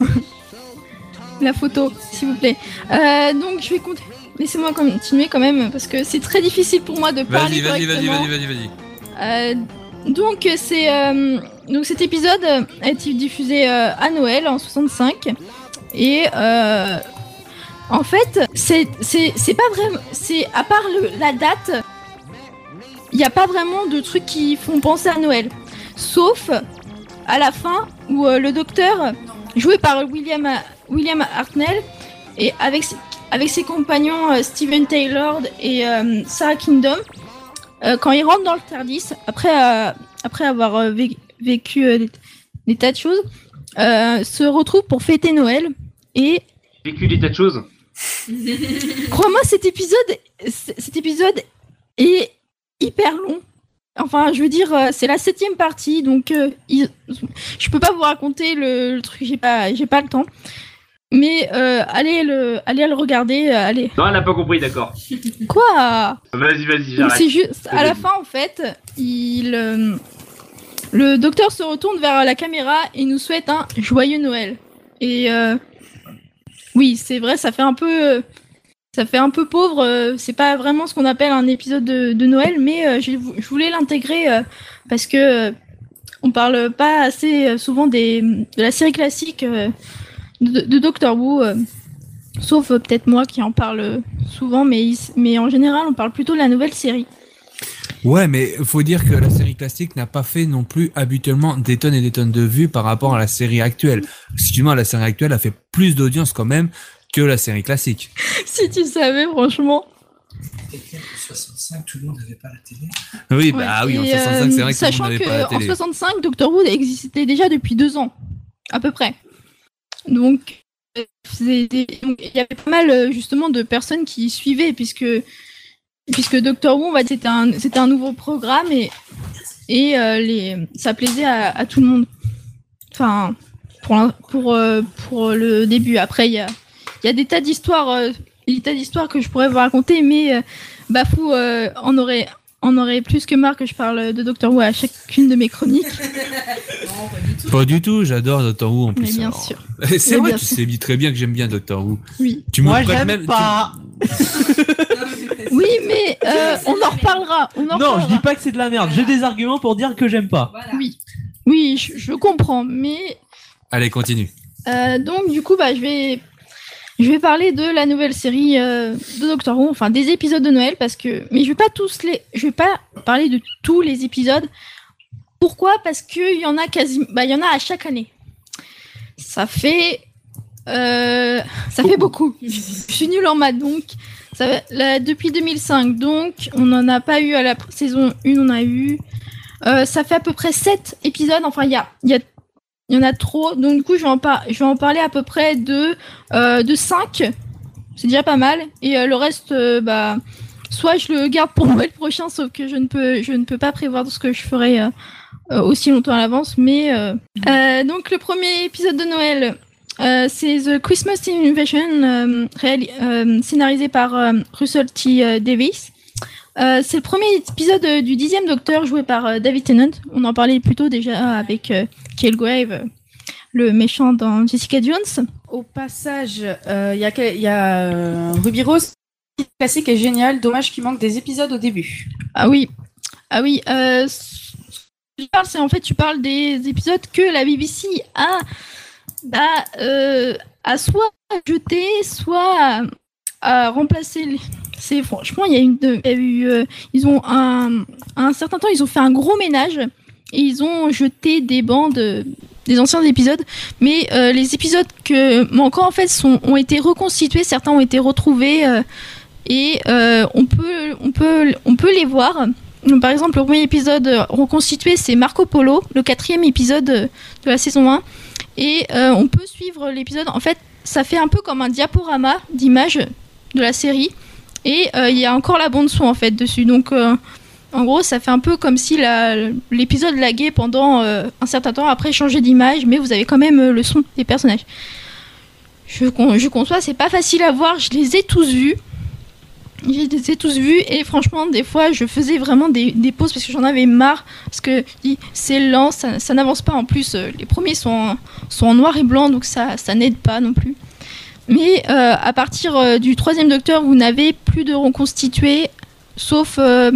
La photo, s'il vous plaît. Euh, donc, je vais compter. Laissez-moi continuer quand même, parce que c'est très difficile pour moi de parler Vas-y, vas-y, vas-y, correctement. vas-y, vas-y, vas-y. Euh, donc euh, c'est euh, donc cet épisode euh, a été diffusé euh, à Noël en 65 et euh, en fait c'est c'est c'est pas vraiment c'est à part le- la date il n'y a pas vraiment de trucs qui font penser à Noël sauf à la fin où euh, le docteur joué par William William Hartnell et avec ses- avec ses compagnons euh, Steven Taylor et euh, Sarah Kingdom euh, quand il rentre dans le TARDIS, après, euh, après avoir euh, vé- vécu euh, des, des tas de choses, euh, se retrouve pour fêter Noël. Et J'ai vécu des tas de choses. crois-moi, cet épisode, c- cet épisode est hyper long. Enfin, je veux dire, euh, c'est la septième partie, donc euh, il- je peux pas vous raconter le, le truc, j'ai pas, j'ai pas le temps. Mais euh, allez, le, allez le regarder, euh, allez. Non, elle n'a pas compris, d'accord. Quoi Vas-y, vas-y, Donc, j'arrête. C'est juste, à la fin, en fait, il, euh, le docteur se retourne vers la caméra et nous souhaite un joyeux Noël. Et euh, oui, c'est vrai, ça fait un peu, ça fait un peu pauvre. euh, C'est pas vraiment ce qu'on appelle un épisode de, de Noël, mais euh, j'ai vou- je voulais l'intégrer euh, parce que euh, on parle pas assez euh, souvent des, de la série classique euh, de, de Doctor Who. euh, Sauf euh, peut-être moi qui en parle souvent, mais, il- mais en général, on parle plutôt de la nouvelle série. Ouais, mais faut dire que la série classique n'a pas fait non plus habituellement des tonnes et des tonnes de vues par rapport à la série actuelle. Excuse-moi, la série actuelle a fait plus d'audience quand même que la série classique. si tu savais, franchement. Quelqu'un de 65, tout le monde n'avait pas la télé. Oui, bah oui, en Et, euh, 65, c'est vrai que tout le sachant monde n'avait que pas la en télé. 65, Doctor Who existait déjà depuis deux ans, à peu près. Donc, euh, c'est- c'est- donc, il y avait pas mal euh, justement de personnes qui suivaient, puisque, puisque Doctor Who, on va dire, c'était un, c'était un nouveau programme et, et euh, les, ça plaisait à, à tout le monde. Enfin, pour, l'in- pour, euh, pour le début. Après, il y a, il y a des tas d'histoires euh, des tas d'histoires que je pourrais vous raconter, mais euh, Bafou euh, en, aurait, en aurait plus que marre que je parle de Doctor Who à chacune de mes chroniques. Pas du tout, j'adore Doctor Who en Mais plus. bien alors. sûr. *laughs* C'est Mais vrai, bien tu sûr. sais très bien que j'aime bien Doctor Who. Oui. Tu me Moi, prêtes j'aime même. tu- pas. *laughs* Oui, mais euh, on en reparlera. On Non, en je reparlera. dis pas que c'est de la merde. J'ai des arguments pour dire que j'aime pas. Oui, oui je, je comprends, mais Allez, continue. euh, donc du coup, bah, je vais je vais parler de la nouvelle série euh, de Doctor Who, enfin des épisodes de Noël, parce que mais je vais pas tous les, je vais pas parler de tous les épisodes. Pourquoi Parce que il y en a quasi, bah, il y en a à chaque année. Ça fait euh, ça fait beaucoup. je suis nulle en maths donc. Ça, va- là, depuis 2005, donc on n'en a pas eu à la pr- saison 1, on a eu. Euh, ça fait à peu près 7 épisodes. Enfin, il y, a, il y, a- il y en a trop. Donc, du coup, je vais en, par- je vais en parler à peu près de, euh, de 5. C'est déjà pas mal. Et euh, le reste, euh, bah, soit je le garde pour *laughs* Noël prochain, sauf que je ne peux, je ne peux pas prévoir ce que je ferai euh, euh, aussi longtemps à l'avance. Mais euh, euh, donc, le premier épisode de Noël, euh, c'est The Christmas Invasion, euh, réali- euh, scénarisé par euh, Russell T. euh, Davis. Euh, c'est le premier épisode euh, du dixième Docteur joué par euh, David Tennant. On en parlait plus tôt déjà avec euh, Kilgrave, euh, le méchant dans Jessica Jones. Au passage, euh, il y a, quel- il y a euh, Ruby Rose. Classique est génial. Dommage qu'il manque des épisodes au début. Ah oui, ah oui. euh, ce que je parle, c'est en fait, tu parles des épisodes que la BBC a, a, euh, a soit jeté, soit a, a remplacé. les- C'est franchement, il y a une, de- il y a eu, euh, ils ont un, un certain temps, ils ont fait un gros ménage et ils ont jeté des bandes euh, des anciens épisodes, mais euh, les épisodes que manquants en fait sont, ont été reconstitués, certains ont été retrouvés. euh, et euh, on peut on peut on peut les voir. Donc, par exemple, le premier épisode reconstitué, c'est Marco Polo, le quatrième épisode euh, de la saison 1. Et euh, on peut suivre l'épisode. En fait, ça fait un peu comme un diaporama d'images de la série. Et euh, il y a encore la bande son en fait dessus. Donc, euh, en gros, ça fait un peu comme si la- l'épisode laguait pendant euh, un certain temps, après changer d'image, mais vous avez quand même euh, le son des personnages. Je, con- je conçois, c'est pas facile à voir. Je les ai tous vus. Je les ai tous vus et franchement, des fois, je faisais vraiment des, des pauses parce que j'en avais marre. Parce que je dis, c'est lent, ça, ça n'avance pas. En plus, euh, les premiers sont en, sont en noir et blanc, donc ça, ça n'aide pas non plus. Mais euh, à partir euh, du troisième Docteur, vous n'avez plus de reconstitués, sauf, euh,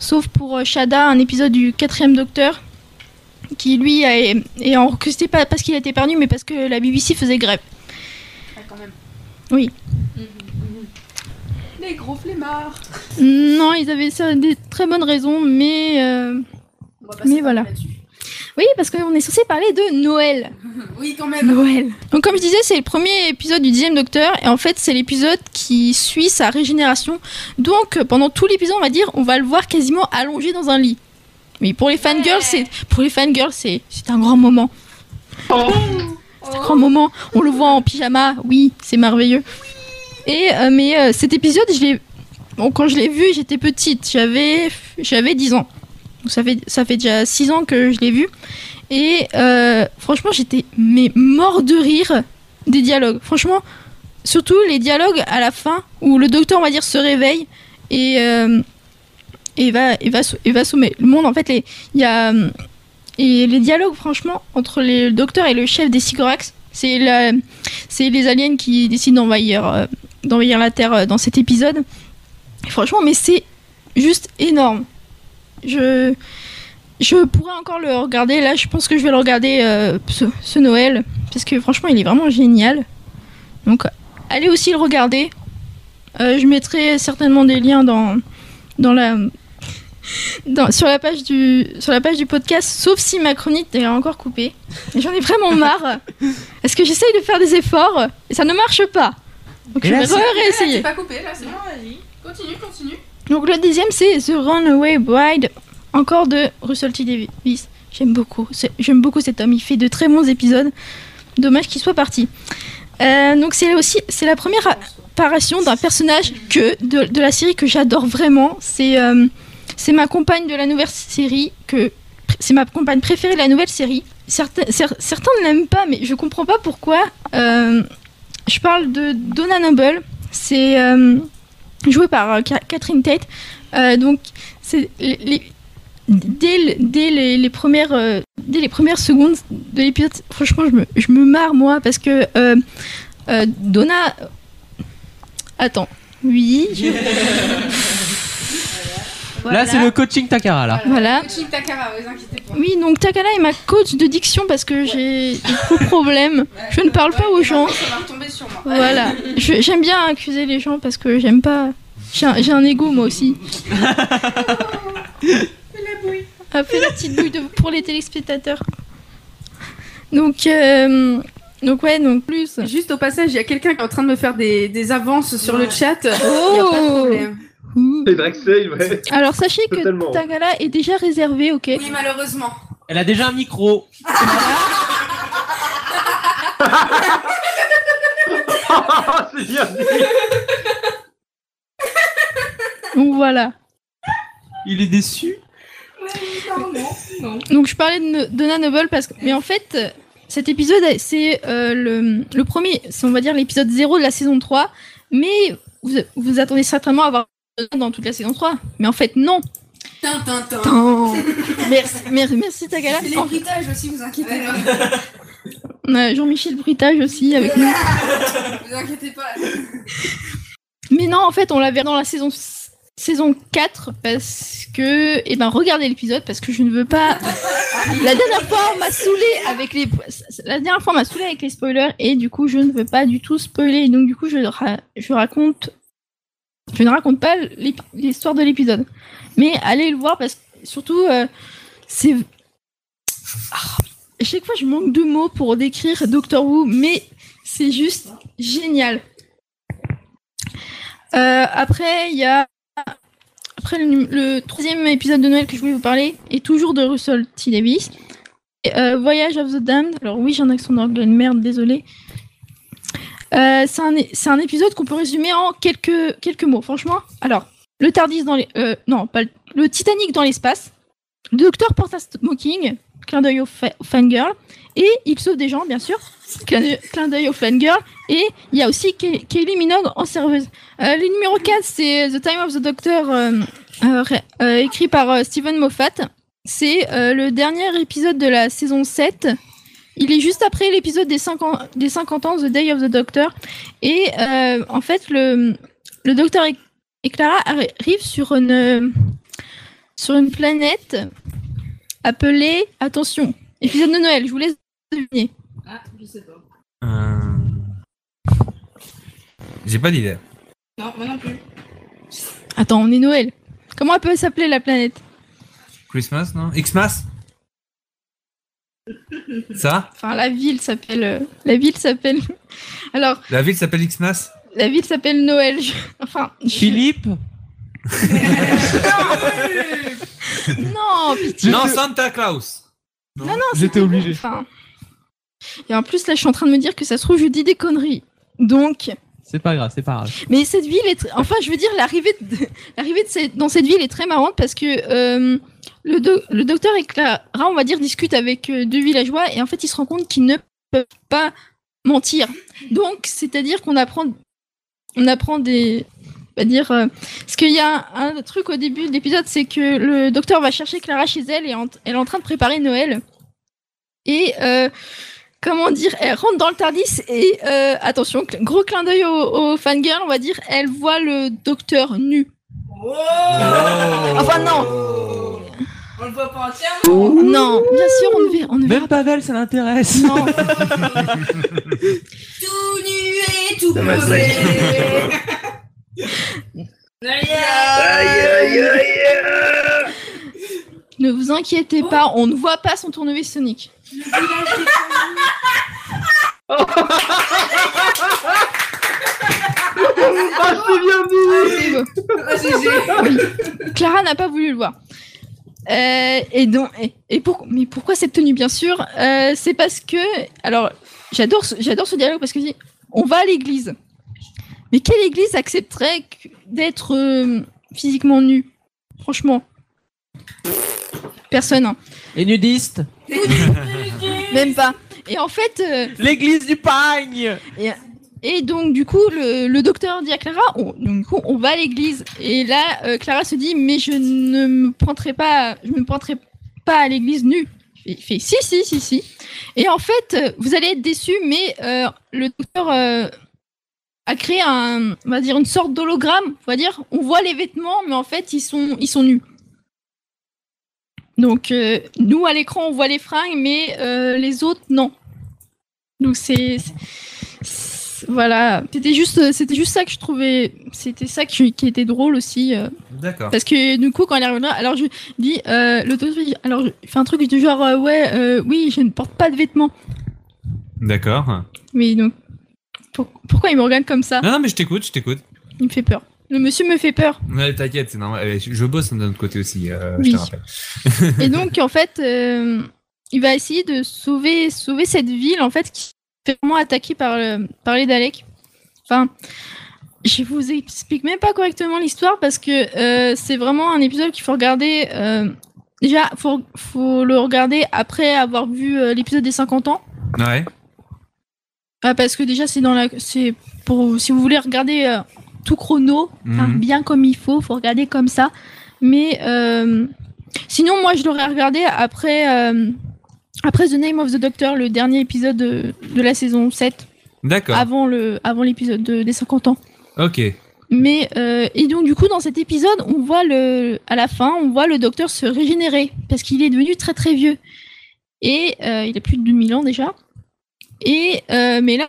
sauf pour euh, Shada, un épisode du quatrième Docteur, qui lui a- est, en recruté pas parce qu'il a été perdu, mais parce que la BBC faisait grève. Oui. Les gros flemmards. Non, ils avaient ça des très bonnes raisons, mais euh, mais voilà. Oui, parce qu'on est censé parler de Noël. *laughs* Oui, quand même. Noël. Donc comme je disais, c'est le premier épisode du dixième Docteur, et en fait c'est l'épisode qui suit sa régénération. Donc euh, pendant tout l'épisode, on va dire, on va le voir quasiment allongé dans un lit. Mais pour les fangirls, c'est pour les fangirls, c'est c'est un grand moment. Oh. C'est un grand moment. On le voit en pyjama. Oui, c'est merveilleux. Et euh, mais euh, cet épisode, je l'ai bon, quand je l'ai vu, j'étais petite, j'avais j'avais 10 ans. Donc ça fait ça fait déjà 6 ans que je l'ai vu et euh, franchement, j'étais mais mort de rire des dialogues. Franchement, surtout les dialogues à la fin où le docteur, on va dire, se réveille et, euh, et va, et va, sou- et va soumettre le monde. En fait, les- il y a. euh, Et les dialogues, franchement, entre les- le docteur et le chef des Sycorax, c'est la- c'est les aliens qui décident d'envahir euh, d'envahir la Terre euh, dans cet épisode. Et franchement, mais c'est juste énorme. Je, je pourrais encore le regarder. Là, je pense que je vais le regarder euh, ce, ce Noël. Parce que franchement, il est vraiment génial. Donc, allez aussi le regarder. Euh, je mettrai certainement des liens dans, dans la, dans- sur, la page du, sur la page du podcast. Sauf si ma chronique est encore coupée. Et J'en ai vraiment marre. Est-ce que j'essaye de faire des efforts Et ça ne marche pas. Donc, Et je là, vais c'est- réessayer. C'est pas coupé, là, c'est bon, vas-y. Continue, continue. Donc le deuxième c'est The Runaway Bride, encore de Russell T Davis. J'aime beaucoup, c'est- j'aime beaucoup cet homme. Il fait de très bons épisodes. Dommage qu'il soit parti. Euh, donc c'est aussi c'est la première apparition d'un personnage que de, de la série que j'adore vraiment. C'est euh, c'est ma compagne de la nouvelle série que c'est ma compagne préférée de la nouvelle série. Certains, cer- certains ne l'aiment pas, mais je comprends pas pourquoi. Euh, je parle de Donna Noble. C'est euh, jouée par euh, Ca- Catherine Tate. Euh, donc, c'est les- les- dès, le- dès les, les premières, euh, dès les premières secondes de l'épisode, franchement, je me, je me marre, moi, parce que euh, euh, Donna. Attends. Oui. je- Là, c'est le coaching Takara, là. Voilà. Chip Takara, vous inquiétez pas. Oui, donc Takala est ma coach de diction parce que j'ai des gros problèmes. Je ne parle pas aux gens. Ça va retomber sur moi. Voilà. Je- J'aime bien accuser les gens parce que j'aime pas. J'ai un, j'ai un ego moi aussi. Un peu Ah, la petite bouille de- pour les téléspectateurs. Donc, euh, donc ouais, donc plus. Juste au passage, il y a quelqu'un qui est en train de me faire des, des avances sur le chat. Il y a pas de Oh problème. C'est Drexel, ouais. Alors sachez Totalement. que Tagala est déjà réservé, ok Oui, malheureusement. Elle a déjà un micro. Ah, c'est bien dit. Donc voilà. Il est déçu. Donc je parlais de No- Donna Noble parce que, mais en fait, euh, cet épisode c'est euh, le, le premier, c'est, on va dire l'épisode 0 de la saison 3, mais vous, vous attendez certainement à avoir Donna dans toute la saison 3, mais en fait non. Tant. merci, mer- merci Tagala. C'est En- l'héritage aussi, vous inquiétez pas. on a Jean-Michel Britage aussi avec nous. *laughs* vous inquiétez pas. Mais non, en fait, on la verra dans la saison saison 4 parce que eh ben regardez l'épisode parce que je ne veux pas la dernière fois on m'a saoulé avec les la dernière fois on m'a saoulé avec les spoilers et du coup je ne veux pas du tout spoiler donc du coup je ra- je raconte je ne raconte pas l'ép- l'histoire de l'épisode mais allez le voir parce que surtout euh, c'est Ah, chaque fois je manque de mots pour décrire Doctor Who mais c'est juste génial euh, après, il y a après le, num- le troisième épisode de Noël que je voulais vous parler est toujours de Russell T Davies. Et, euh, Voyage of the Damned. Alors oui, j'ai un accent d'anglais de merde, désolé. Euh, c'est un, é- c'est un épisode qu'on peut résumer en quelques, quelques mots, franchement. Alors, le Tardis dans les... euh, non, pas le, le Titanic dans l'espace. Le docteur porte un smoking, clin d'œil au, fa- au fangirl. Et il sauve des gens, bien sûr, clin d'œil- clin d'œil au fangirl. Et il y a aussi Ke- Kylie Minogue en serveuse. Euh, le numéro 4, c'est The Time of the Doctor, euh, euh, ré- euh, écrit par euh, Steven Moffat. C'est euh, le dernier épisode de la saison 7. Il est juste après l'épisode des 50, des 50 ans, The Day of the Doctor. Et euh, en fait, le, le docteur et, et Clara arri- arrivent sur une, sur une planète appelée, attention, épisode de Noël, je vous laisse deviner. Ah, je sais pas. Euh, J'ai pas d'idée. Non, moi non plus. Attends, on est Noël. Comment elle peut s'appeler la planète Christmas, non Xmas Ça Enfin, la ville s'appelle. euh, La ville s'appelle. *laughs* Alors, La ville s'appelle Xmas la ville s'appelle Noël. *laughs* je- Enfin, Philippe non, pitié. Non, Santa Claus non, non, c'était obligé. Enfin, et en plus, là, je suis en train de me dire que ça se trouve, je dis des conneries. Donc, C'est pas grave, c'est pas grave. mais cette ville est. tr- Enfin, je veux dire, l'arrivée de... *laughs* l'arrivée de cette- dans cette ville est très marrante parce que euh, le, do- le docteur et Clara, on va dire, discutent avec euh, deux villageois et en fait, ils se rendent compte qu'ils ne peuvent pas mentir. Donc, c'est-à-dire qu'on apprend, on apprend des, on va dire, euh, parce qu'il y a un, un truc au début de l'épisode, c'est que le docteur va chercher Clara chez elle et en- elle est en train de préparer Noël. Et euh, comment dire, elle rentre dans le Tardis et euh, attention, cl- gros clin d'œil aux au fangirl, on va dire, elle voit le docteur nu. Enfin non, On le voit pas entièrement. non, bien sûr, on ne verra, on ne Même Pavel, ça l'intéresse. Tout nu et tout Ça m'a crevé. *laughs* Aïe, aïe, aïe, aïe. Ne vous inquiétez pas, on ne voit pas son tournevis Sonic. Ah, Clara n'a pas voulu le voir. Euh, et donc, et, et pour- mais pourquoi cette tenue Bien sûr, euh, c'est parce que. Alors, j'adore, ce- j'adore ce dialogue parce que dit, on va à l'église. Mais quelle église accepterait que- d'être euh, physiquement nue Franchement, personne. hein. Et nudiste. Même pas. Et en fait. euh, L'église du pagne et, et donc, du coup, le, le docteur dit à Clara on, donc, du coup, on va à l'église. Et là, euh, Clara se dit Mais je ne me pointerai pas, je me pointerai pas à l'église nue. Il fait Si, si, si, si. Et en fait, euh, vous allez être déçus, mais euh, le docteur euh, a créé un, on va dire, une sorte d'hologramme. On va dire On voit les vêtements, mais en fait, ils sont, ils sont nus. Donc, euh, nous, à l'écran, on voit les fringues, mais euh, les autres, non. Donc, c'est. c'est- Voilà. C'était juste, euh, c'était juste ça que je trouvais. C'était ça qui, qui était drôle aussi. euh. D'accord. Parce que du coup, quand elle reviendra, alors je dis, euh, le docteur dit- alors je fais un truc du genre, euh, ouais, euh, oui, je ne porte pas de vêtements. D'accord. Mais donc, pour- pourquoi il me regarde comme ça Non, non, mais je t'écoute, je t'écoute. Il me fait peur. Le monsieur me fait peur. Ouais, t'inquiète, c'est normal. Eh, Je je bosse d'un autre côté aussi, euh, Oui. je te rappelle. Et donc, en fait, euh, il va essayer de sauver, sauver cette ville, en fait, qui est vraiment attaquée par, le, par les Daleks. Enfin, je vous explique même pas correctement l'histoire parce que euh, c'est vraiment un épisode qu'il faut regarder. euh, déjà, faut, faut le regarder après avoir vu euh, l'épisode des 50 ans. Ouais. Ah, parce que déjà, c'est dans la. C'est pour. Si vous voulez regarder euh, tout chrono, Mhm. hein, bien comme il faut, faut regarder comme ça. Mais euh, sinon, moi, je l'aurais regardé après. euh, après The Name of the Doctor, le dernier épisode de, de la saison 7, D'accord. avant le avant l'épisode de- des 50 ans. Ok. Mais euh, et donc du coup dans cet épisode, on voit le à la fin, on voit le docteur se régénérer parce qu'il est devenu très très vieux et euh, il a plus de 2000 ans déjà. Et euh, mais là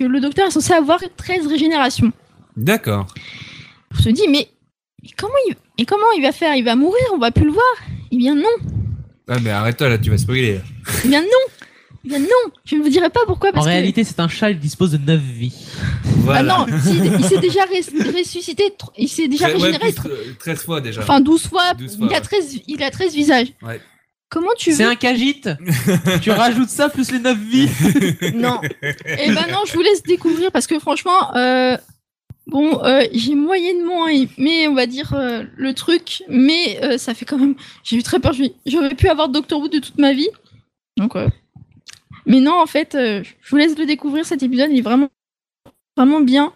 le docteur est censé avoir 13 régénérations. D'accord. On se dit mais et comment il et comment il va faire Il va mourir, on va plus le voir. Eh bien non. Ah, mais arrête-toi là, tu vas spoiler. Eh bien non. Eh bien non, je ne vous dirai pas pourquoi En parce que réalité, c'est un chat, il dispose de 9 vies. Ah non, si, il s'est déjà res- ressuscité, tr- il s'est déjà Très- ouais, régénéré plus tre- 13 fois déjà. Enfin, 12 fois, 12 il, a ouais. 13, il a 13 visages. Ouais. Comment tu veux C'est un cagite Tu rajoutes ça plus les 9 vies Non. Eh ben non, je vous laisse découvrir parce que franchement, euh, bon, euh, j'ai moyennement aimé, on va dire, euh, le truc, mais euh, ça fait quand même. J'ai eu très peur. je me dis, J'aurais pu avoir Doctor Who de toute ma vie. Donc, euh, mais non, en fait, euh, je vous laisse le découvrir cet épisode. Il est vraiment, vraiment bien.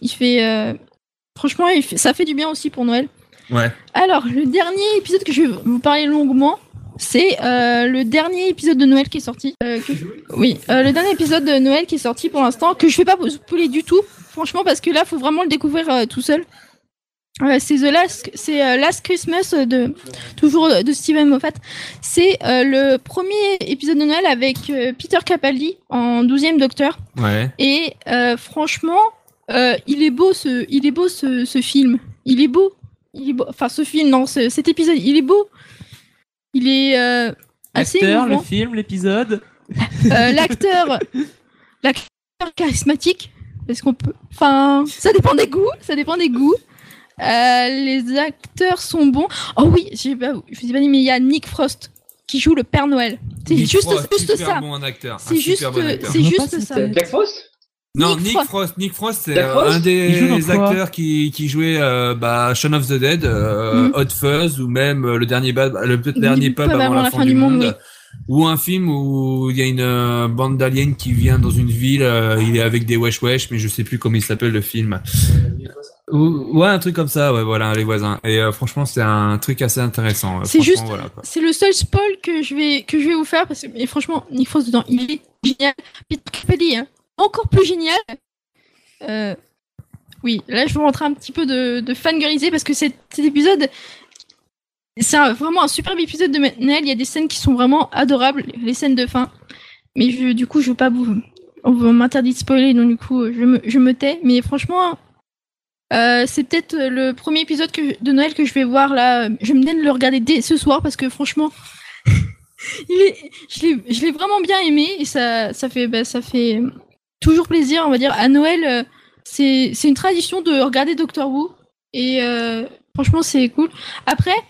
Il fait, euh, franchement, il fait- ça fait du bien aussi pour Noël. Ouais. Alors, le dernier épisode que je vais vous parler longuement, c'est euh, le dernier épisode de Noël qui est sorti. euh, que je- Oui, euh, le dernier épisode de Noël qui est sorti pour l'instant, que je vais pas vous spoiler du tout, franchement, parce que là, faut vraiment le découvrir euh, tout seul. Euh, c'est The Last, c'est euh, Last Christmas euh, de toujours de Steven Moffat. C'est euh, le premier épisode de Noël avec euh, Peter Capaldi en 12e Docteur. Ouais. Et euh, franchement, euh, il est beau ce, il est beau ce, ce film. Il est beau. Il est beau. Enfin, ce film, non, ce- cet épisode, il est beau. Il est euh, assez L'acteur, le émouvant. film, l'épisode. Euh, l'acteur, l'acteur charismatique, parce qu'on peut. Enfin, ça dépend des goûts. Ça dépend des goûts. Euh, les acteurs sont bons. Oh oui, j'ai pas- je vous ai pas dit, mais il y a Nick Frost qui joue le Père Noël. C'est Nick juste, Frost, juste super ça. bon en acteur, un C'est super juste, bon acteur. c'est Je vois juste ça. Non, Nick, Frost. Nick Frost, c'est Jack euh, Frost un Il joue dans des quoi acteurs qui, qui jouait euh, bah, Shaun of the Mm. Dead, euh, Hot Fuzz ou même euh, le dernier, bad- le Le dernier pub, avant, la fin, du monde. ou un film où il y a une euh, bande d'aliens qui vient dans une ville, euh, il est avec des wesh wesh, mais je sais plus comment il s'appelle le film. Ou- ouais, un truc comme ça, ouais, voilà, les voisins. Et euh, franchement, c'est un truc assez intéressant. euh, C'est Franchement, juste, voilà, quoi. c'est le seul spoil que je vais que je vais vous faire parce que mais franchement, Nick Frost dedans, il est génial. Peter Capelli, hein, encore plus génial. Euh, oui, là je vais rentrer un petit peu de, de fangirliser parce que cet, cet épisode, c'est un- vraiment un superbe épisode de Nell. Il y a des scènes qui sont vraiment adorables, les scènes de fin. Mais je- du coup, je veux pas vous, on vous- on m'interdit de spoiler, donc du coup, je me, je me tais. Mais franchement, euh, c'est peut-être euh, le premier épisode que je- de Noël que je vais voir là. Je me donne de le regarder dès ce soir parce que franchement, il est, je l'ai- je l'ai vraiment bien aimé et ça, ça fait, bah, ça fait toujours plaisir, on va dire. À Noël, euh, c'est c'est une tradition de regarder Doctor Who et euh, franchement, c'est cool. Après, *laughs*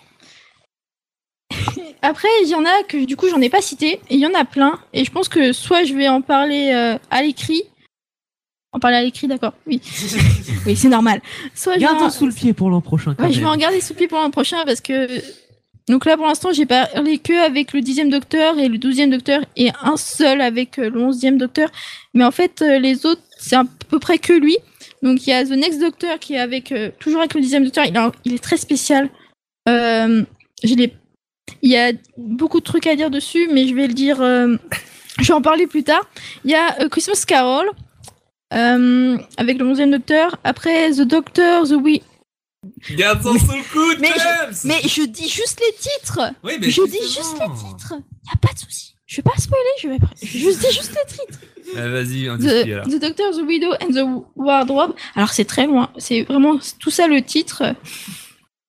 après, il y en a que du coup j'en ai pas cité, et il y en a plein, et je pense que soit je vais en parler euh, à l'écrit, en parler à l'écrit, d'accord, oui, *laughs* oui c'est normal. Soit je vais en- Garde sous le pied pour l'an prochain. quand Ouais, Ah, je vais même. en garder sous le pied pour l'an prochain parce que donc là pour l'instant j'ai parlé que avec le dixième docteur et le douzième docteur et un seul avec euh, le onzième docteur, mais en fait euh, les autres c'est à peu près que lui. Donc il y a The Next Doctor qui est avec euh, toujours avec le dixième docteur, il, a- il est très spécial. Euh, je l'ai il y a beaucoup de trucs à dire dessus, mais je vais le dire. euh, je vais en parler plus tard. Il y a euh, Christmas Carol euh, avec le 11e Docteur. Après The Doctor, The Wii. Garde ça sous le coude, Mais James je, mais je dis juste les titres. Oui, mais je dis justement. juste les titres. Y a pas de souci. Je vais pas spoiler. Je vais. Je dis juste les titres. Ah, Vas-y, on dit ce qu'il y a là. The, the Doctor, The Widow and the Wardrobe. Alors c'est très loin, c'est vraiment tout ça le titre.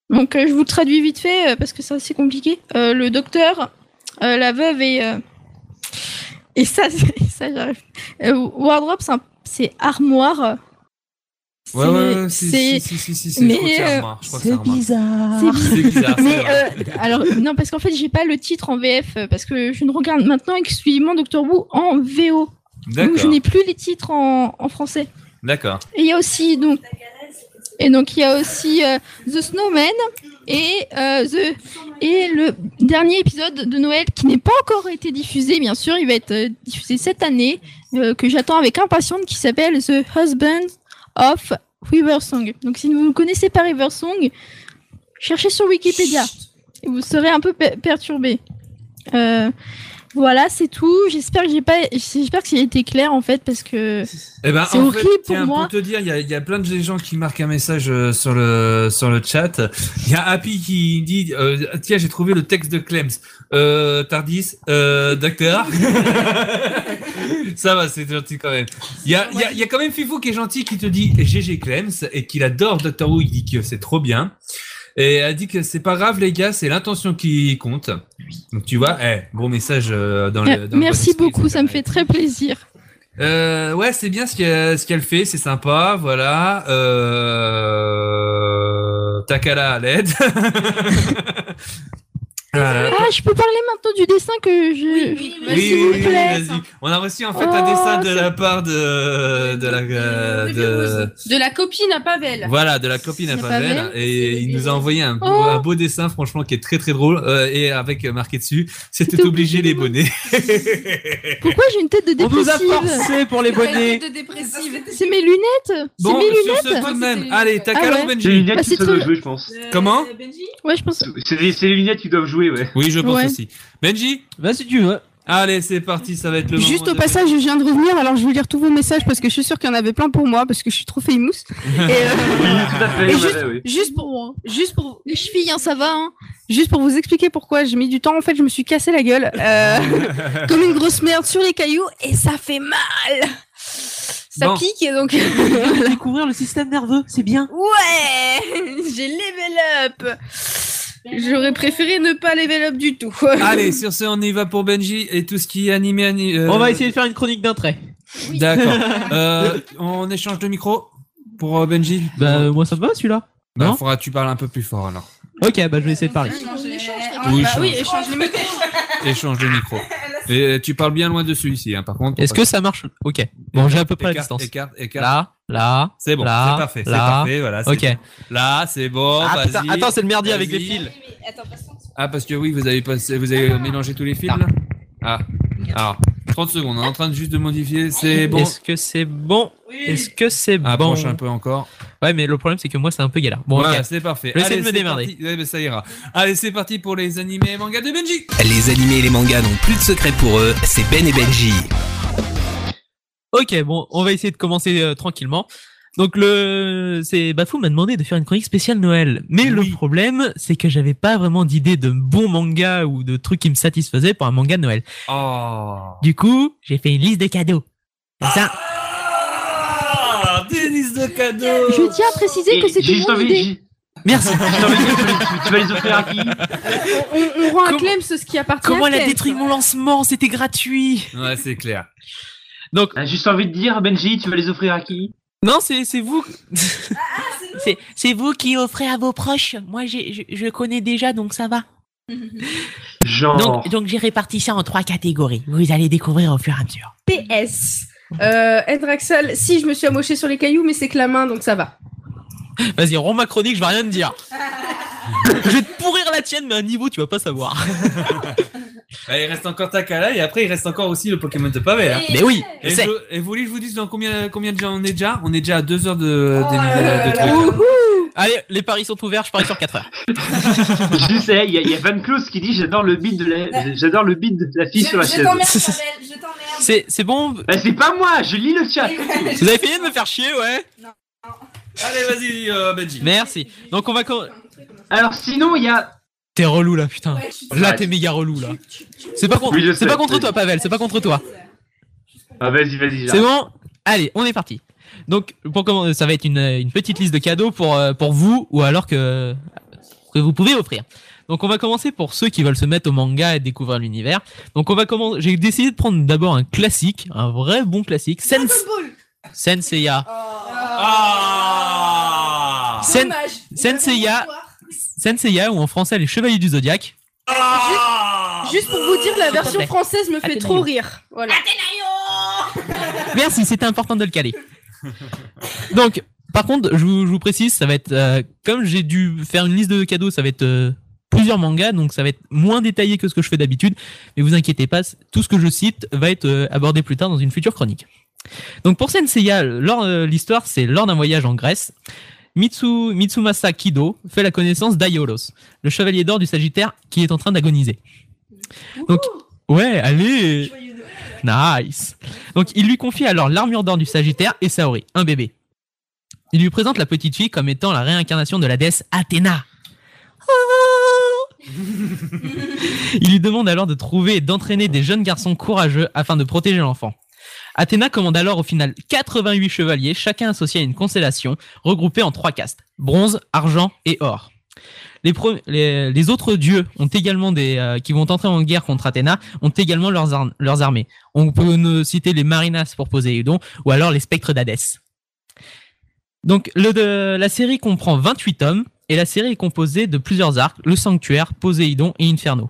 Donc euh, je vous le traduis vite fait euh, parce que c'est assez compliqué. Euh, le docteur, euh, la veuve et... euh, et ça, *laughs* c'est- ça j'arrive. Euh, Wardrobe, c'est un- c'est armoire. Ouais, ouais, ouais, c'est- si, si, si, si, si, si, je mais, crois que c'est euh, Armand, je crois que c'est Armand. C'est C'est bizarre, c'est Mais vrai. euh, alors non parce qu'en fait j'ai pas le titre en VF euh, parce que je ne regarde maintenant exclusivement Doctor Who en VO. Donc je D'accord. n'ai plus les titres en- en français. D'accord. Et il y a aussi donc et donc il y a aussi euh, The Snowman et euh, the et le dernier épisode de Noël qui n'est pas encore été diffusé bien sûr, il va être euh, diffusé cette année euh, que j'attends avec impatience qui s'appelle The Husband of Riversong. Donc si vous ne connaissez pas Riversong, cherchez sur Wikipédia et vous serez un peu per- perturbé. Euh, voilà, c'est tout. J'espère que j'ai pas j'espère que j'ai été clair en fait parce que Eh ben, c'est en horrible fait, pour tiens, moi. Pour te dire, il y a, il y a plein de gens qui marquent un message euh, sur le sur le chat. Il y a Happy qui dit euh, tiens j'ai trouvé le texte de Clems. Euh, Tardis, euh, Docteur. *laughs* Ça va, c'est gentil quand même. Il y a, il y, a, il y a quand même Fifou qui est gentil qui te dit GG Clems et qu'il adore Doctor Who. Il dit que c'est trop bien. Et elle dit que c'est pas grave les gars, c'est l'intention qui compte. Donc tu vois, eh, bon message euh, dans le. Euh, Dans le Merci beaucoup, ça me fait très plaisir. Euh, ouais, c'est bien ce qu'elle, ce qu'elle fait, c'est sympa, voilà. Euh... Takala à l'aide. *laughs* Voilà. Ah, je peux parler maintenant du dessin que je. Oui, S'il oui, vous oui, plaît. vas-y. On a reçu en fait Oh, un dessin de c'est- la part de, de la, de, De la copine à Pavel. voilà, de la copine à La Pavel. Pavel. Et il nous a envoyé un beau, Oh. un beau dessin, franchement, qui est très très drôle. euh, et avec euh, marqué dessus, c'était obligé les bonnets. Pourquoi j'ai une tête de On nous a dépressive forcé pour les bonnets. C'est mes lunettes. Bon, c'est mes sur lunettes. ce, tout de même. Allez, Takala Ah ouais. ou C'est les Benji lunettes Bah, qui c'est doivent trop- jouer, je pense. Comment Ouais, je pense. C'est les, c'est les lunettes qui doivent jouer, ouais. Oui, je pense Ouais. aussi. Benji Vas-y, Bah, tu veux. Allez, c'est parti, ça va être le Juste moment au de- passage, je viens de revenir, alors je vais lire tous vos messages parce que je suis sûre qu'il y en avait plein pour moi, parce que je suis trop *laughs* famous. Et, euh, et juste, juste pour moi, juste pour les chevilles, hein, ça va. Hein. Juste pour vous expliquer pourquoi j'ai mis du temps, en fait, je me suis cassé la gueule euh, *laughs* comme une grosse merde sur les cailloux et ça fait mal. Ça Bon. pique et donc. Découvrir le système nerveux, c'est bien. Ouais, *laughs* j'ai level up. J'aurais préféré ne pas level up du *laughs* tout. Allez, sur ce, on y va pour Benji et tout ce qui est animé. ani- euh, On va essayer de faire une chronique d'un trait. *laughs* D'accord. Euh, on échange de micro pour euh, Benji Bah, moi, ça me va celui-là. Bah, Non faudra que tu parles un peu plus fort alors. Ok, bah je vais essayer de parler. Oui, bah oui, change. échange les micros. Échange de micro. Et euh, tu parles bien loin dessus ici, hein, par contre. Est-ce que ça marche Ok. Bon, j'ai à peu près la Écarte, distance. Écarte, écarte. Là, là. C'est bon, là, c'est parfait, c'est là. parfait, voilà. Ah, c'est Ok. bon. Là, c'est bon. Ah, putain, vas-y, attends, c'est le merdier avec vas-y. les fils. Ah, parce que oui, vous avez, passé, vous avez mélangé tous les fils là Ah, alors, 30 secondes, on est en train de juste de modifier. C'est bon. Est-ce que c'est bon Est-ce que c'est bon Approche un peu encore. Ouais, mais le problème c'est que moi c'est un peu galère. Bon, voilà, ok. c'est parfait. Je vais Allez, essayer de me c'est démerder. parti. Ouais, mais ça ira. Allez, c'est parti pour les animés et mangas de Benji. Les animés et les mangas n'ont plus de secret pour eux, c'est Ben et Benji. Ok, bon, on va essayer de commencer euh, tranquillement. Donc le, c'est Bafou m'a demandé de faire une chronique spéciale Noël, mais le problème c'est que j'avais pas vraiment d'idée de bon manga ou de truc qui me satisfaisait pour un manga de Noël. Oh. Du coup, j'ai fait une liste de cadeaux. Comme ça. Ah, Denise de cadeau. Je tiens à préciser que c'était mon idée. *laughs* Merci. tu vas les offrir à qui On, on rend à Clem ce qui appartient Comment à elle a Clem. détruit mon lancement C'était gratuit. Ouais, c'est clair. Donc, juste envie de dire, Benji, tu vas les offrir à qui Non, c'est c'est vous. *laughs* c'est c'est vous qui offrez à vos proches. Moi, j'ai- je, je connais déjà, donc ça va. Genre. Donc, donc j'ai réparti ça en trois catégories. Vous allez découvrir au fur et à mesure. PS. Euh, Edraxel, si je me suis amoché sur les cailloux, mais c'est que la main, donc ça va. Vas-y, rends ma chronique, je vais rien te *laughs* dire. je vais te pourrir la tienne, mais à un niveau, tu vas pas savoir. Allez, Bah, il reste encore Takala et après il reste encore aussi le Pokémon de pavé. hein. Mais oui, Et, c'est- je- et vous voulez que je vous dise dans combien combien de gens on est déjà On est déjà à deux heures de, Oh d'émission, de trucs. Allez, les paris sont ouverts, je parie sur 4 heures. Je sais, il y, a- il y a Van Klaus qui dit j'adore le beat de la, j'adore le beat de la fille sur la chaise. C'est c'est bon Bah, c'est pas moi, je lis le chat. Vous avez fini de me faire chier, ouais *laughs* Allez, vas-y, euh, Benji. Merci. Donc on va quand Alors sinon, il y a. T'es relou là, putain. Là, t'es méga relou là. C'est pas contre, Oui, je sais. c'est pas contre toi, Pavel. C'est pas contre toi. Ah vas-y, vas-y. C'est bon Allez, on est parti. Donc, pour commencer, ça va être une, euh, une petite liste de cadeaux pour, euh, pour vous ou alors que, que vous pouvez offrir. Donc, on va commencer pour ceux qui veulent se mettre au manga et découvrir l'univers. Donc, on va commencer. J'ai décidé de prendre d'abord un classique, un vrai bon classique. Sense... Senseiya. Oh. Ah Sen... Senseiya. Senseiya, ou en français, les Chevaliers du Zodiaque. Juste pour vous dire, la S'il te version plaît. française me fait Athénaïo. trop rire. Voilà. Merci, c'était important de le caler. Donc, par contre, je vous, je vous précise, ça va être euh, comme j'ai dû faire une liste de cadeaux, ça va être euh, plusieurs mangas, donc ça va être moins détaillé que ce que je fais d'habitude. Mais vous inquiétez pas, c- tout ce que je cite va être euh, abordé plus tard dans une future chronique. Donc pour Senseiya, lors, euh, l'histoire, c'est lors d'un voyage en Grèce, Mitsu, Mitsumasa Kido fait la connaissance d'Aiolos, le chevalier d'or du Sagittaire qui est en train d'agoniser. Donc, ouais, allez Nice Donc il lui confie alors l'armure d'or du Sagittaire et Saori, un bébé. Il lui présente la petite fille comme étant la réincarnation de la déesse Athéna. Il lui demande alors de trouver et d'entraîner des jeunes garçons courageux afin de protéger l'enfant. Athéna commande alors au final 88 chevaliers, chacun associé à une constellation, regroupée en trois castes, bronze, argent et or. Les, pre- les- les autres dieux ont également des, euh, qui vont entrer en guerre contre Athéna ont également leurs, ar- leurs armées. On peut ne citer les Marinas pour Poséidon ou alors les spectres d'Hadès. Donc le, de- la série comprend 28 tomes et la série est composée de plusieurs arcs, le sanctuaire, Poséidon et Inferno.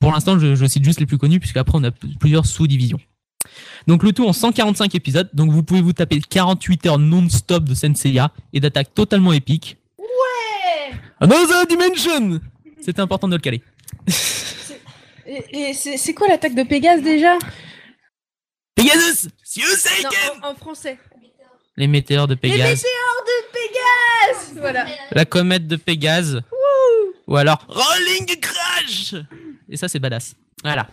Pour l'instant, je, je cite juste les plus connus puisqu'après on a p- plusieurs sous-divisions. Donc le tout en 145 épisodes, donc vous pouvez vous taper 48 heures non-stop de Senseiya et d'attaques totalement épiques. Ouais Another Dimension C'était important de le caler. Et, et c'est c'est quoi l'attaque de Pégase déjà Pegasus Non, en, en français. Les météores de Les Pégase, météores de Pégase Voilà. la comète de Pégase, ou alors Rolling Crash Et ça, c'est badass. Voilà.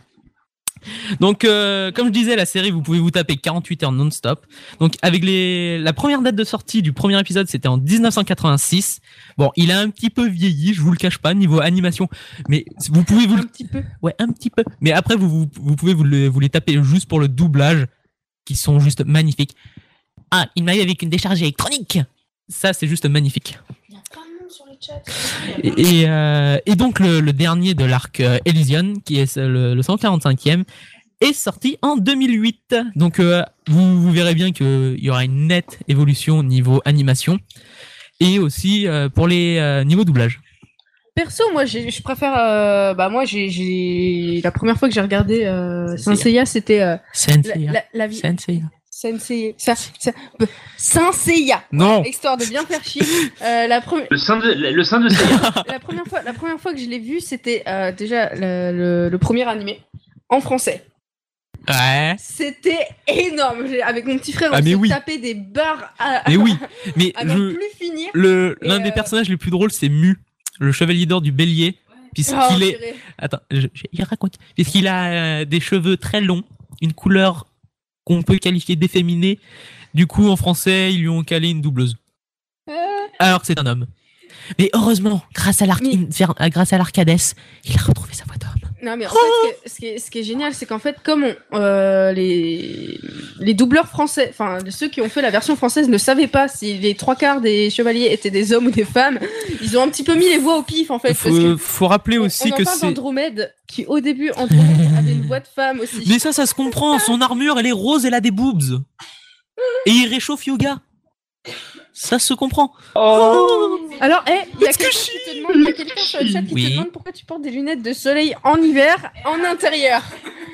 Donc, euh, comme je disais, la série, vous pouvez vous taper 48 heures non-stop. Donc, avec les, la première date de sortie du premier épisode, c'était en 1986. Bon, il a un petit peu vieilli, je vous le cache pas, niveau animation. Mais vous pouvez vous un petit peu. Ouais, un petit peu. Mais après, vous, vous, vous pouvez vous, le- vous les taper juste pour le doublage, qui sont juste magnifiques. Ah, il m'a eu avec une décharge électronique. Ça, c'est juste magnifique. Et, et, euh, et donc le, le dernier de l'arc euh, Elysion, qui est euh, le, le 145e, est sorti en 2008. Donc euh, vous, vous verrez bien qu'il y aura une nette évolution au niveau animation et aussi euh, pour les euh, niveaux doublage. Perso, moi, j'ai- je préfère. euh, bah, moi, j'ai- j'ai. La première fois que j'ai regardé euh, Saint Seiya, c'était. euh, Senseiya. hein. La, la, la vie. Senseiya. Saint Seiya. Ça, ça- euh, Saint Seiya. Non. Histoire de bien faire chier. Euh, la, pre- Le sein de le sein de *laughs* la première fois, la première fois que je l'ai vu, c'était euh, déjà le, le- le premier animé en français. Ouais. C'était énorme. J'ai- Avec mon petit frère, Ah, on mais s'est oui. tapé des barres à, Mais Eh oui, mais Ah, à n'en je plus finir. le Et, l'un des euh, personnages les plus drôles c'est Mu, le chevalier d'or du Bélier, puisqu'il Oh, est purée. attends, je- je- il raconte puisqu'il a euh, des cheveux très longs, une couleur qu'on peut qualifier d'efféminée. Du coup, en français, ils lui ont calé une doubleuse. Euh. Alors que c'est un homme. Mais heureusement, grâce à Mm. l'arcadès, euh, grâce à l'Arcadès, il a retrouvé sa voix d'homme. Non, mais en fait, ce, que- ce qui est, ce qui est génial, c'est qu'en fait, comme on, euh, les, les doubleurs français, enfin, ceux qui ont fait la version française ne savaient pas si les trois quarts des chevaliers étaient des hommes ou des femmes, ils ont un petit peu mis les voix au pif, en fait. parce que Faut, faut rappeler aussi on en que parle c'est d'Andromède, qui au début, Andromède avait une voix de femme aussi. Mais ça, ça se comprend. Son armure, elle est rose, elle a des boobs. Et il réchauffe Yoga. Ça se comprend. Alors, hé, il y a quelqu'un qui te demande- il y a quelqu'un sur le chat qui Oui. te demande pourquoi tu portes des lunettes de soleil en hiver, en intérieur.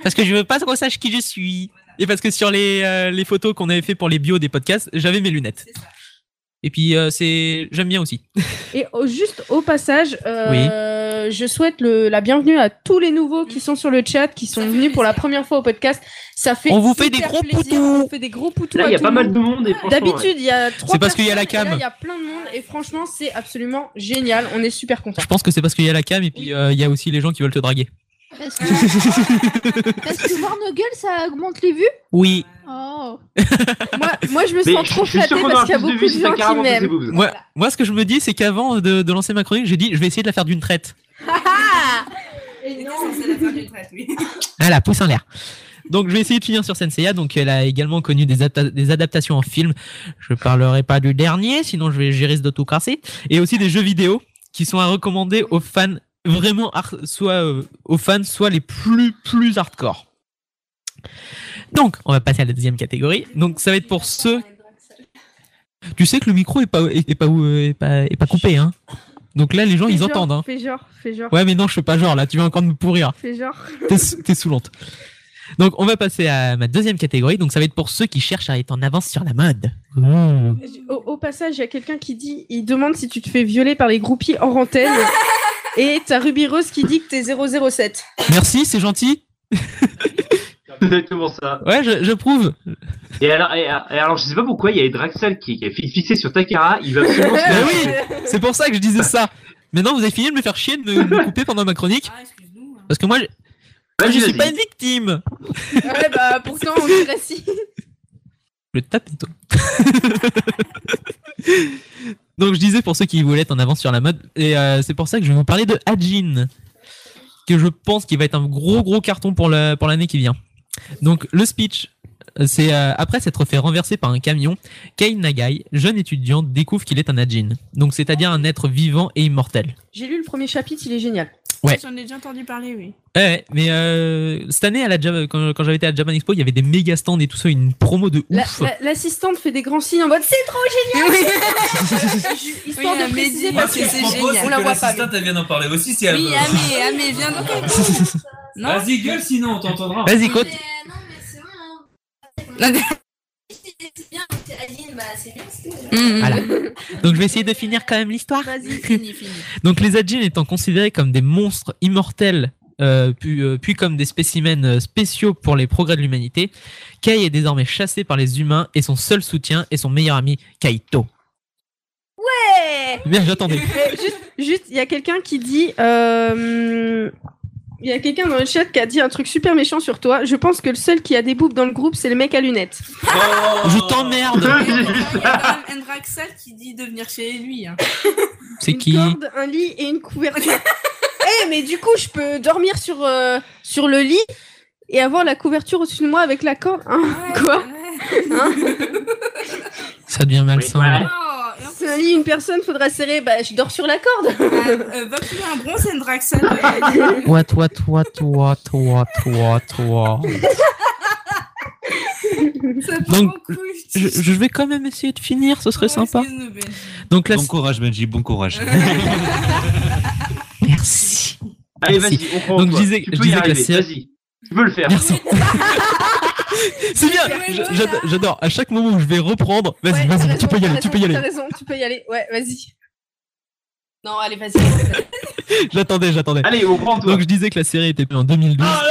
Parce que je veux pas qu'on sache qui je suis. Et parce que sur les, euh, les photos qu'on avait fait pour les bios des podcasts, j'avais mes lunettes. Et puis, euh, c'est j'aime bien aussi. Et au- juste au passage, euh, je souhaite le, la bienvenue à tous les nouveaux qui sont sur le chat, qui sont venus pour la première fois au podcast. Ça fait On vous fait hyper des gros plaisir, On vous fait des gros poutous. Là, à il y a tout pas le mal de monde et franchement, ouais. D'habitude, il y a trois. C'est parce qu'il y a la personnes, et là, cam. Il y a plein de monde et franchement, c'est absolument génial. On est super contents. Je pense que c'est parce qu'il y a la cam et puis euh, il y a aussi les gens qui veulent te draguer. *laughs* Parce que, parce que voir nos gueules, ça augmente les vues Oui. Oh. moi, moi, je me Mais sens je- trop je suis sûr flattée qu'on parce aura qu'il y a plus de beaucoup vues de si t'as gens qui 40 de m'aiment. Moi, moi, ce que je me dis, c'est qu'avant de, de lancer ma chronique, j'ai dit je vais essayer de la faire d'une traite. Et non, c'est la fin du prêtre, oui. Ah la pousse en l'air. Donc je vais essayer de finir sur Senseiya. Donc elle a également connu des, adapta- des adaptations en film. Je parlerai pas du dernier, sinon je vais je risque de tout casser. Et aussi des jeux vidéo qui sont à recommander aux fans vraiment har- soit euh, aux fans soit les plus plus hardcore. Donc on va passer à la deuxième catégorie. Donc ça va être pour ceux. Tu sais que le micro est pas est, est pas est pas est pas coupé hein. Donc là les gens Fais ils genre, entendent hein. Fais genre, fais genre. Ouais mais non je fais pas genre là tu vas encore me pourrir. Fais genre. T'es sou- T'es saoulante. Donc, on va passer à ma deuxième catégorie. Donc, ça va être pour ceux qui cherchent à être en avance sur la mode. Mmh. Au, au passage, il y a quelqu'un qui dit, il demande si tu te fais violer par les groupies en *laughs* antenne. et t'as Ruby Rose qui dit que t'es *laughs* 007. Merci, c'est gentil. Exactement ça. Ouais, j'approuve. Et alors, et, et alors, je sais pas pourquoi, il y a Draxal qui, qui est fi- fixé sur Takara, il va absolument *laughs* se Bah faire- oui, c'est pour ça que je disais ça. Maintenant, vous avez fini de me faire chier de me, me couper pendant ma chronique. Ah, Parce que moi, je, Vas-y, je suis vas-y. pas une victime. ouais, bah pourtant, on est assis. Je te tape plutôt. *laughs* Donc, je disais pour ceux qui voulaient être en avance sur la mode. Et euh, c'est pour ça que je vais vous parler de Hajin. Que je pense qu'il va être un gros gros carton pour le- pour l'année qui vient. Donc, le speech. C'est euh, après s'être fait renverser par un camion, Kei Nagai, jeune étudiant, découvre qu'il est un Ajin. Donc, c'est-à-dire un être vivant et immortel. J'ai lu le premier chapitre, il est génial. Ouais. J'en ai déjà entendu parler, oui. Ouais, Eh, Ouais, mais euh, cette année, à la Ja- quand, quand j'avais été à la Japan Expo, il y avait des méga stands et tout ça, une promo de La- ouf. la- L'assistante fait des grands signes en mode c'est trop génial! *laughs* Histoire Oui, de préciser Amélie, parce c'est- que c'est Je propose génial. que On la voit pas, l'assistante, elle vient d'en parler aussi si elle Oui, veut. ah mais, ah mais, viens donc avec nous. Non Vas-y, gueule, sinon on t'entendra. Vas-y, cote. Eh, hein. C'est bien, donc, Aline, bah, c'est bien, c'est tout. Voilà. Donc je vais essayer de finir quand même l'histoire. Fini, fini. Donc les Adjin étant considérés comme des monstres immortels, euh, puis, euh, puis comme des spécimens euh, spéciaux pour les progrès de l'humanité, Kai est désormais chassé par les humains et son seul soutien est son meilleur ami Kaito. Ouais! Bien, j'attendais. Mais juste, juste, il y a quelqu'un qui dit. euh, Il y a quelqu'un dans le chat qui a dit un truc super méchant sur toi. Je pense que le seul qui a des boobs dans le groupe, c'est le mec à lunettes. Je t'emmerde. *laughs* Il y a quand même Endraxal qui dit de venir chez lui. Hein. C'est qui corde, un lit et une couverture. *laughs* Eh, mais du coup, je peux dormir sur, euh, sur le lit et avoir la couverture au-dessus de moi avec la corde. Hein, quoi Hein Ça devient malsain. là. Oh, C'est un lit, une personne, faudra serrer. Bah, je dors sur la corde. bah, euh, Va trouver un bronze Endraxal. Toi, toi, toi, toi, toi, toi, toi. Donc, je, je vais quand même essayer de finir, ce Oh, serait sympa. Donc là, bon courage Benji, bon courage. Merci. Allez, Merci. vas-y, on prend Donc, toi. je disais, Tu je peux y disais que la arriver, série- vas-y. Tu peux le faire. Merci. C'est bien, je- j'ado- j'adore. À chaque moment où je vais reprendre, vas-y, vas-y, T'as raison, tu peux y t'as aller, tu raison, peux y T'as aller. raison, tu peux y aller. Ouais, vas-y. Non, allez, vas-y. vas-y. *laughs* J'attendais, j'attendais. Allez, on prend Donc je disais que la série était en 2012. là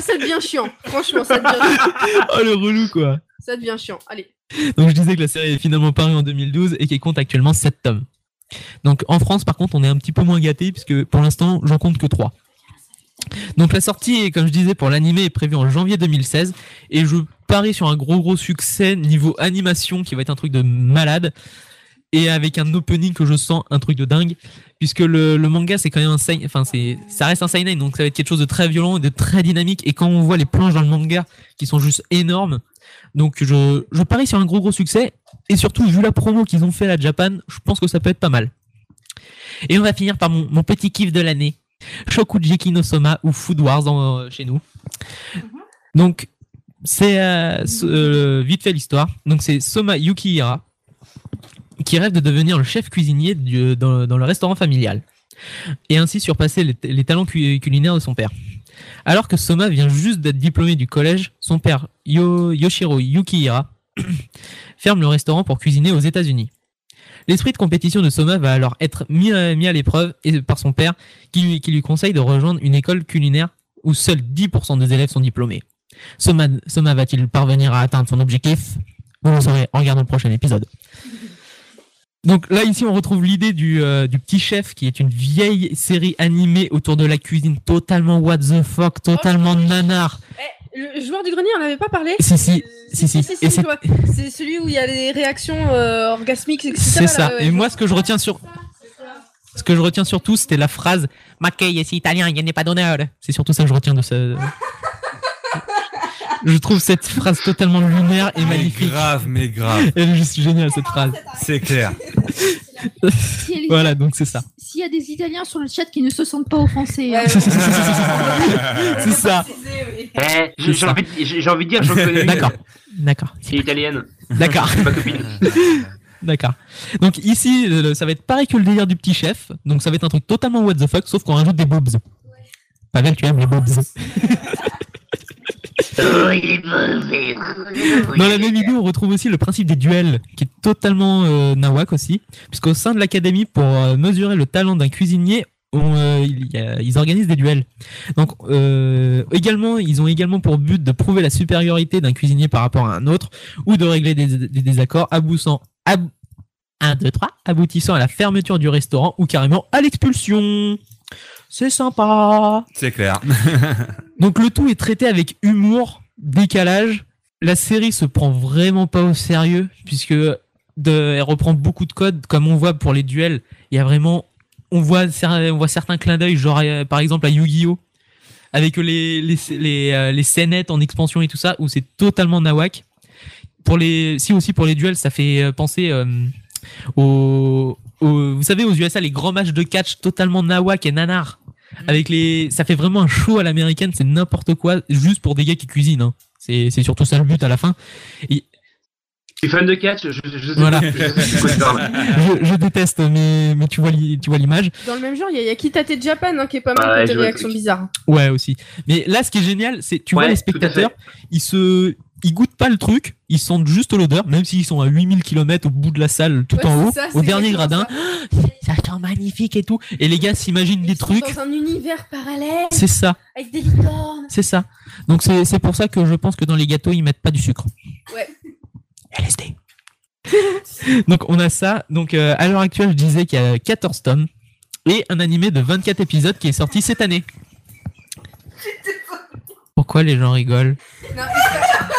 ça devient chiant. Franchement, ça devient, oh le relou quoi. ça devient chiant. Allez. Donc je disais que la série est finalement parue en 2012 et qu'elle compte actuellement 7 tomes. Donc en France par contre on est un petit peu moins gâté puisque pour l'instant j'en compte que 3. Donc la sortie, comme je disais, pour l'anime est prévue en janvier 2016 et je parie sur un gros gros succès niveau animation qui va être un truc de malade et avec un opening que je sens un truc de dingue puisque le, le manga c'est quand même un sein- enfin c'est ça reste un seinen donc ça va être quelque chose de très violent et de très dynamique et quand on voit les planches dans le manga qui sont juste énormes donc je, je parie sur un gros gros succès et surtout vu la promo qu'ils ont fait à la Japan je pense que ça peut être pas mal et on va finir par mon, mon petit kiff de l'année. Shokujiki no Soma ou Food Wars en- euh, chez nous. Donc, c'est euh, ce- euh, vite fait l'histoire. Donc, c'est Soma Yukihira qui rêve de devenir le chef cuisinier du- dans, dans le restaurant familial et ainsi surpasser les, les talents cu- culinaires de son père. Alors que Soma vient juste d'être diplômé du collège, son père Yo- Yoshiro Yukihira *clears throat* ferme le restaurant pour cuisiner aux États-Unis. L'esprit de compétition de Soma va alors être mis à, mis à l'épreuve et par son père qui lui, qui lui conseille de rejoindre une école culinaire où seuls 10% des élèves sont diplômés. Soma, Soma va-t-il parvenir à atteindre son objectif Vous le saurez en regardant le prochain épisode. Donc là ici on retrouve l'idée du, euh, du petit chef qui est une vieille série animée autour de la cuisine totalement what the fuck, totalement nanar. Eh, le joueur du grenier, on n'avait pas parlé Si si, Euh, si si. Si, si, Et je c'est- vois. C'est celui où il y a les réactions euh, orgasmiques, etc. C'est là, ça. ouais. Et moi, ce que je retiens sur, ce que je retiens surtout, c'était la phrase "Mackey, c'est italien, il n'y a pas d'honneur." C'est surtout ça que je retiens de ce. je trouve cette phrase totalement lunaire et magnifique. grave, mais grave. Elle est juste géniale cette phrase. *laughs* C'est clair. voilà, donc c'est ça. *laughs* S'il y a des Italiens sur le chat qui ne se sentent pas offensés. hein. c'est ça. Eh, j'ai j'ai envie, de- j'ai- j'ai envie de dire, j'en connais une. D'accord. D'accord. C'est italienne. D'accord. C'est ma copine. D'accord. Donc ici, le- le- ça va être pareil que le délire du petit chef. Donc ça va être un truc totalement what the fuck, sauf qu'on rajoute des bobs. Pavel, tu aimes les bobs. Dans la même idée, on retrouve aussi le principe des duels, qui est totalement euh, nawak aussi, puisqu'au sein de l'académie, pour euh, mesurer le talent d'un cuisinier, on, euh, il y a- ils organisent des duels. Donc, euh, également, ils ont également pour but de prouver la supériorité d'un cuisinier par rapport à un autre, ou de régler des, des désaccords, aboussant, ab- un, deux, trois, aboutissant à la fermeture du restaurant ou carrément à l'expulsion. C'est sympa. C'est clair. Donc le tout est traité avec humour, décalage. La série se prend vraiment pas au sérieux puisque de, elle reprend beaucoup de codes, comme on voit pour les duels. Il y a vraiment, on voit, cer- on voit certains clins d'œil, genre euh, par exemple à Yu-Gi-Oh avec les les les, euh, les scénettes en expansion et tout ça où c'est totalement nawak. Pour les, si aussi pour les duels, ça fait euh, penser euh, au, au- vous savez, aux USA les grands matchs de catch totalement nawak et nanar. Mm. Avec les, ça fait vraiment un show à l'américaine, c'est n'importe quoi, juste pour des gars qui cuisinent. hein. C'est, c'est surtout ça le but à *laughs* la fin. Et Je suis fan de catch, je, je sais voilà. pas- je sais pas de quoi tu parles. je, je déteste, mais, mais tu vois, l'i- tu vois l'image. Dans le même genre, il y a Yakitate Japan hein, qui est pas mal Ah ouais, avec je des vois le réactions truc. bizarres. Ouais, aussi. Mais là, ce qui est génial, c'est tu vois les spectateurs, ils se, ils goûtent pas le truc, ils sentent juste l'odeur, même s'ils sont à 8000 km au bout de la salle, tout Ouais, en c'est haut, ça, c'est hein. au dernier exactement gradin. Ça sent magnifique et tout. Et les gars s'imaginent des trucs. Dans un univers parallèle. C'est ça. Avec des licornes. C'est ça. Donc c'est c'est pour ça que je pense que dans les gâteaux, ils mettent pas du sucre. Ouais. LSD. *laughs* Donc on a ça. Donc euh, à l'heure actuelle, je disais qu'il y a 14 tomes et un animé de 24 épisodes qui est sorti cette année. Pourquoi les gens rigolent Non, il, se passe...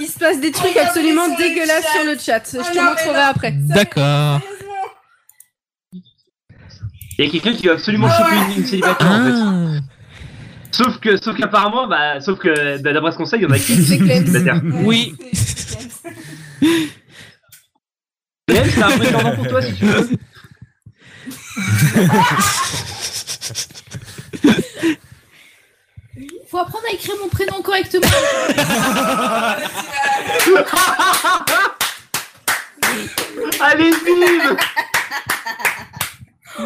il se passe des trucs Oh, absolument dégueulasses sur le chat. Je te montrerai après. D'accord. Il y a quelqu'un qui va absolument Ah choper une, une célibataire Ah, en fait. Sauf que, sauf qu'apparemment, bah, sauf que d- d'après ce conseil, il y en a qui C'est célibataire. Oui. *laughs* Même c'est un prétendant pour toi si tu veux. Faut apprendre à écrire mon prénom correctement. Allez, Oh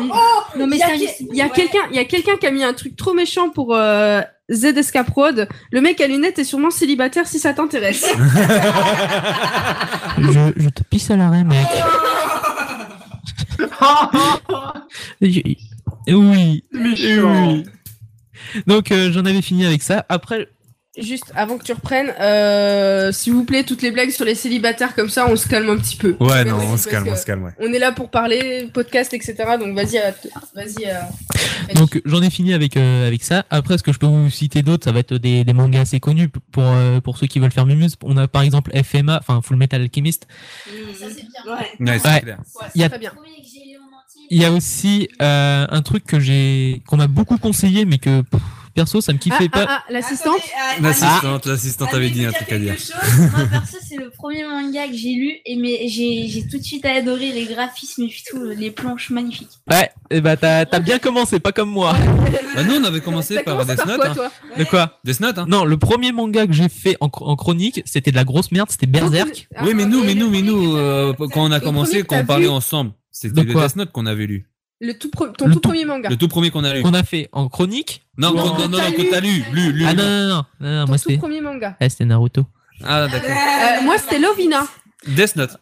Non, mais il y a, sérieux- quel- il y a ouais. quelqu'un, il y a quelqu'un qui a mis un truc trop méchant pour euh, ZSK Prod. Le mec à lunettes est sûrement célibataire si ça t'intéresse. Ah, je, je te pisse à l'arrêt, mec. Et- et- Oui. et oui. Donc euh, j'en avais fini avec ça. Après, *laughs* Juste avant que tu reprennes, euh, s'il vous plaît, toutes les blagues sur les célibataires comme ça, on se calme un petit peu. Ouais, Merci, non, on parce se calme, que on se calme, ouais. On est là pour parler, podcast, etc. Donc vas-y, à- vas-y. à- Donc j'en ai fini avec euh, avec ça. Après, ce que je peux vous citer d'autres, ça va être des, des mangas assez connus p- pour euh, pour ceux qui veulent faire mumuse. On a par exemple FMA, enfin Full Metal Alchemist. Ça, c'est bien. Ouais, c'est Ouais. clair. Ouais, c'est Il y a- très bien. Il y a aussi euh, un truc que j'ai qu'on m'a beaucoup conseillé, mais que pff, perso ça me kiffait Ah, pas. ah, ah, l'assistante euh, L'assistante, l'assistante avait dit un truc à dire. Moi, perso, c'est le premier manga que j'ai lu et mais j'ai j'ai tout de suite adoré les graphismes et puis tout, euh, les planches magnifiques. ah. Ouais, et bah t'as t'as bien commencé, pas comme moi. Bah nous on avait commencé par Death Note. hein. De quoi Death Note, hein Non, le premier manga que j'ai fait en, chro- en chronique, c'était de la grosse merde, c'était hein. Berserk. Oui, mais nous, mais nous, mais nous, euh, quand on a commencé, premier que quand t'as on parlait vu ensemble, c'était le quoi Death Note qu'on avait lu. Le tout pre- ton tout premier manga. Le tout premier qu'on a lu. Qu'on a fait en chronique Non, Non. qu'on- non, non, T'as non, que t'as lu, lu, lu. Ah non, non, non, non, non, moi Tout c'était. premier manga. Ah, c'était Naruto. Ah, d'accord. Euh, moi, c'était Lovina. Death Note.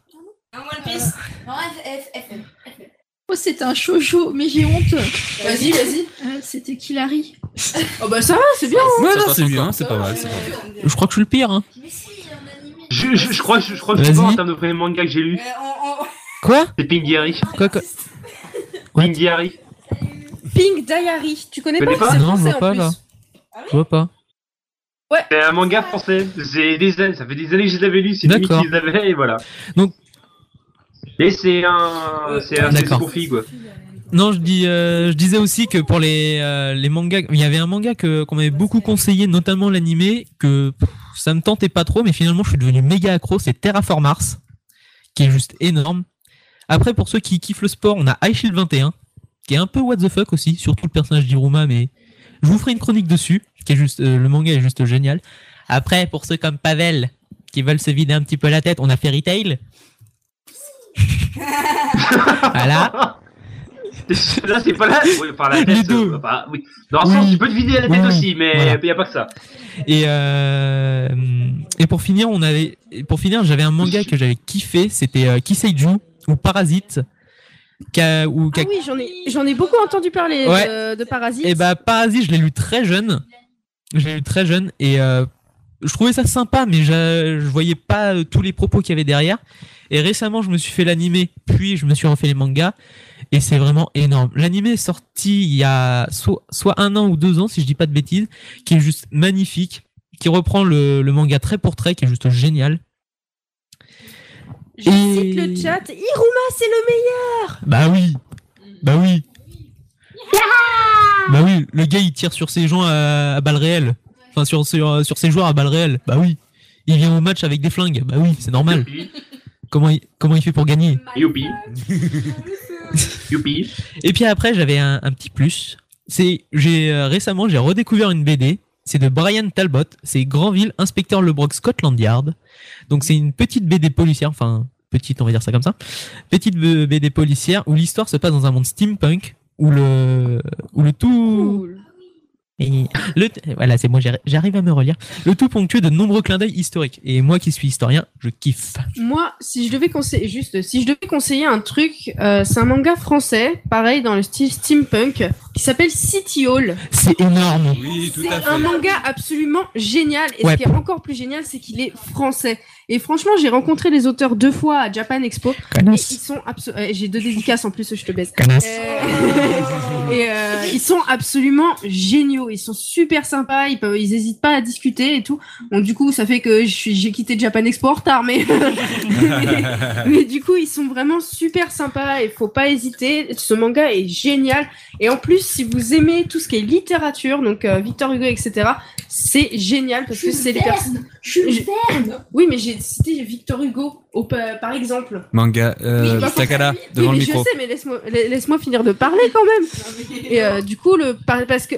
Oh, c'est un shoujo, mais j'ai honte. Vas-y, vas-y. Euh, C'était Killary. Oh bah ça va, c'est bien. Ouais, non, passe c'est bien, encore. c'est pas mal, c'est pas mal. Je crois que je suis le pire, hein. Je, je, je crois, je, je crois que c'est Vas-y. bon en termes de premier manga que j'ai Euh, lu. Quoi C'est Pinguiari. Quoi, quoi Pinguiari. Pink Diary. Tu connais Tu pas connais pas C'est Non, je français, vois pas en là. plus. Ah Je vois pas. C'est un manga français. C'est des années- ça fait des années que je les avais lus, c'est lui qui les avait, et voilà. Donc. Et c'est un. C'est un. C'est D'accord. pour filles, quoi. Non, je, dis, euh, je disais aussi que pour les, euh, les mangas, il y avait un manga que, qu'on m'avait beaucoup conseillé, notamment l'animé, que pff, ça me tentait pas trop, mais finalement je suis devenu méga accro, c'est Terraform Mars, qui est juste énorme. Après, pour ceux qui kiffent le sport, on a High Shield 21, qui est un peu what the fuck aussi, surtout le personnage d'Iruma, mais je vous ferai une chronique dessus, qui est juste, euh, le manga est juste génial. Après, pour ceux comme Pavel, qui veulent se vider un petit peu la tête, on a Fairy Tail. *laughs* voilà. *laughs* Là, c'est pas là. Oui, enfin, la tête. euh, enfin, oui. Dans le sens, tu peux te vider la tête Oui. aussi, mais Voilà. il y a pas que ça. Et, euh, et pour finir, on avait, et pour finir, j'avais un manga que j'avais kiffé, c'était euh, Kiseiju ou Parasite. qu'a- ou Ah qu'a- oui, j'en ai, j'en ai beaucoup entendu parler euh, Ouais. de, de Parasite. Et bah Parasite, je l'ai lu très jeune. Je l'ai lu très jeune et euh, je trouvais ça sympa, mais je, je voyais pas euh, tous les propos qu'il y avait derrière. Et récemment, je me suis fait l'animé, puis je me suis refait les mangas. Et c'est vraiment énorme. L'animé est sorti il y a soit, soit un an ou deux ans, si je dis pas de bêtises, qui est juste magnifique, qui reprend le, le manga trait pour trait, qui est juste génial. Je cite le chat. Iruma, c'est le meilleur. Bah oui, bah oui, bah oui. Le gars, il tire sur ses gens à, à balles réelles, enfin sur, sur sur ses joueurs à balles réelles. Bah oui. Il vient au match avec des flingues. Bah oui, c'est normal. Comment il, comment il fait pour gagner Youpi. *laughs* Youpi. Et puis après, j'avais un, un petit plus. C'est j'ai euh, récemment j'ai redécouvert une BD. C'est de Brian Talbot. C'est Granville, inspecteur Lebrock Scotland Yard. Donc c'est une petite BD policière. Enfin petite, on va dire ça comme ça. Petite B- BD policière où l'histoire se passe dans un monde steampunk où le où le tout et le t- voilà, c'est bon, j'arri- j'arrive à me relire. Le tout ponctué de nombreux clins d'œil historiques. Et moi qui suis historien, je kiffe. Moi, si je devais conseiller, juste, si je devais conseiller un truc, euh, c'est un manga français, pareil dans le style steampunk, qui s'appelle City Hall. C'est énorme. Oui, tout C'est à fait. un manga absolument génial. Et Ouais. ce qui est encore plus génial, c'est qu'il est français. Et franchement, j'ai rencontré les auteurs deux fois à Japan Expo. Et ils Connasse. sont abso- euh, J'ai deux dédicaces en plus, je te baisse. Connasse. Euh, et euh, ils sont absolument géniaux. Ils sont super sympas. Ils peuvent, ils hésitent pas à discuter et tout. Bon, du coup, ça fait que je suis- j'ai quitté Japan Expo en retard, mais. Mais du coup, ils sont vraiment super sympas et faut pas hésiter. Ce manga est génial. Et en plus, si vous aimez tout ce qui est littérature, donc euh, Victor Hugo, etc., c'est génial parce que c'est les personnes. Je- Oui, mais j'ai cité Victor Hugo au pa- par exemple. Manga, euh, Oui, bah, Takara, Oui, devant mais le micro. Je sais, mais laisse-moi la- laisse-moi finir de parler quand même. Et euh, du coup, le par- parce que.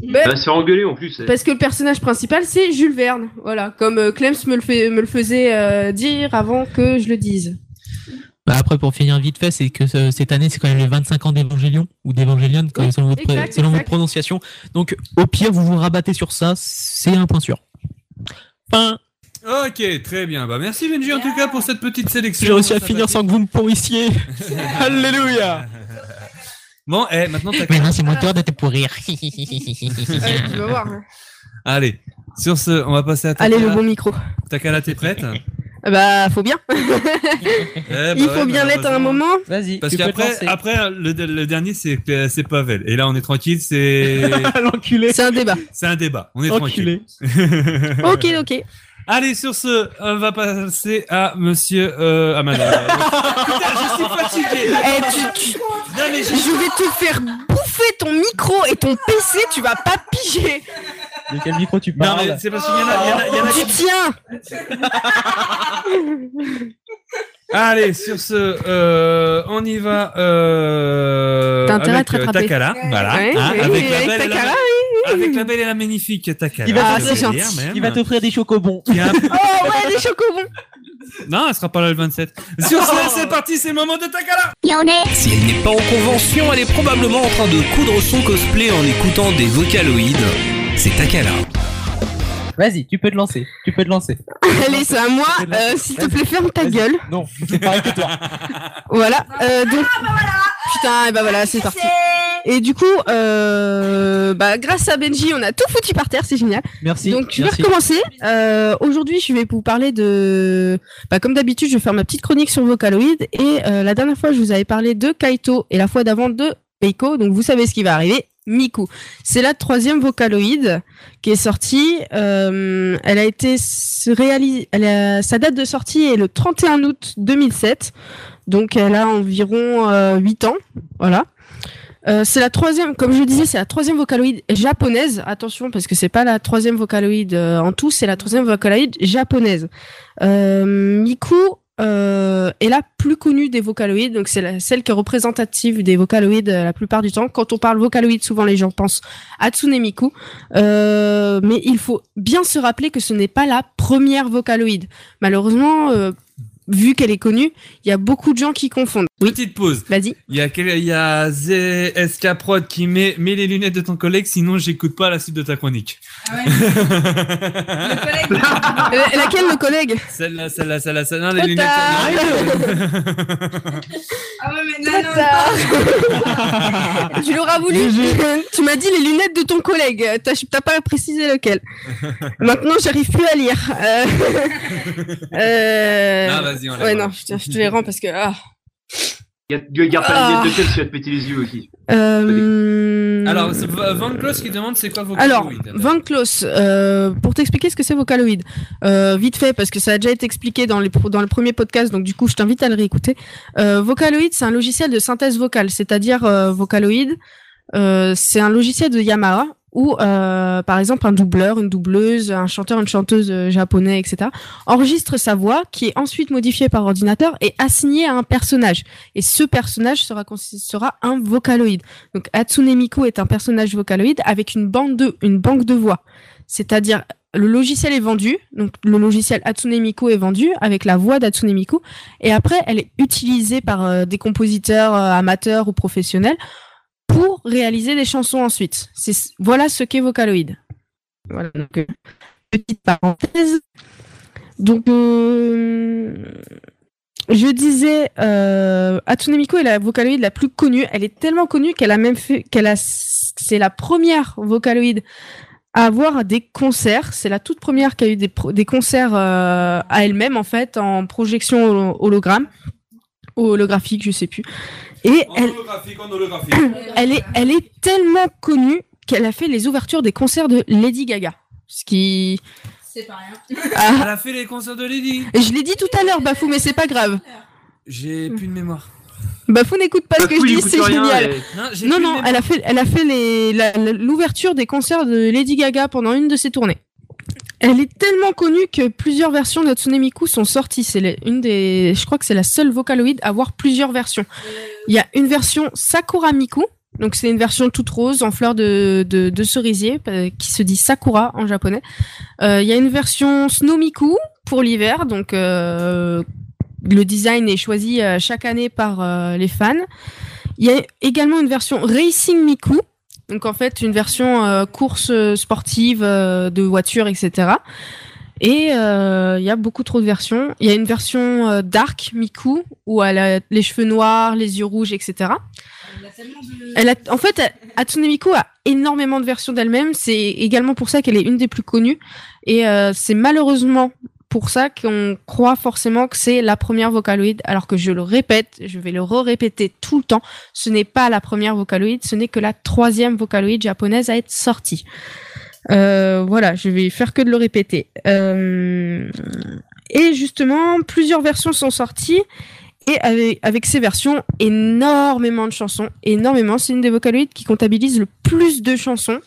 Ben, Bah, c'est engueulé en plus. parce que le personnage principal, c'est Jules Verne. Voilà, comme euh, Clems me le, fait, me le faisait euh, dire avant que je le dise. Bah après, pour finir vite fait, c'est que ce- cette année, c'est quand même les 25 ans d'Evangélion ou d'Evangélion, quand- selon, votre, pré- exact, selon votre exact. prononciation. Donc, au pire, vous vous rabattez sur ça, c'est un point sûr. Ok, très bien. Bah merci Benji en tout cas pour cette petite sélection. J'ai réussi à Ça finir sans que vous me *laughs* pourrissiez. Alléluia Bon, eh, maintenant t'as Maintenant, c'est mon tour de te pourrir. Allez, tu vas voir. hein. Allez, Sur ce, on va passer à Takala. *laughs* Allez, le bon micro. Takala, t'es *laughs* prête Eh, Ah Bah, faut bien. bah Il faut bien l'être à un moment. Vas-y. Parce qu'après, après, le, le dernier, c'est que- c'est Pavel. Et là, on est tranquille, *laughs* c'est. ah, L'enculé. C'est un débat. c'est un débat. On est Enculé. tranquille. *laughs* Ok, ok. Eh, Allez, sur ce, on va passer à monsieur. Euh, à madame. *laughs* je suis fatigué. mais je... vais te faire bouffer ton micro et ton PC, tu vas pas piger. De quel micro tu non, parles mais c'est parce qu'il y en a. il y en a- il y en a Tu qui- tiens. Allez, sur ce, euh, on y va. Euh, T'as intérêt à avec te euh, rattraper. Takala, Ouais. voilà. Ouais, hein, oui, avec, la avec belle et la Takala, ma- avec la belle et la magnifique Ah, Takala. Il va je t'offrir- veux dire, même. Ah, *laughs* il va t'offrir des chocobons. Oh ouais, des chocobons. Non, elle sera pas là le 27. Sur ce, c'est parti, c'est le moment de Takala. Si elle n'est pas en convention, elle est probablement en train de coudre son cosplay en écoutant des vocaloïdes. C'est Takala. Vas-y, tu peux te lancer. Tu peux te lancer. Allez, c'est à moi. Euh, S'il te plaît, ferme ta gueule. Non, c'est pareil que toi. *laughs* Voilà. euh, donc... Ah, Putain, et bah voilà, c'est parti. Et du coup, euh, bah, grâce à Benji, on a tout foutu par terre, c'est génial. Merci. Donc je vais merci. recommencer. Euh, Aujourd'hui, je vais vous parler de. Bah, comme d'habitude, je vais faire ma petite chronique sur Vocaloid. Et euh, la dernière fois, je vous avais parlé de Kaito et la fois d'avant de Peiko. Donc vous savez ce qui va arriver. Miku. C'est la troisième Vocaloid qui est sortie. Euh, elle a été s- réalis- elle a- Sa date de sortie est le 31 août 2007. Donc elle a environ euh, 8 ans. Voilà. Euh, c'est la troisième, comme je disais, c'est la troisième vocaloïde japonaise. Attention, parce que c'est pas la troisième vocaloïde euh, en tout, c'est la troisième vocaloïde japonaise. Euh, Miku euh, est la plus connue des vocaloïdes, donc c'est la- celle qui est représentative des vocaloïdes euh, la plupart du temps. Quand on parle vocaloïde, souvent les gens pensent à Tsune Miku, Euh, mais il faut bien se rappeler que ce n'est pas la première vocaloïde. Malheureusement, euh, vu qu'elle est connue, il y a beaucoup de gens qui confondent. Oui, Petite pause. Vas-y. Il y a, quel- il y a ZSK Prod qui met, met les lunettes de ton collègue, sinon j'écoute pas la suite de ta chronique. Ah, *laughs* Euh, laquelle le collègue Celle-là, celle-là, celle-là, celle-là, les Trop lunettes. tard. Ah ouais, mais non, non, *laughs* Tu l'auras voulu. tu m'as dit les lunettes de ton collègue. T'as t'as pas précisé lequel. Maintenant, j'arrive plus à lire. Euh, euh, Ah, vas-y, on la Ouais, voit. non, je te, je te les rends parce que. ah. Garde garde pas les Ah. lunettes de tête, tu vas te péter les yeux aussi. Euh, Alors, c'est Va- Van Klaus qui demande c'est quoi vos Alors, Polaroid. Van Klaus, euh, pour t'expliquer ce que c'est Vocaloid, euh, vite fait, parce que ça a déjà été expliqué dans, les, pro- dans le premier podcast, donc du coup, je t'invite à le réécouter. Euh, Vocaloid, c'est un logiciel de synthèse vocale, c'est-à-dire euh, Vocaloid, euh, c'est un logiciel de Yamaha où, euh, par exemple, un doubleur, une doubleuse, un chanteur, une chanteuse euh, japonais, etc., enregistre sa voix qui est ensuite modifiée par ordinateur et assignée à un personnage. Et ce personnage sera, consi- sera un vocaloïde. Donc, Hatsune Miku est un personnage vocaloïde avec une bande de, une banque de voix. C'est-à-dire, le logiciel est vendu, donc le logiciel Hatsune Miku est vendu avec la voix d'Hatsune Miku, et après, elle est utilisée par euh, des compositeurs euh, amateurs ou professionnels pour réaliser des chansons ensuite. C'est- Voilà ce qu'est Vocaloid. Voilà, donc, euh, petite parenthèse. Donc, euh, je disais, euh, Hatsune Miku est la vocaloïde la plus connue. Elle est tellement connue qu'elle a même fait, qu'elle a, c'est la première vocaloïde à avoir des concerts. C'est la toute première qui a eu des, pro- des concerts euh, à elle-même en fait, en projection holo- hologramme, holographique, je sais plus. Et elle, holographique, en holographique. elle est, elle est tellement connue qu'elle a fait les ouvertures des concerts de Lady Gaga. Ce qui. C'est pas rien. Elle a fait les concerts de Lady. Et Je l'ai dit tout à l'heure, Bafou, mais c'est pas grave. J'ai plus de mémoire. Bafou n'écoute pas ce que Bafou, je il dis, écoute c'est rien, génial. et- Non, j'ai Non, plus non, les elle a fait, elle a fait les- la- la- l'ouverture des concerts de Lady Gaga pendant une de ses tournées. Elle est tellement connue que plusieurs versions de Hatsune Miku sont sorties. C'est les- une des, je crois que c'est la seule Vocaloid à avoir plusieurs versions. Il y a une version Sakura Miku, donc c'est une version toute rose en fleurs de, de, de cerisier euh, qui se dit Sakura en japonais. Euh, Il y a une version Snow Miku pour l'hiver, donc euh, le design est choisi euh, chaque année par euh, les fans. Il y a également une version Racing Miku, donc en fait une version euh, course euh, sportive euh, de voiture, etc. Et euh, il y a beaucoup trop de versions. Il y a une version euh, Dark Miku où elle a les cheveux noirs, les yeux rouges, etc. tellement de. Elle a- en fait, Hatsune Miku a énormément de versions d'elle-même. C'est également pour ça qu'elle est une des plus connues. Et euh, c'est malheureusement pour ça qu'on croit forcément que c'est la première Vocaloid. Alors que je le répète, je vais le re-répéter tout le temps, ce n'est pas la première Vocaloid, ce n'est que la troisième Vocaloid japonaise à être sortie. Euh, voilà, je vais faire que de le répéter. Euh, Et justement, plusieurs versions sont sorties. Et avec, avec ces versions, énormément de chansons, énormément. C'est une des Vocaloids qui comptabilise le plus de chansons.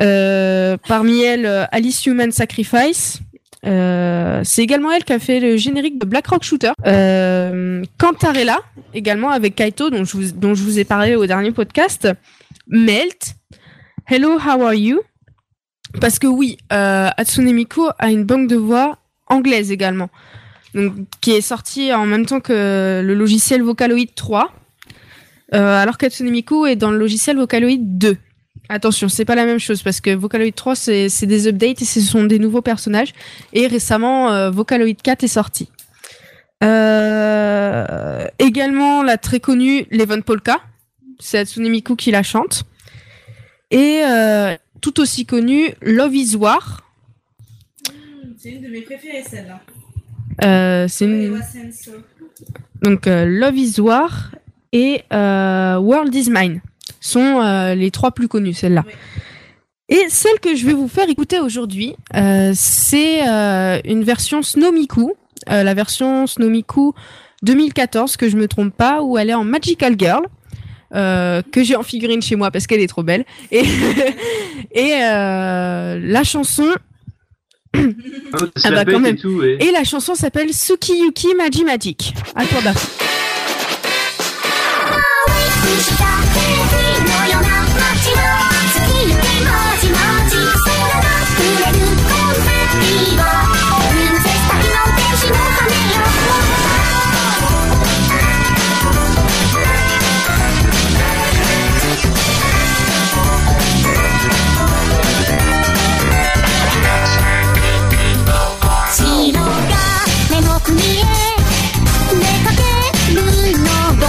Euh, parmi elles, euh, Alice Human Sacrifice. Euh, c'est également elle qui a fait le générique de Black Rock Shooter. Euh, Cantarella, également avec Kaito, dont je, vous, dont je vous ai parlé au dernier podcast. Melt. Hello, how are you? Parce que oui, euh, Hatsune Miku a une banque de voix anglaise également, donc, qui est sortie en même temps que le logiciel Vocaloid 3, euh, alors qu'Hatsune Miku est dans le logiciel Vocaloid 2. Attention, c'est pas la même chose parce que Vocaloid 3 c'est c'est des updates et ce sont des nouveaux personnages. Et récemment, euh, Vocaloid 4 est sorti. Euh, également la très connue Levon Polka, c'est Hatsune Miku qui la chante. Et euh, tout aussi connue Love Is War, Hmm, C'est une de mes préférées, celle-là. Euh, c'est une- Iowa Senso. Donc euh, Love Is War et euh, World Is Mine sont euh, les trois plus connues, celles-là. Et celle que je vais vous faire écouter aujourd'hui, euh, c'est euh, une version Snowmiku, euh, la version Snowmiku 2014, que je me trompe pas, où elle est en Magical Girl. euh, que j'ai en figurine chez moi parce qu'elle est trop belle et, *laughs* et euh, la chanson Ah, Ah ça bah, pète quand même. et tout, ouais. Et la chanson s'appelle Tsukiyuki Magi Magic. À toi, Baf. 白が目の国へ出かけ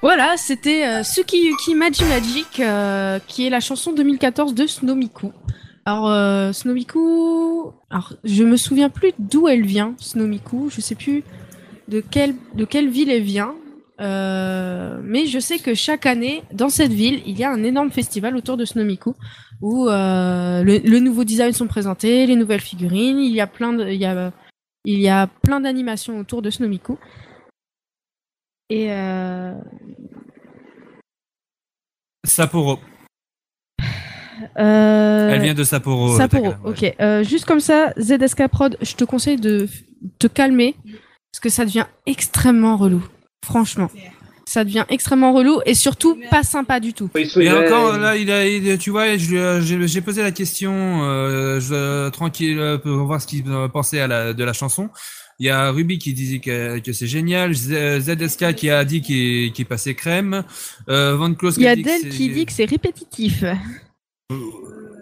Voilà, c'était euh, Tsukiyuki Maji Magic, euh, qui est la chanson 2014 de Snomiku. Alors, euh, Snomiku. Alors, je me souviens plus d'où elle vient, Snomiku. Je sais plus de, quelle de quelle ville elle vient. Euh, mais je sais que chaque année, dans cette ville, il y a un énorme festival autour de Snomiku où euh, le, le nouveau design sont présentés, les nouvelles figurines. Il y a plein de, il y a, il y a plein d'animations autour de Snomiku. Et euh, Sapporo. euh, Elle vient de Sapporo, euh, Sapporo, Takara, ok. Euh, juste comme ça, ZSK Prod, je te conseille de f- te calmer parce que ça devient extrêmement relou. Franchement, ça devient extrêmement relou et surtout pas sympa du tout. Et encore là, il a, il a- tu vois, je lui ai- j'ai j'ai posé la question euh, je- tranquille euh, pour voir ce qu'il euh, pensait à la, de la chanson. Il y a Ruby qui disait que, que c'est génial, Z- ZSK qui a dit qu'il qu'il passait crème, euh, Van Klaus Il y a dit que Del c'est- qui dit que c'est répétitif.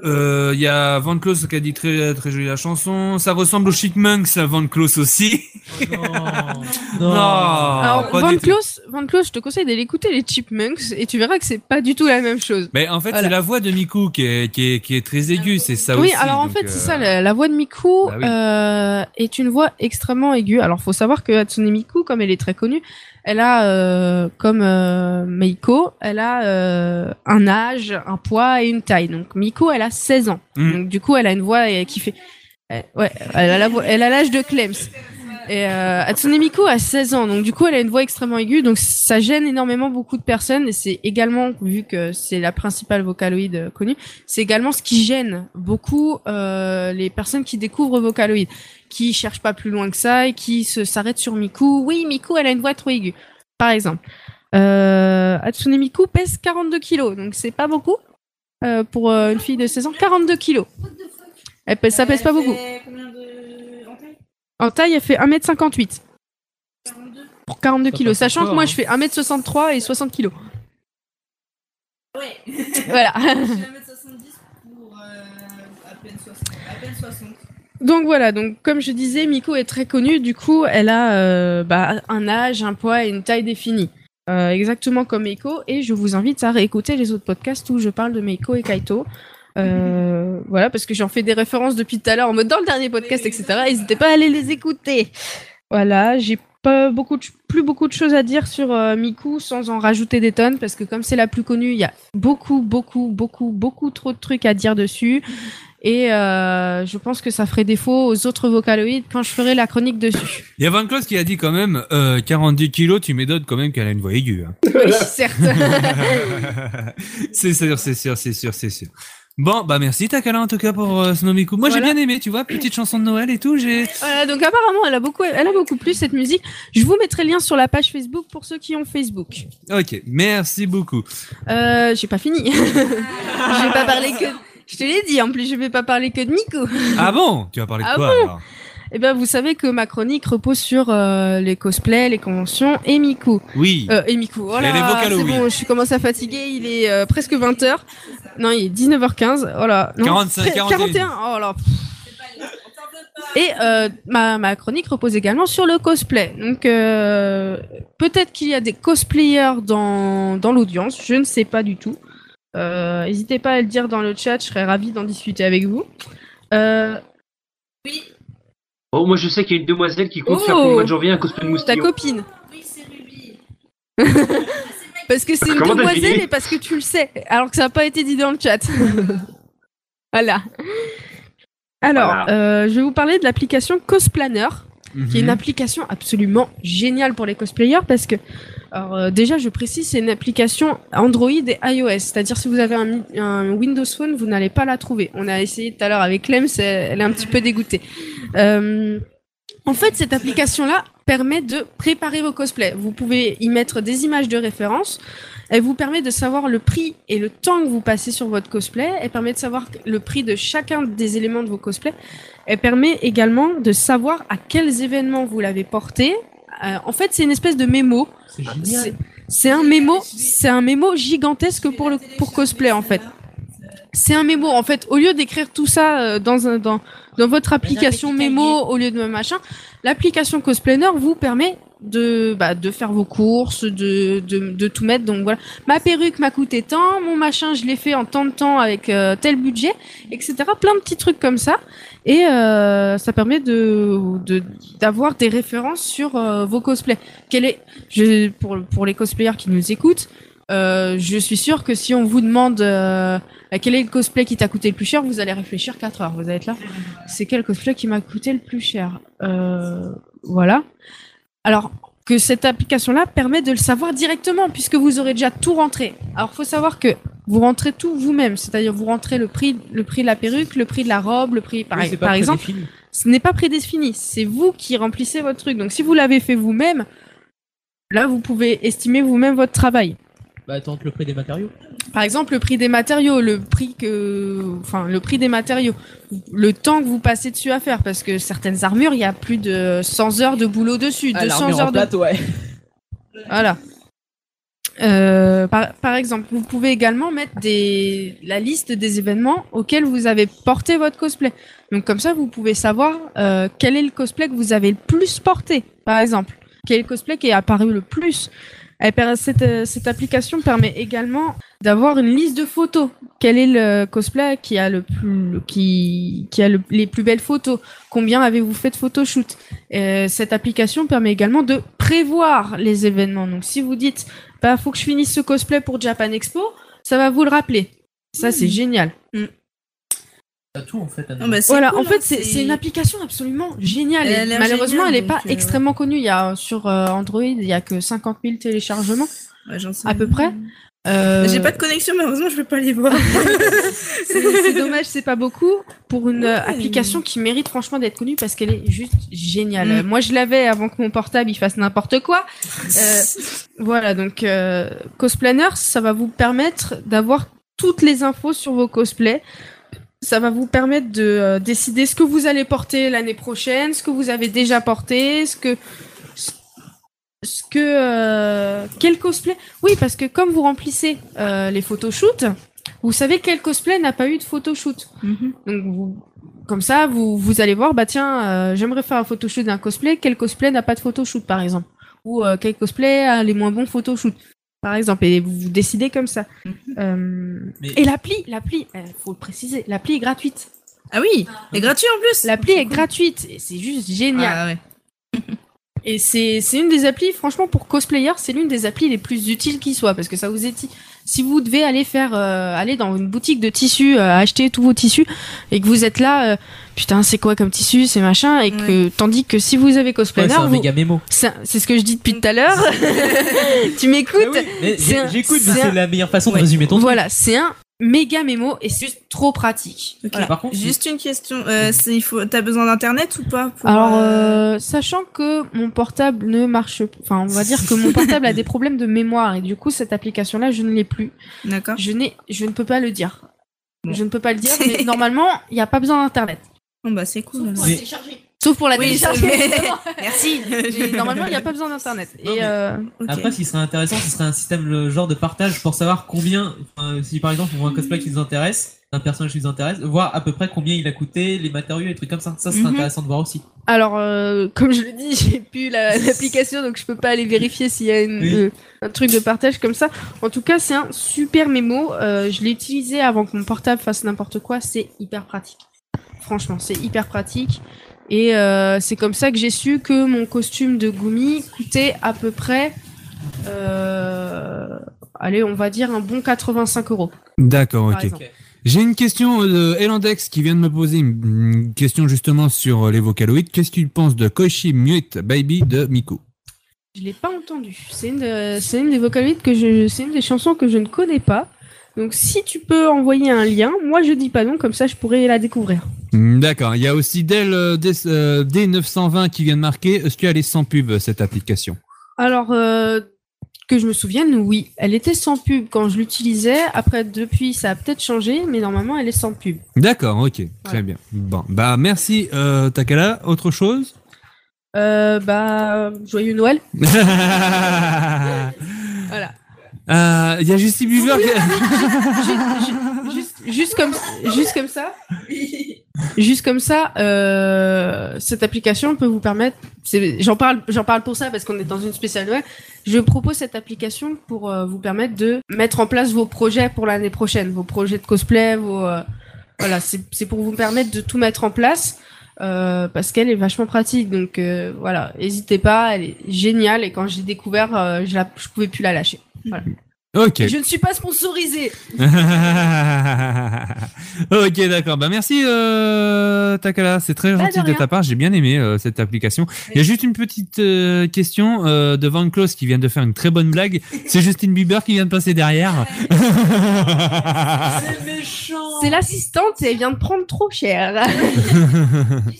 Euh, il y a Van Klaus qui a dit très, très jolie la chanson. Ça ressemble au Chic Monks, Van Klaus aussi. *laughs* non, Alors, pas Van du tout. Close, Van Close, je te conseille d'aller écouter les Chipmunks et tu verras que c'est pas du tout la même chose. Mais en fait, Voilà. c'est la voix de Miku qui est, qui est, qui est très aiguë, c'est ça oui, aussi. alors en donc, fait, euh, c'est ça, la, la voix de Miku Bah oui. euh, est une voix extrêmement aiguë. Alors, faut savoir que Hatsune Miku, comme elle est très connue, elle a, euh, comme euh, Meiko, elle a euh, un âge, un poids et une taille. Donc, Miku, elle a 16 ans. Mm. Donc, du coup, elle a une voix euh, qui fait... euh, ouais, elle a la voix- elle a l'âge de Clems. Et euh, Hatsune Miku a 16 ans, donc du coup elle a une voix extrêmement aiguë, donc ça gêne énormément beaucoup de personnes, et c'est également, vu que c'est la principale vocaloïde euh, connue, c'est également ce qui gêne beaucoup euh, les personnes qui découvrent vocaloïde, qui cherchent pas plus loin que ça, et qui se- s'arrêtent sur Miku. Oui, Miku, elle a une voix trop aiguë, par exemple. Euh, Hatsune Miku pèse 42 kilos, donc c'est pas beaucoup euh, pour euh, une fille de 16 ans, 42 kilos. Elle pèse, ça pèse pas beaucoup. En taille, elle fait 1m58. Pour 42 Ça kilos. passe Sachant que encore, moi, hein. je fais 1m63 et 60 kilos. *laughs* *laughs* Voilà. Je suis 1m70 pour euh, à peine 60. À peine 60. Donc voilà, donc comme je disais, Miko est très connue, du coup, elle a euh, bah, un âge, un poids et une taille définie. Euh, exactement comme Miko, et je vous invite à réécouter les autres podcasts où je parle de Miko et Kaito. Euh, voilà, parce que j'en fais des références depuis tout à l'heure en mode dans le dernier podcast, etc. N'hésitez pas à aller les écouter. Voilà, j'ai pas beaucoup de ch- plus beaucoup de choses à dire sur euh, Miku sans en rajouter des tonnes parce que comme c'est la plus connue, il y a beaucoup beaucoup beaucoup beaucoup trop de trucs à dire dessus et euh, je pense que ça ferait défaut aux autres vocaloïdes quand je ferai la chronique dessus. Il y a Van Klaus qui a dit quand même euh, 42 kilos, tu m'étonnes quand même qu'elle a une voix aiguë. *laughs* hein. Oui, certes. c'est sûr, c'est sûr, c'est sûr, c'est sûr. Bon, bah merci Takala en tout cas pour euh, Snomiku. Moi j'ai Voilà. bien aimé, tu vois, petite chanson de Noël et tout. J'ai. Voilà, donc apparemment elle a beaucoup elle a beaucoup plu cette musique. Je vous mettrai le lien sur la page Facebook pour ceux qui ont Facebook. Ok, merci beaucoup. Euh, j'ai pas fini. *laughs* je vais pas parler que je te l'ai dit en plus je vais pas parler que de Miko. Ah bon Tu vas parler de Ah quoi bon alors Eh ben, vous savez que ma chronique repose sur euh, les cosplays, les conventions et Miku. Oui. Euh, et Miku. Oh Et là les là, c'est Vocaloid. bon, je suis commence à fatiguer. Il est euh, presque 20h. Non, il est 19h15. Oh là. Non, 45, c'est- 41. 41. Oh là. Et euh, ma, ma chronique repose également sur le cosplay. Donc euh, peut-être qu'il y a des cosplayers dans, dans l'audience, je ne sais pas du tout. Euh, N'hésitez pas à le dire dans le chat, je serais ravie d'en discuter avec vous. Euh, Oh, moi je sais qu'il y a une demoiselle qui compte Oh. faire pour le mois de janvier un cosplay de ta moustillon. copine. *laughs* parce que c'est une Comment t'as demoiselle deviné et parce que tu le sais, alors que ça n'a pas été dit dans le chat. *laughs* voilà. Alors, euh, je vais vous parler de l'application Cosplanner, qui est une Mhm. application absolument géniale pour les cosplayers parce que, alors, euh, déjà, je précise, c'est une application Android et iOS. C'est-à-dire, si vous avez un, mi- un Windows Phone, vous n'allez pas la trouver. On a essayé tout à l'heure avec Clem, c'est- elle est un petit peu dégoûtée. Euh, en fait, cette application-là permet de préparer vos cosplays. Vous pouvez y mettre des images de référence. Elle vous permet de savoir le prix et le temps que vous passez sur votre cosplay. Elle permet de savoir le prix de chacun des éléments de vos cosplays. Elle permet également de savoir à quels événements vous l'avez porté. Euh, en fait, c'est une espèce de mémo. C'est- C'est un mémo, c'est un mémo gigantesque pour le pour cosplay en fait. C'est un mémo en fait. Au lieu d'écrire tout ça euh, dans un dans dans votre application mémo au lieu de machin, l'application Cosplanner vous permet de, bah, de faire vos courses, de, de, de tout mettre. Donc voilà, ma perruque m'a coûté tant, mon machin je l'ai fait en tant de temps avec euh, tel budget, etc. Plein de petits trucs comme ça. Et euh, ça permet de de- d'avoir des références sur euh, vos cosplays. Quel est, je, pour, pour les cosplayers qui nous écoutent, euh, je suis sûr que si on vous demande euh, quel est le cosplay qui t'a coûté le plus cher, vous allez réfléchir 4 heures. Vous allez être là. C'est quel cosplay qui m'a coûté le plus cher Euh, Voilà. Alors que cette application-là permet de le savoir directement puisque vous aurez déjà tout rentré. Alors faut savoir que vous rentrez tout vous-même, c'est-à-dire vous rentrez le prix, le prix de la perruque, le prix de la robe, le prix par, Oui, c'est pas par exemple. prédéfini. Ce n'est pas prédéfini, c'est vous qui remplissez votre truc. Donc si vous l'avez fait vous-même, là vous pouvez estimer vous-même votre travail. Bah, tente le prix des matériaux. Par exemple, le prix des matériaux, le prix que, enfin, le prix des matériaux, le temps que vous passez dessus à faire, parce que certaines armures, il y a plus de 100 heures de boulot dessus, Ah, 200 l'armure en heures de. plate, ouais. Voilà. Euh, par, par exemple, vous pouvez également mettre des, la liste des événements auxquels vous avez porté votre cosplay. Donc comme ça, vous pouvez savoir euh, quel est le cosplay que vous avez le plus porté, par exemple. Quel est le cosplay qui est apparu le plus. Elle per- cette, euh, cette application permet également d'avoir une liste de photos. Quel est le cosplay qui a le plus, qui, qui a le- les plus belles photos Combien avez-vous fait de photoshoot Euh, Cette application permet également de prévoir les événements. Donc, si vous dites, bah, faut que je finisse ce cosplay pour Japan Expo, ça va vous le rappeler. Ça, c'est Mm. génial. T'as tout en fait. à Non, bah, c'est voilà, cool, en fait, hein, c'est c'est- c'est une application absolument géniale. Elle a Et l'air malheureusement, géniale, elle n'est pas donc, euh, extrêmement connue. Il y a, euh, sur euh, Android, il y a que 50 000 téléchargements, Bah, à peu près. Euh, J'ai pas de connexion, malheureusement, je peux pas les voir. *laughs* c'est *laughs* c'est dommage, c'est pas beaucoup pour une euh, application qui mérite franchement d'être connue parce qu'elle est juste géniale. Mm. Moi, je l'avais avant que mon portable il fasse n'importe quoi. Euh, voilà, donc euh, Cosplanner, ça va vous permettre d'avoir toutes les infos sur vos cosplays. Ça va vous permettre de euh, décider ce que vous allez porter l'année prochaine, ce que vous avez déjà porté, ce que ce que euh, quel cosplay Oui, parce que comme vous remplissez euh, les photoshoots, vous savez quel cosplay n'a pas eu de photoshoot. Donc vous, comme ça, vous vous allez voir, bah tiens, euh, j'aimerais faire un photoshoot d'un cosplay. Quel cosplay n'a pas de photoshoot, par exemple Ou euh, quel cosplay a les moins bons photoshoots, par exemple Et vous, vous décidez comme ça. Euh, Mais- Et l'appli, l'appli, euh, faut le préciser, l'appli est gratuite. Ah oui, elle est gratuite en plus. L'appli est gratuite et c'est juste génial. *laughs* Et c'est c'est une des applis, franchement, pour cosplayer, c'est l'une des applis les plus utiles qui soit, parce que ça vous est... Si vous devez aller faire, euh, aller dans une boutique de tissus, euh, acheter tous vos tissus, et que vous êtes là, euh, putain, c'est quoi comme tissu, c'est machin, et que, tandis que si vous avez cosplayer, Ouais, c'est un vous- méga mémo. C'est c'est ce que je dis depuis tout à l'heure. *laughs* tu m'écoutes Ah Mais C'est un- j'ai- J'écoute, mais c'est c'est un- la meilleure façon de résumer ton truc. Voilà, c'est un méga mémo, et c'est juste trop pratique. Voilà. Par contre, Juste une question, euh, c'est- il faut, t'as besoin d'internet ou pas pour, Alors, euh, euh, sachant que mon portable ne marche, enfin, on va dire que mon portable a des problèmes de mémoire et du coup cette application-là, je ne l'ai plus. D'accord. Je n'ai, je ne peux pas le dire. Je ne peux pas le *laughs* dire, mais normalement, il n'y a pas besoin d'internet. Bon bah c'est cool. pour la Mais- Sauf pour la télécharger. *laughs* Merci. Mais normalement, il n'y a pas besoin d'internet. Et euh, Après, ce qui serait intéressant, ce serait un système le genre de partage pour savoir combien, enfin, si par exemple on voit un cosplay qui nous intéresse, un personnage qui nous intéresse, voir à peu près combien il a coûté, les matériaux, les trucs comme ça. Ça serait Mhm. intéressant de voir aussi. Alors, euh, comme je le dis, *laughs* j'ai plus la- l'application, donc je peux pas aller vérifier s'il y a une- Oui. euh, un truc de partage comme ça. En tout cas, c'est un super mémo. Euh, je l'ai utilisé avant que mon portable fasse n'importe quoi. C'est hyper pratique. Franchement, c'est hyper pratique. Et euh, c'est comme ça que j'ai su que mon costume de Gumi coûtait à peu près, euh, allez, on va dire un bon 85 euros. D'accord, Par ok. exemple. J'ai une question euh, de Elandex qui vient de me poser une une question justement sur euh, les vocaloïdes. Qu'est-ce qu'il pense de Koichi Mute Baby de Miku Je l'ai pas entendu. C'est une, de- c'est une des vocaloïdes que je, c'est une des chansons que je ne connais pas. Donc si tu peux envoyer un lien, moi je dis pas non, comme ça je pourrais la découvrir. Hmm, D'accord. Il y a aussi Dell euh, D, euh, D920 qui vient de marquer. Est-ce qu'elle est sans pub euh, cette application Alors euh, que je me souvienne, oui, elle était sans pub quand je l'utilisais. Après depuis ça a peut-être changé, mais normalement elle est sans pub. D'accord, ok, très bien. Bon, bah merci euh, Takala. Autre chose *laughs* Euh, bah joyeux Noël. Euh, Voilà. Il y a Justin Bieber. qui- juste, juste- juste comme juste comme ça. Juste comme ça, euh, cette application peut vous permettre. c'est- J'en parle, j'en parle pour ça parce qu'on est dans une spéciale Noël. Je propose cette application pour euh, vous permettre de mettre en place vos projets pour l'année prochaine, vos projets de cosplay, vos euh, voilà, c'est c'est pour vous permettre de tout mettre en place euh, parce qu'elle est vachement pratique. Donc euh, voilà, n'hésitez pas, elle est géniale et quand j'ai découvert, euh, je, la, je pouvais plus la lâcher. Voilà. Ok. Et Je ne suis pas sponsorisée. *laughs* ok, d'accord. Bah merci euh, Takala, c'est très Bah, de gentil de, rien. ta part. J'ai bien aimé euh, cette application. Il y a juste une petite euh, question euh, de Van Klaus qui vient de faire une très bonne *laughs* blague. C'est Justin Bieber qui vient de passer derrière. C'est l'assistante et elle vient de prendre trop cher.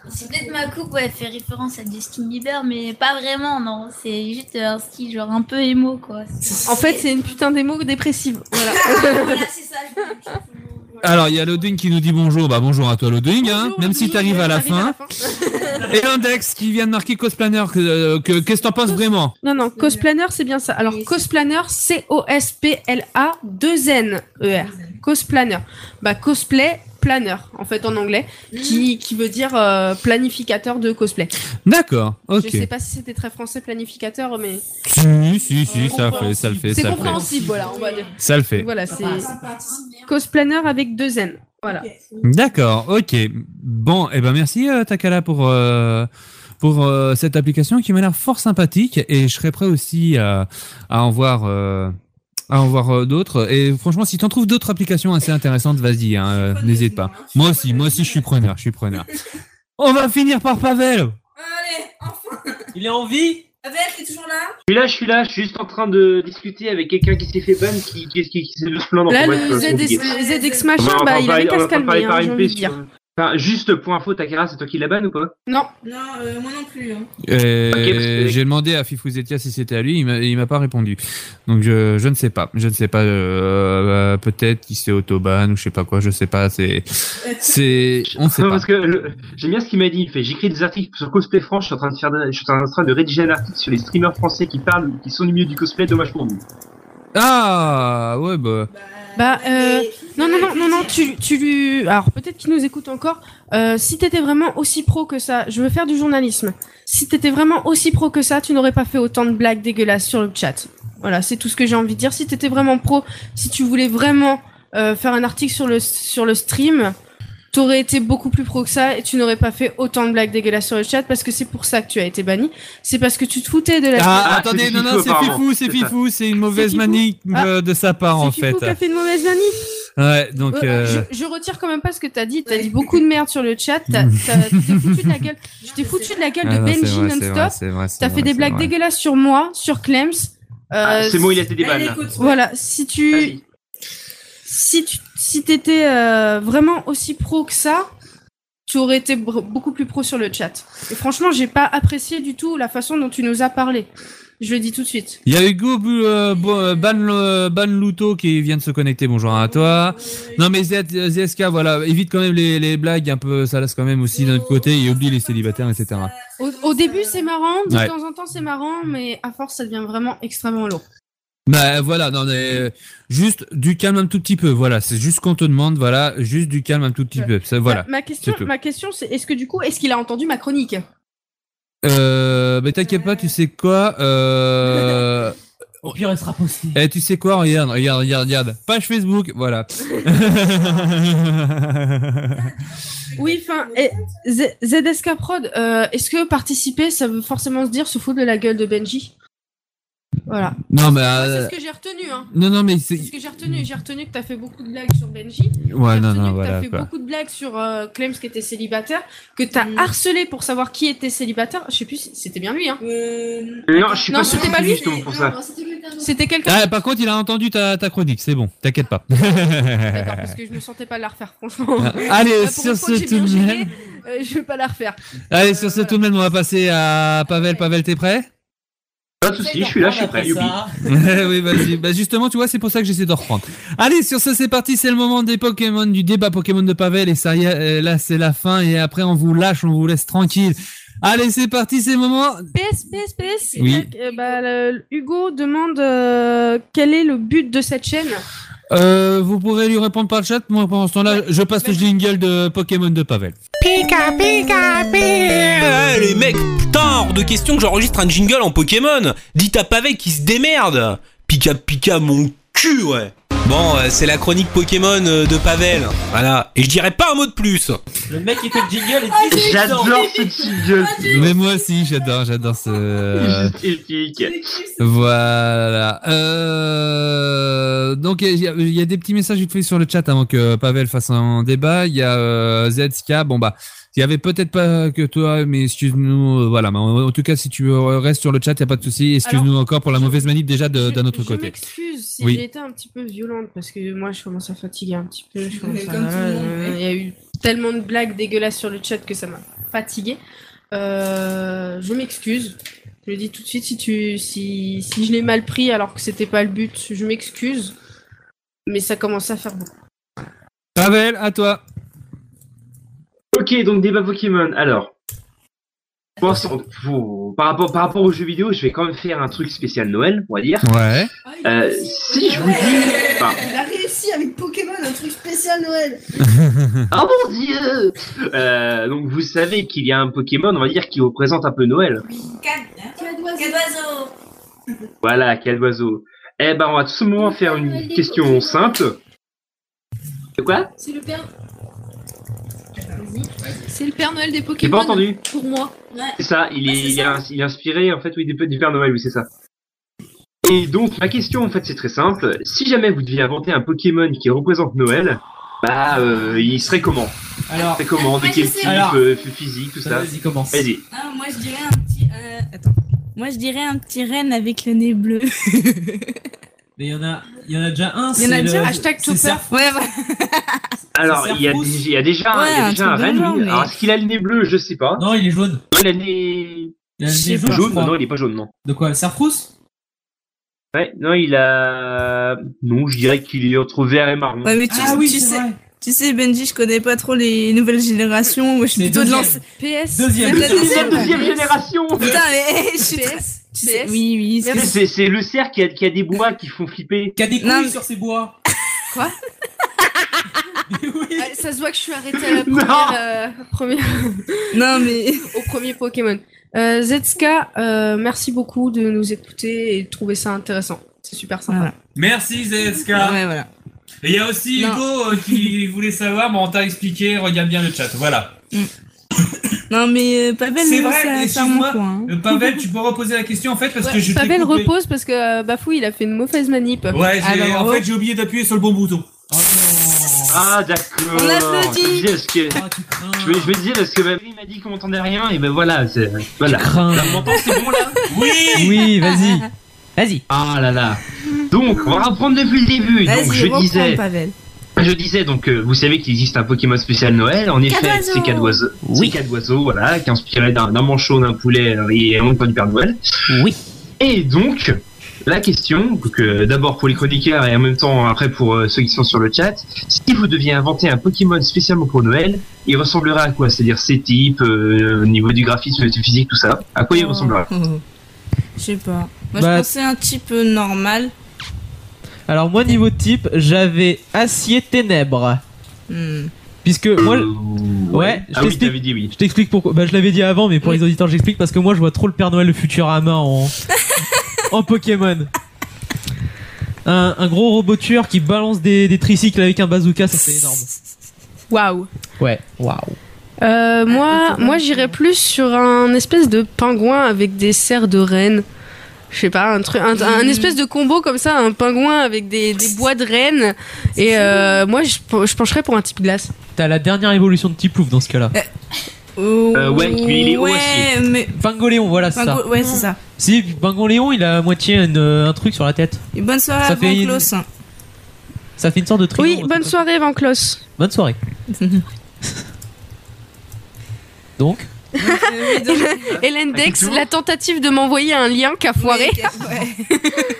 C'est peut-être ma coupe, ouais, elle fait référence à Justin Bieber, mais pas vraiment, non. C'est juste un style genre un peu émo, quoi. En fait, c'est une putain d'émo dépressive. *laughs* Voilà. Voilà, c'est ça. *laughs* Alors il y a Lodwing qui nous dit bonjour. Bah bonjour à toi Lodwing, hein, même si t'arrives à la fin. Et l'index qui vient de marquer cosplanner. Que euh, que- qu'est-ce que t'en penses vraiment Non, non, Cosplanner, c'est bien ça. Alors, Cosplanner, C-O-S-P-L-A-2-N-E-R. E Cosplanner. Bah, cosplay planner, en fait, en anglais, qui, qui veut dire euh, planificateur de cosplay. D'accord. Ok. Je sais pas si c'était très français, planificateur, mais Si si si, ça fait, ça le fait, c'est ça le fait. compréhensible, voilà, on va dire. Ça le fait. Voilà, c'est Cosplanner avec deux N. Voilà. D'accord, ok. Bon, eh ben merci euh, Takala pour euh, pour euh, cette application qui m'a l'air fort sympathique et je serais prêt aussi à- à en voir euh, à en voir euh, d'autres. Et franchement, si tu en trouves d'autres applications assez intéressantes, vas-y, hein, euh, n'hésite pas. Moi aussi, moi aussi, je suis preneur, je suis preneur. On va finir par Pavel. Allez, enfin Il est en vie. Abel, t'es toujours là suis là, je suis là, je suis juste en train de discuter avec quelqu'un qui s'est fait ban, qui, qui, qui, qui s'est de se plaindre. Là, Enfin, le bref, euh, compliqué. ZX, ZX On va- machin, on va bah, il parler- avait on qu'à va se calmer, parler hein, par j'ai MP envie de sur- dire. Enfin, juste pour info, Takara, c'est toi qui la ban ou pas Non. Non, euh, moi non plus. hein. Euh, J'ai demandé à Fifou Zetia si c'était à lui, il m'a- il m'a pas répondu. Donc je, je ne sais pas, je ne sais pas. euh, euh, Peut-être qu'il s'est autoban ou je sais pas quoi, je sais pas. C'est c'est on sait Non, pas. parce que le- j'aime bien ce qu'il m'a dit. Il fait j'écris des articles sur cosplay France. Je suis en train de faire, je suis en train de rédiger un article sur les streamers français qui parlent, qui sont du milieu du cosplay. Dommage Euh, pour vous. Ah ouais bah. Bah, euh, non, non, non, non, non, tu, tu lui. Alors, peut-être qu'il nous écoute encore. Euh, si t'étais vraiment aussi pro que ça, je veux faire du journalisme. Si t'étais vraiment aussi pro que ça, tu n'aurais pas fait autant de blagues dégueulasses sur le chat. Voilà, c'est tout ce que j'ai envie de dire. Si t'étais vraiment pro, si tu voulais vraiment euh, faire un article sur le, sur le stream, t'aurais été beaucoup plus pro que ça et tu n'aurais pas fait autant de blagues dégueulasses sur le chat parce que c'est pour ça que tu as été banni. C'est parce que tu te foutais de la. Ah, attendez, non, non, c'est Fifou, c'est Fifou, c'est une mauvaise Fifou. Ah. manie euh, de sa part en fait. Fifou qui a fait une mauvaise manip. Ouais, donc. Euh, euh, je, je retire quand même pas ce que t'as dit. T'as dit beaucoup de merde sur le chat. T'as t'as- tu t'es foutu de la *laughs* gueule. Je t'ai foutu de la gueule Ah de Mm. non, c'est Benji vrai, c'est vrai, c'est vrai, non-stop. c'est T'as vrai, fait des c'est blagues vrai. dégueulasses sur moi, sur Clems. Euh, Ah, c'est bon, il a été débanné. Allez, écoute, Voilà, si tu, si tu, si t'étais euh, vraiment aussi pro que ça, tu aurais été br- beaucoup plus pro sur le chat. Et franchement, j'ai pas apprécié du tout la façon dont tu nous as parlé. Je le dis tout de suite. Il y a Hugo Bu- euh, Bo- euh, Ban, euh, Ban Luto qui vient de se connecter. Bonjour à toi. Non mais Z- ZSK, voilà, évite quand même les, les blagues un peu salaces quand même aussi d'un autre côté et oublie les célibataires, etc. Au, au début, c'est marrant, de Ouais. temps en temps, c'est marrant, mais à force, ça devient vraiment extrêmement lourd. Bah voilà, non mais juste du calme un tout petit peu. Voilà, c'est juste qu'on te demande, voilà, juste du calme un tout petit peu. Ça, voilà. Ma question, c'est tout. ma question, c'est est-ce que du coup, est-ce qu'il a entendu ma chronique Euh, bah t'inquiète pas, tu sais quoi euh... Au pire, elle sera postée. Eh, tu sais quoi Regarde, regarde, regarde, regarde. Page Facebook, voilà. *laughs* Oui, enfin, et Z- ZSK Prod, euh, est-ce que participer, ça veut forcément se dire se foutre de la gueule de Benji Voilà. non mais. Moi, euh, C'est ce que j'ai retenu, hein. Non, non, mais C'est c'est. ce que j'ai retenu. J'ai retenu que t'as fait beaucoup de blagues sur Benji. Ouais, non, non, T'as voilà. fait Quoi. beaucoup de blagues sur euh, Clems qui était célibataire, que t'as harcelé pour savoir qui était célibataire. Je sais plus, si c'était bien lui, hein. Non, je suis pas sûr que c'était pas c'est lui. justement pour ça. C'était quelqu'un. Ah, par contre, il a entendu ta, ta chronique, c'est bon, t'inquiète pas. *laughs* D'accord, parce que je me sentais pas la refaire, franchement. Ah, allez, Là, Bah, pour sur une fois ce, que j'ai bien tout de géré, même. euh, je vais pas la refaire. Allez, sur ce, tout de même, on va passer à Pavel. Pavel, t'es prêt Pas de soucis, je suis là, je suis prêt. Youpi. Eh *laughs* oui, vas-y. Bah, justement, tu vois, c'est pour ça que j'essaie de reprendre. Allez, sur ce, c'est parti. C'est le moment des Pokémon, du débat Pokémon de Pavel. Et ça y est, euh, là, c'est la fin. Et après, on vous lâche, on vous laisse tranquille. Allez, c'est parti, c'est le moment. PS, PS, PS. Oui. Euh, bah, le- Hugo demande euh, quel est le but de cette chaîne Euh, vous pouvez lui répondre par le chat. Moi, pendant ce temps-là, je passe le jingle de Pokémon de Pavel. Pika pika pika Eh, les mecs, putain, hors de question que j'enregistre un jingle en Pokémon Dites à Pavé qui se démerde Pika pika mon cul, ouais Bon, euh, c'est la chronique Pokémon euh, de Pavel. Voilà, et je dirais pas un mot de plus Le mec qui fait le jingle Ah, et dit j'adore ce jingle Mais moi aussi, j'adore, j'adore ce... Justifique. Voilà. Euh, Donc il y, a- il y a des petits messages vite fait sur le chat avant que Pavel fasse un débat. Il y a euh, Zska. Bon bah, il y avait peut-être pas que toi, mais excuse-nous. euh, Voilà. Mais en, en tout cas, si tu euh, restes sur le chat, il y a pas de souci. Excuse-nous encore pour la mauvaise manip déjà de- d'un autre côté. m'excuse si Oui. j'ai été un petit peu violente parce que moi je commence à fatiguer un petit peu. je commence comme tout à- le monde, euh, oui. Il y a eu tellement de blagues dégueulasses sur le chat que ça m'a fatiguée. Euh, je m'excuse. Je le dis tout de suite si tu si, si je l'ai mal pris alors que c'était pas le but, je m'excuse. Mais ça commence à faire beaucoup. Pavel, à toi. Ok, donc débat Pokémon. Alors, je pense en- faut- par, rapport, par rapport aux jeux vidéo, je vais quand même faire un truc spécial Noël, on va dire. Ouais. Euh, si je vous dis. enfin, Il a réussi avec Pokémon un truc spécial Noël. Ah mon dieu euh, donc vous savez qu'il y a un Pokémon, on va dire, qui représente un peu Noël. Quatre oiseaux. Voilà, quel oiseau. Eh ben, on va tout simplement faire une question simple. De quoi C'est le père. C'est le père Noël des Pokémon. pas entendu. Pour moi. C'est ça, il Ah, est, il est ins- il est inspiré en fait oui, du, du Père Noël, oui, c'est ça. Et donc, ma question en fait, c'est très simple. Si jamais vous deviez inventer un Pokémon qui représente Noël, bah, euh, il serait comment Alors- C'est comment De Moi, je quel sais. type Alors- euh, physique, tout ça Vas-y, commence. Vas-y. Ah, moi je dirais un petit. euh, attends. Moi je dirais un petit renne avec le nez bleu. Mais il y en a, il y en a déjà un. Il y en a c'est déjà le- un. Hashtag c'est tout Serf- Ouais, voilà. Alors, il y, a, Serfrousse. il y a déjà, un- il y a Ouais, déjà un un truc de reine, genre, oui. mais- Alors, est-ce qu'il a le nez bleu Je sais pas. Non, il est jaune. Il a le nez. Il a le Je sais nez pas. jaune je crois. Non, il est pas jaune, non. De quoi, le Serfrousse Ouais, non, il a. Non, je dirais qu'il est entre vert et marron. Ouais, mais tu, tu sais, tu sais, Benji, je connais pas trop les nouvelles générations. Moi, je suis plutôt de deuxième. l'ancienne. PS. Deuxième. c'est de la Deuxième, deuxième génération. Putain, eh, mais je suis. très- Tu sais, oui, oui. Tu sais, C'est c'est le cerf qui a, qui a des bois qui font flipper. Qui a des couilles Non, mais- sur ses bois. *laughs* Quoi Ah, ça se voit que je suis arrêtée à la Non. première. euh, première- *laughs* Non, mais. Au premier Pokémon. Euh, Zetska, euh, merci beaucoup de nous écouter et de trouver ça intéressant. C'est super sympa. *laughs* Merci ZSK. Ouais, voilà. Et il y a aussi Non. Hugo euh, *laughs* qui voulait savoir, mais on t'a expliqué. Regarde bien le chat. Voilà. Mm. Non, mais euh, Pavel, C'est mais vrai, ça- ça excuse-moi. remonte, quoi, hein. Euh, Pavel, tu peux reposer la question en fait parce que je t'ai Pavel coupé. repose parce que euh, Bafou il a fait une mauvaise manip. Ouais, j'ai- Alors, en fait, j'ai oublié d'appuyer sur le bon bouton. Ah, d'accord. On applaudit. Je me disais, est-ce que- Je me, je me disais parce que ma vie m'a dit qu'on entendait rien et ben voilà, c'est voilà. Vous m'entendez, c'est bon là Oui Oui, vas-y. Vas-y. Ah là là. Donc, on va reprendre depuis le début. Donc, Vas-y, je reprends, disais, Pavel. je disais donc, euh, vous savez qu'il existe un Pokémon spécial Noël. En effet, Quatre c'est quatre oiseaux. oiseaux. Oui. quatre oiseaux, voilà, qui est inspiré d'un d'un manchot, d'un poulet euh, et un pas du Père Noël. Oui. Et donc, la question, donc, euh, d'abord pour les chroniqueurs et en même temps après pour euh, ceux qui sont sur le chat, si vous deviez inventer un Pokémon spécialement pour Noël, il ressemblerait à quoi C'est-à-dire ses types, euh, au niveau du graphisme, du physique, tout ça. À Euh, quoi il ressemblerait Je sais pas. Moi, Bah- je pensais un type euh, normal. Alors moi niveau type, j'avais acier ténèbres. Hmm. Puisque moi, ouais, je Ah oui, t'explique- t'avais dit oui. je t'explique pourquoi. Bah je l'avais dit avant, mais pour les auditeurs, j'explique parce que moi je vois trop le Père Noël le *laughs* Futurama en en Pokémon. Un, un gros robot tueur qui balance des, des tricycles avec un bazooka, ça c'est énorme. Waouh. Ouais, waouh. Euh, moi, moi j'irais plus sur un espèce de pingouin avec des serres de renne. Je sais pas, un, truc, un, un Mm. espèce de combo comme ça, un pingouin avec des, des bois de renne. Et euh, moi, je, je pencherais pour un type glace. T'as la dernière évolution de Tiplouf dans ce cas-là. Euh, ouais, mais il est haut ouais, aussi. mais- Pingoléon, voilà, c'est Pingo- ça. ouais, c'est ça. Si, Pingoléon, il a à moitié une- un truc sur la tête. Et bonne soirée Ça à fait une- Banclos. Ça fait une sorte de triangle. Oui, bonne soirée, Van Clos. *laughs* Bonne soirée. Donc Hélène Dex, la tentative de m'envoyer un lien qu'a foiré.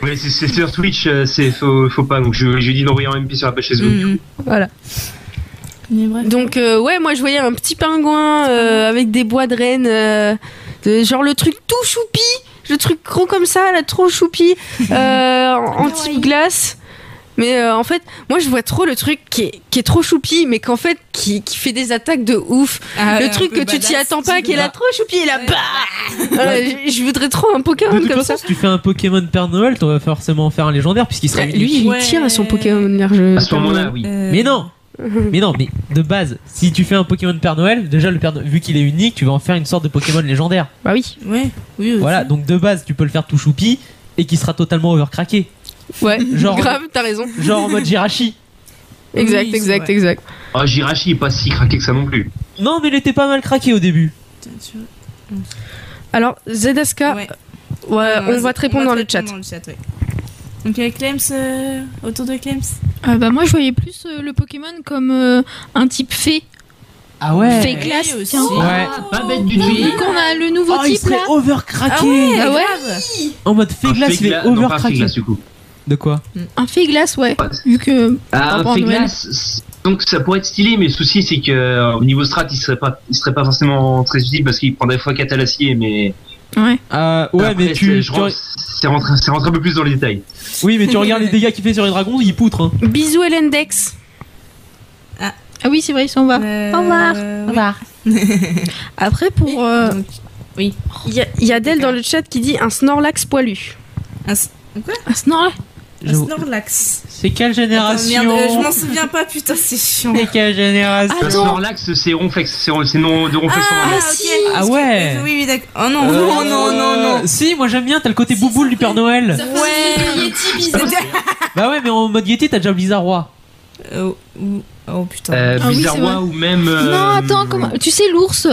Ouais, c'est- c'est sur Twitch, euh, c'est faut, faut pas. Donc, je, je lui ai dit d'envoyer un MP sur la page Mm. Facebook. Voilà. Donc euh, ouais, moi je voyais un petit pingouin euh, avec des bois de renne, euh, de, genre le truc tout choupi, *laughs* le truc gros comme ça, là trop choupi, euh, en en type glace. Mais euh, en fait, moi je vois trop le truc qui est, qui est trop choupi, mais qu'en fait qui, qui fait des attaques de ouf. Ah, le ouais, truc un que peu tu t'y badass, attends pas, qui est là ouais. trop choupi et là bah. Euh, je- Je voudrais trop un De Pokémon toute comme façon, ça. si tu fais un Pokémon Père Noël, tu vas forcément en faire un légendaire puisqu'il sera unique. Lui, il tire à son Pokémon large. À ce moment-là, oui. euh, Mais non Mais non, mais de base, si tu fais un Pokémon Père Noël, déjà le Père Noël- vu qu'il est unique, tu vas en faire une sorte de Pokémon légendaire. Bah oui. Ouais. Oui. Voilà, donc de base, tu peux le faire tout choupi et qui sera totalement overcraqué. Ouais. Genre- Grave, t'as raison. Genre en mode Jirachi. Exact, Oui, c'est exact, vrai. exact. Oh, Jirachi est pas si craqué que ça non plus. Non, mais il était pas mal craqué au début. Alors, Zedaska, Ouais. ouais, on va te répondre dans le chat. Dans le chat, ouais. Donc il y a Clems euh, autour de Clems. Euh, bah, moi, je voyais plus euh, le Pokémon comme euh, un type fée. Ah Fée classe. Euh, aussi. tiens. Ouais. Ah, Pas bête du tout. Qu'on a le nouveau Oh, il type serait là. overcraqué. Ah ouais, Ah ouais. grave. En mode Féglas, il est Féglas- Ah, non, pas overcraqué. Féglas, du coup. De quoi Un fée glace, ouais. Vu que. par Ah, rapport à Noël. Féglas, donc ça pourrait être stylé, mais le souci c'est que euh, au niveau strat, il serait pas, il serait pas forcément très utile parce qu'il prendrait x4 à l'acier, mais. Ouais. Ah, ouais, Après, mais tu. c'est- tu je rentre- C'est rentré, c'est rentré un peu plus dans les détails. re- Oui, mais tu regardes les dégâts qu'il fait sur les dragons, il poutre. Ah, Hein. Bisous Elendex. Ah. oui, c'est vrai, ils s'en va. Euh, Au revoir. Euh, *laughs* Au revoir. Après, pour. euh, Oui. Il y a, il y a Adèle dans le chat qui dit un Snorlax poilu. Un, quoi Un Snorlax Je- Snorlax. C'est quelle Attends, génération merde, euh, je m'en souviens pas, putain, c'est chiant. C'est quelle Ah, génération Le Snorlax, c'est Ronflex, c'est c'est non de Ronflex. en Ah, anglais. ok. Ah ouais Euh, Oui, oui, d'accord. Oh non, non, non, non, non. Si, moi j'aime bien, t'as le côté bouboule du Père Noël. *laughs* Bah ouais, mais en mode Yeti, t'as déjà Blizzarrois. Euh, ou- oh putain. Euh, Ah oui, c'est Bizarrois vrai. ou même. euh, Non, attends, comment... euh, tu sais, l'ours.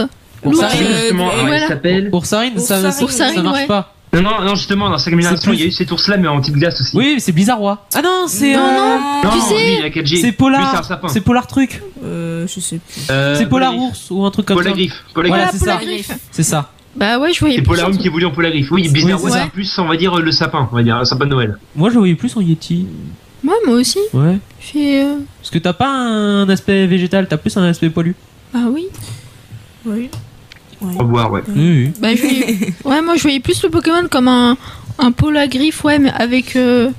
L'ours. Oursarine, justement, comment il s'appelle Oursarine, ça- Oursarine, ça- ça marche ouais. pas. Non, non, non, justement, dans sa génération, il y a eu cet ours-là, mais en petite glace aussi. Oui, mais c'est Blizzarrois. Ah non, c'est. Non, euh, non, Non, tu sais- lui, il a 4G. Lui, C'est c'est un Polar. sapin. C'est Polar Truc. Euh, je sais plus. c'est Polar Ours ou un truc comme Polagriff, ça. Polagriff. Voilà, c'est ça. Polagriff. C'est ça. Bah ouais, je voyais C'est plus. Polarum qui évolue en Polagriff. Oui, Bizarrois, c'est ça. c'est plus, on va dire, le sapin, on va dire, un sapin de Noël. Moi, je le voyais plus en Yeti. Ouais, moi aussi. Ouais. J'ai. euh, Parce que t'as pas un aspect végétal, t'as plus un aspect poilu. Bah oui. Oui. Au revoir, ouais. Oui, Bah, *laughs* je voyais- ouais, moi je voyais plus le Pokémon comme un, un polagriff, ouais, mais avec euh,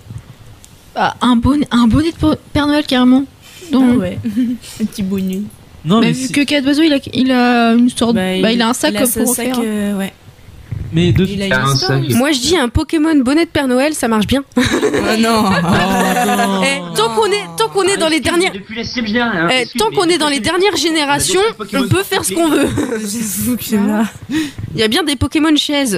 bah, un, bonnet, un bonnet de po- Père Noël carrément. Donc, Ah ouais. Un petit bonus. Non, bah, mais, vu si- que Cat d'Oiseau il a, il a une sorte. Bah, il, a un sac il a son pour sac, faire. euh, ouais. mais de a une Un histoire, sac. il- Moi je dis un Pokémon bonnet de Père Noël, ça marche bien. Oh non. Ah, Oh. *laughs* Eh, tant qu'on est, tant qu'on est dans les dernières, Depuis la 7 génération. eh, tant qu'on est dans les dernières générations, on peut faire ce qu'on veut. J'avoue que là. Il y a bien des Pokémon chaises.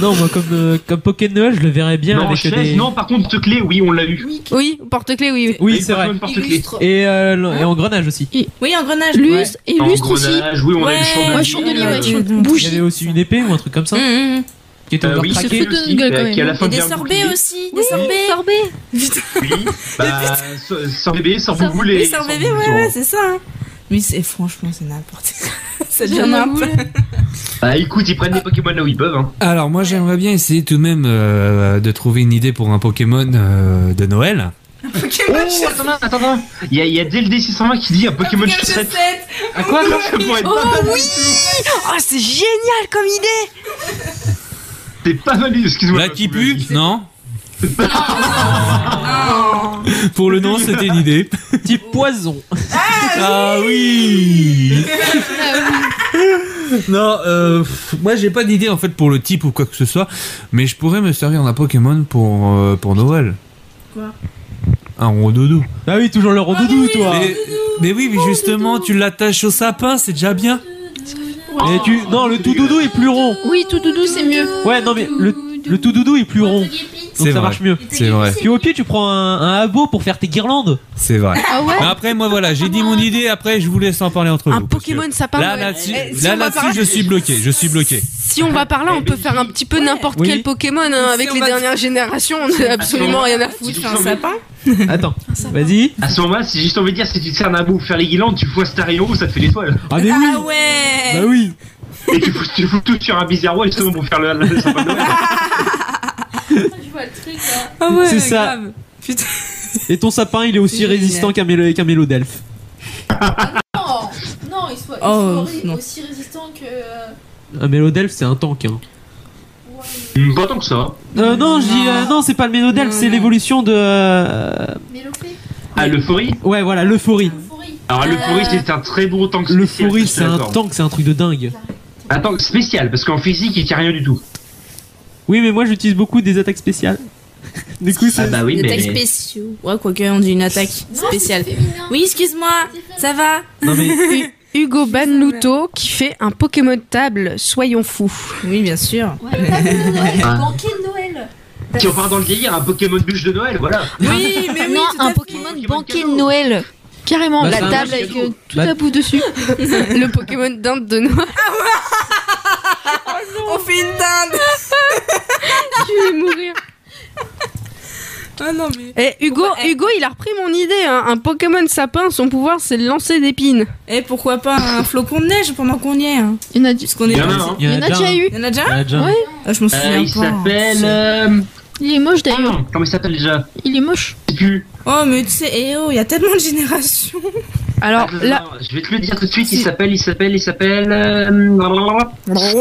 Non, moi, comme, euh, comme Poké de Noël, je le verrais bien Non, avec chaise, des. non, par contre, clé, oui, on l'a eu. Oui, porte-clés, oui. Oui, c'est vrai. Illustre. Et, euh, l- et engrenage aussi. Oui, engrenage. Lustre et En lustre aussi. grenage, oui, on a eu le chandelier. Ouais, chandelier, ouais, euh, chandelier. Il y Bougie. Mm, avait aussi une épée ou un truc comme ça. Mmh, mmh. Qui était Euh, encore oui, *laughs* se craqué. fout de notre gueule, quand même. Et Faut des bien sorbets bouclier. aussi. Des sorbets. Sorbet. Bah, so- sans bébé, sans bouboule et. Oui, sans bébé, ouais, bouton. ouais, c'est ça. hein. Mais c'est franchement, c'est n'importe *laughs* quoi. Ça devient J'en ai n'importe Bah, écoute, ils prennent les Pokémon là où ils peuvent, hein. Alors moi j'aimerais bien essayer tout de même euh, de trouver une idée pour un Pokémon euh, de Noël. Oh, attends, attends, attends. Il y a, il y a DLD620 qui dit un Pokémon chaussette. À quoi ça pourrait être Oh pas mal. oui Oh, c'est génial comme idée C'est pas mal, excuse-moi. Là qui pue Non Oh Pour le nom c'était une idée. Type poison. Ah oui Ah Non, euh, pff, moi j'ai pas d'idée en fait pour le type ou quoi que ce soit, mais je pourrais me servir d'un Pokémon pour, euh, pour Noël. Quoi Un rondoudou. Ah oui, toujours le rondoudou, toi. Mais, mais oui, mais justement, tu l'attaches au sapin, c'est déjà bien. Et tu... Non, le tout doudou est plus rond. Oui, tout doudou c'est mieux. Ouais, non, mais le, le tout doudou est plus rond. Donc C'est ça vrai. marche mieux. C'est vrai. Puis au pied, tu prends un, un abo pour faire tes guirlandes. C'est vrai. Ah ouais Ah. Mais Après, moi voilà, j'ai dit mon idée, après je vous laisse en parler entre vous. parce que Pokémon sapin Là, Noël. là-dessus, Eh, si là, on va là-dessus, parler- je suis bloqué, je suis bloqué. Si on va par là, on peut faire un petit peu n'importe Oui. quel Pokémon hein, avec on les va- dernières générations. On n'a absolument rien à foutre. Tu fais un sapin Attends, vas-y. À ce moment-là, c'est juste envie de dire si tu te sers d'un bout pour faire les guirlandes, tu fous un Stario, ça te fait *laughs* l'étoile. Ah, mais Ah ouais Bah oui. Et tu fous, tu fous tout sur un bizarrois justement pour faire le, le, le *laughs* sapin de Noël. Ah ouais, C'est ça. grave. Putain. *laughs* Et ton sapin, il est aussi Génial. résistant qu'un mélo- qu'un mélodelphe. Non, non, ils soient, ils soient Oh, non. aussi résistants que. euh, Un mélodelphe, c'est un tank. Hein. Hmm, Pas tant que ça. Euh, non, je dis, euh, non, c'est pas le mélodelphe, c'est l'évolution de. euh, Ah, l'euphorie Ouais, voilà, l'euphorie. Ah, Alors, Euh, l'euphorie, c'est un très beau tank spécial. L'euphorie, c'est un D'accord. tank, c'est un truc de dingue. Un tank spécial, parce qu'en physique, il tient rien du tout. Oui, mais moi j'utilise beaucoup des attaques spéciales. *laughs* Du coup, c'est. Ah bah Une attaque spéciale. Ouais, quoique, on dit une attaque spéciale. Oui, excuse-moi, ça va Non, *laughs* mais- Oui. Hugo Banluto qui fait un Pokémon de table, soyons fous. Oui, bien sûr. Un- Banquier de Noël. Si on part dans le délire, un Pokémon bûche de Noël, voilà. *laughs* Oui, mais oui, non, tout à un fait. Pokémon banquet de Noël. Carrément, Bah, la c'est un table match avec cadeau. euh, tout Bah- à bout dessus. Le Pokémon dinde de Noël. Ah Oh On fait une dinde Je vais mourir. Ah non, mais. eh. Et Eh, Hugo, Hugo, il a repris mon idée. hein. Un Pokémon sapin, son pouvoir, c'est de lancer d'épines. Et Eh, pourquoi pas un flocon de neige pendant qu'on y est hein. Il y en a, Parce qu'on est Il y en a parti. un, hein. Il y en a Il y en a déjà déjà un. eu. Il y en a déjà Il y en a déjà un. Oui. Ah, je m'en Euh, souviens il pas. s'appelle, C'est- euh, Il est moche d'ailleurs. Comment il s'appelle déjà Il est moche. Je sais plus. Oh, mais tu sais, eh oh, il y a tellement de générations. Oh, Alors là. Je vais te le dire tout de suite, il s'appelle, il s'appelle, il s'appelle. euh,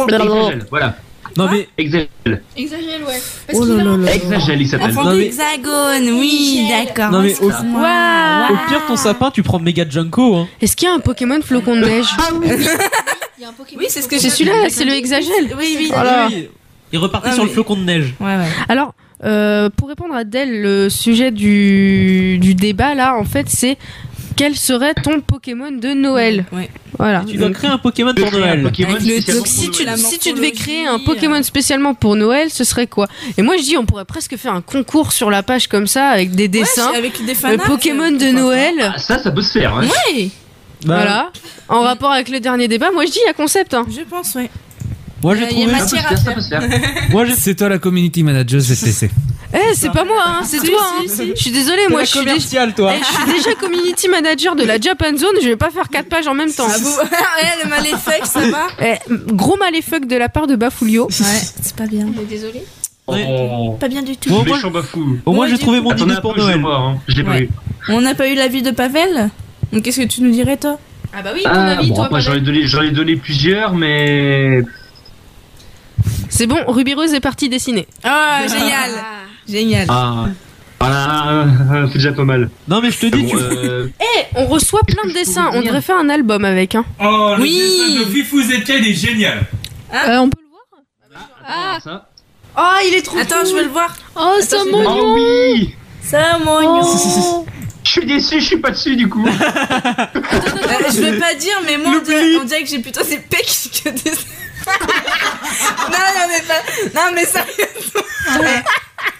Exagel, voilà. Non mais. Exagel. Exagère, ouais. Oh Parce qu'il a un- Exagel, il s'appelle. Enfant d'hexagone, oui, Ah, d'accord. Non, mais au- Excuse-moi. Au pire, ton sapin, tu prends méga Junko. Hein. Est-ce qu'il y a un Pokémon flocon de neige Oui, c'est ce que C'est j'ai celui-là, c'est le hexagel. Oui, oui. Voilà. Il repartit Ah, sur mais- le flocon de neige. Ouais, ouais. Alors, euh, pour répondre à Del, le sujet du, du débat là, en fait, c'est quel serait ton Pokémon de Noël Voilà. Tu dois Donc, créer un Pokémon pour Noël. donc, si, tu, si tu devais créer euh, un Pokémon spécialement pour Noël, ce serait quoi Et moi je dis, on pourrait presque faire un concours sur la page comme ça avec des dessins, c'est avec des le fanarts, euh, Pokémon de Noël. Ça, ça peut se faire. hein. Ouais. Bah, Voilà. En rapport avec le dernier débat, moi je dis, il y a concept. hein. Je pense, ouais. Moi j'ai Euh, y a trouvé- matière à Ça peut se faire, ça peut se faire. Moi, je- c'est toi la community manager ZTC. Eh, c'est pas moi, hein, c'est Si, toi. si, hein. si. Je suis désolée, T'es moi la je suis, commerciale, déjà... toi. Eh, je suis déjà community manager *laughs* de la Japan Zone, je vais pas faire quatre pages en même temps. Ah bon *laughs* Ouais, le maléfique, ça va Eh, gros maléfuck de la part de Bafoulio. Ouais, c'est pas bien. Désolé. Oh. Pas bien du tout. Bon, méchant bafou. au moins, Ouais, j'ai du trouvé mon idée pour Noël. Je l'ai hein. pas Ouais. eu. On n'a pas eu l'avis de Pavel Donc qu'est-ce que tu nous dirais, toi Ah bah oui, Ah, bon, après, j'en ai donné- j'en ai donné plusieurs, mais. C'est bon, Rubireuse est partie dessiner. Ah, génial Génial Ah. Voilà, *laughs* euh, c'est déjà pas mal. euh, Non, mais je te dis, tu- Eh, on reçoit plein de dessins, on devrait faire un album avec. Hein. Oh, le Oui. dessin de Fifou Zetken est génial. Euh, on peut le Ah. Ça. Oh, il est trop Attends, je veux le voir Oh, ça Oh oui Ça, mignon Oh. Je suis déçu, je suis pas dessus du coup. Euh, Je veux pas dire, mais moi, on dirait, on dirait que j'ai plutôt des pecs *laughs* que des... non, non, mais pas... Non, mais ça...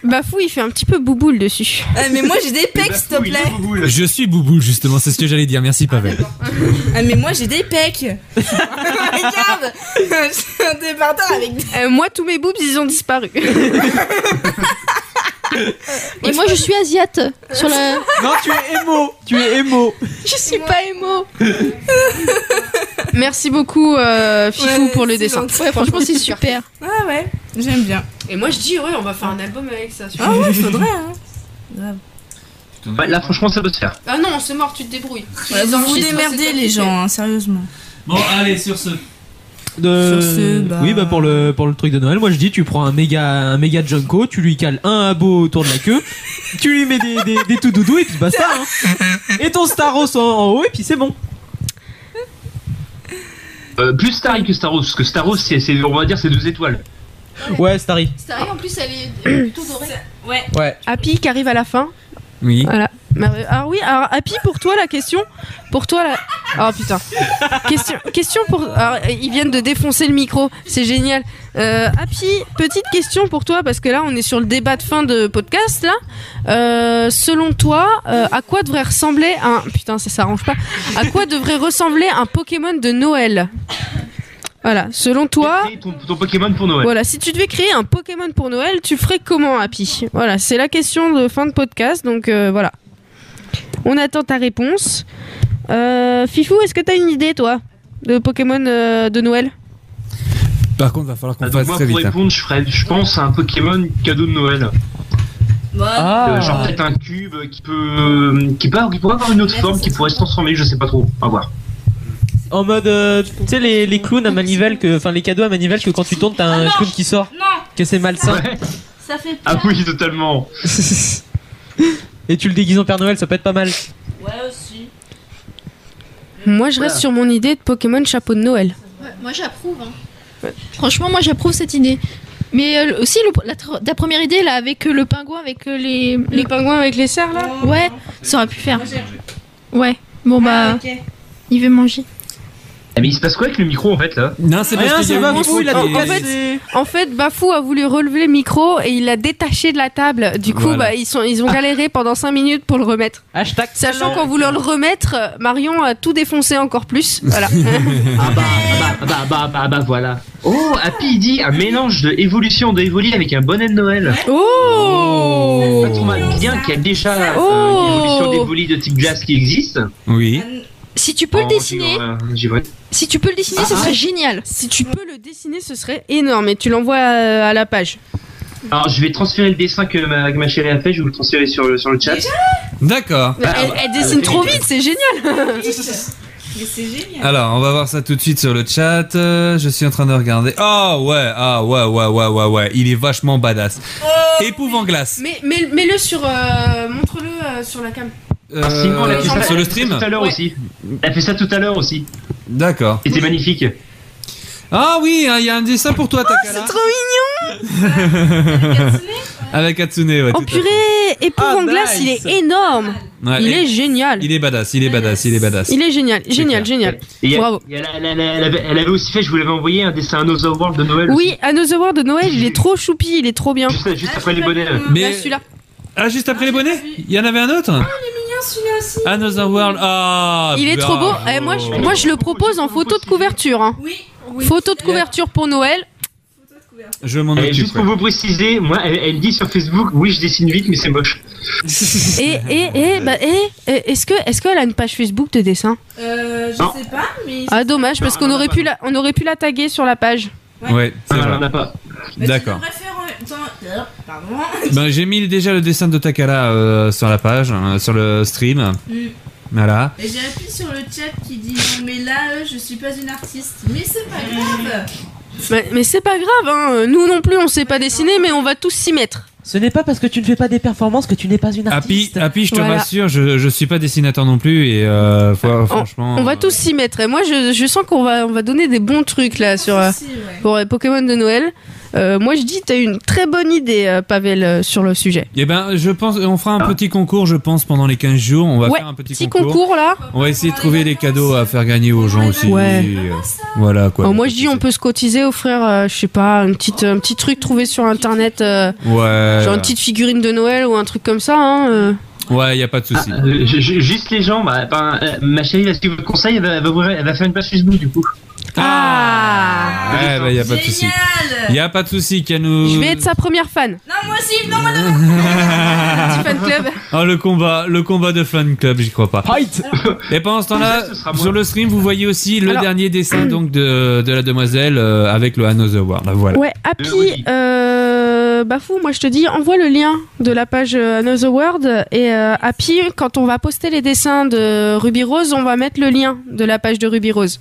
Bafou, Bah, il fait un petit peu bouboule dessus. Ah, mais moi, j'ai des pecs, s'il te plaît Je suis Bouboule, justement, c'est ce que j'allais dire. Merci, Pavel. Ah, mais moi, j'ai des pecs *laughs* Regarde Je suis un débardeur avec des... Euh, moi, tous mes boobs, ils ont disparu. *laughs* Et moi, je suis asiate. Sur la... Non, tu es émo. Tu es émo. Je suis pas émo. Merci beaucoup, euh, Fifou, Ouais, pour le c'est dessin. gentil. Ouais, franchement, *laughs* c'est super. Ah ouais, j'aime bien. Et moi, je dis, ouais, on va faire un album avec ça. Ah ouais, faudrait, hein Grave. Bah, là, franchement, ça peut se faire. Ah non, c'est mort, tu te débrouilles. Tu Ouais, les vous vous enregistres, c'est démerdez, toi les qui fais. gens, hein, sérieusement. Bon, allez, sur ce. De- Sur ce, bah- Oui, bah pour le, pour le truc de Noël, moi je dis tu prends un méga, un méga Junko, tu lui cales un abo autour de la queue, *laughs* tu lui mets des, des, des tout doudous et puis basta. Hein. Et ton Staros en, en haut et puis c'est bon. Euh, plus Starry que Staros, parce que Staros, c'est, c'est- on va dire, c'est deux étoiles. Ouais, Starry. Starry, en plus, elle est tout dorée. Ouais. Ouais. Happy qui arrive à la fin. Oui. Voilà. Merveilleux. Alors oui, alors Happy pour toi la question, pour toi la. Oh putain. Question, question pour. alors, ils viennent de défoncer le micro, c'est génial. Euh, Happy, petite question pour toi parce que là on est sur le débat de fin de podcast là. Euh, selon toi, euh, à quoi devrait ressembler un putain ça s'arrange pas. À quoi devrait ressembler un Pokémon de Noël Voilà. Selon toi. Ton, ton Pokémon pour Noël. Voilà, si tu devais créer un Pokémon pour Noël, tu ferais comment, Happy Voilà, c'est la question de fin de podcast, donc euh, voilà. On attend ta réponse. Euh, Fifou, est-ce que t'as une idée, toi, de Pokémon euh, de Noël Par contre, va falloir qu'on Ah, Donc, fasse moi, très pour vite. hein. répondre, je ferais, je pense, à un Pokémon cadeau de Noël. Ah. Euh, genre peut-être un cube qui peut, euh, qui peut, qui pourrait avoir une autre forme, qui pourrait se transformer, je sais pas trop. À *laughs* voir. En mode, euh, tu sais, les, les clowns à manivelle, que, enfin les cadeaux à manivelle que quand tu tournes, Ah t'as un clown qui sort. Non Que c'est malsain. Ouais. Ça fait pas. Ah oui, totalement. *laughs* Et tu le déguises en Père Noël, ça peut être pas mal. Ouais, aussi. Moi, je reste Voilà. sur mon idée de Pokémon chapeau de Noël. moi j'approuve. hein. Franchement, moi j'approuve cette idée. Mais euh, aussi le- la, tr- la première idée là avec euh, le pingouin avec euh, les les pingouins avec les cerfs là. Ouais, ça aurait pu faire. Ouais. Bon Ah, bah il veut manger. Ah, mais il se passe quoi avec le micro en fait là Non, c'est parce Rien, qu'il y a c'est eu pas le micro fou, il a tout cassé. En fait, Bafou a voulu relever le micro et il l'a détaché de la table. Du coup, Voilà. bah, ils, sont, ils ont galéré pendant 5 minutes pour le remettre. Hashtag Sachant qu'en voulant le remettre, Marion a tout défoncé encore plus. Voilà. ah bah, ah bah, ah bah, ah bah, ah bah, voilà. Oh, Happy il dit un mélange de évolution de Evoli avec un bonnet de Noël. Oh Ça tombe bien qu'il y a déjà euh, Oh. une évolution d'Evoli de type glace qui existe. Oui. Si tu Oh, peux le dessiner, si tu peux le dessiner, Ah, ça ah. serait génial. Si tu peux le dessiner, ce serait énorme et tu l'envoies euh, à, à la page. Alors, je vais transférer le dessin que ma, que ma chérie a fait, je vais vous le transférer sur, le- sur le chat. D'accord. elle, elle dessine trop vite, c'est génial. Mais c'est génial. Alors, on va voir ça tout de suite sur le chat. Euh, je suis en train de regarder. Ah ouais, ah ouais, ouais, ouais, ouais, ouais. Il est vachement badass. Oh. Épouvant glace. Mais, mais, mets-le sur. euh, montre-le euh, sur la cam. Euh, Ah, Sinon, elle a fait ça- sur le elle a fait ça stream *laughs* tout à l'heure aussi. Elle a fait ça tout à l'heure aussi. D'accord. C'était magnifique. Ah oui, hein, il y a un dessin pour toi, Takala. Oh, Trop mignon *laughs* Avec Hatsune, ouais. Oh tout à fait. purée Épouvant glace, il est énorme Ouais, Il Ah, et- est génial Il est badass, il est badass, il est badass. Il est génial, génial, génial Et elle- Bravo et elle, elle- elle- elle avait, elle avait aussi fait, je vous l'avais envoyé, un dessin Another World de Noël. Oui, à nos awards de Noël, il est trop choupi, il est trop bien Juste, juste après les bonnets. là. Mais- celui-là Ah, juste après les bonnets Il y en avait un autre Il est mignon celui-là aussi Another World. Ah Il est trop beau Eh, moi, je, moi je le propose en photo de couverture Oui Photo de couverture pour Noël Je m'en occupe. Juste pour vous préciser, moi, elle, elle dit sur Facebook, oui, je dessine vite, mais c'est moche. Et, *laughs* et, et, bah, et, et, est-ce que, est-ce qu'elle a une page Facebook de dessin Euh, Non. je sais pas, mais. Ah dommage, parce qu'on aurait pu la, on aurait pu la taguer sur la page *laughs* Ouais, c'est Non, vrai. Ah, on en a pas. D'accord. Attends, pardon. Ben, j'ai mis déjà le dessin de Takala euh, sur la page, euh, sur le stream. Mm. Voilà. Et J'ai appuyé sur le chat qui dit non mais là euh, je suis pas une artiste. Mais c'est pas grave. Mais, mais c'est pas grave, hein. nous non plus on sait pas dessiner, mais on va tous s'y mettre. Ce n'est pas parce que tu ne fais pas des performances que tu n'es pas une Happy, artiste. Happy, je te Voilà. Ah. rassure, je, je suis pas dessinateur non plus et euh, faut- franchement. euh, On va tous s'y mettre. Et moi, je, je sens qu'on va, on va donner des bons trucs là sur euh, pour les Pokémon de Noël. Euh, moi, je dis, t'as eu une très bonne idée, euh, Pavel, euh, sur le sujet. Eh ben, je pense, on fera un petit concours, je pense, pendant les 15 jours. On va ouais, faire un petit, petit concours, là. On va essayer de trouver les cadeaux à faire gagner aux gens aussi. Ouais. Euh, Voilà quoi. Alors, moi, je dis, on peut se cotiser, offrir, euh, je sais pas, une petite, un petit truc trouvé sur internet, euh, Ouais. genre une petite figurine de Noël ou un truc comme ça. Hein, euh. Ouais, y a pas de Ah. souci. Euh, ju- ju- juste les gens, bah, ben, euh, ma chérie, va suivre le conseil, elle va, elle va ouvrir- elle va faire une page Facebook du coup. Ah, ouais, bah, y a pas de souci. Génial Y a pas de souci, qu'elle nous. Je *laughs* vais être sa première fan. Non, moi aussi, non, moi non. Petit fan club. Ah, le combat, le combat de fan club, j'y crois pas. Et pendant ce temps-là, sur le stream, vous voyez aussi le Alors- dernier dessin donc de, de la demoiselle euh, avec le Another World. Voilà. Ouais, Happy, euh, Bafou, moi je te dis, envoie le lien de la page euh, Another World et euh, Happy, quand on va poster les dessins de Ruby Rose, on va mettre le lien de la page de Ruby Rose.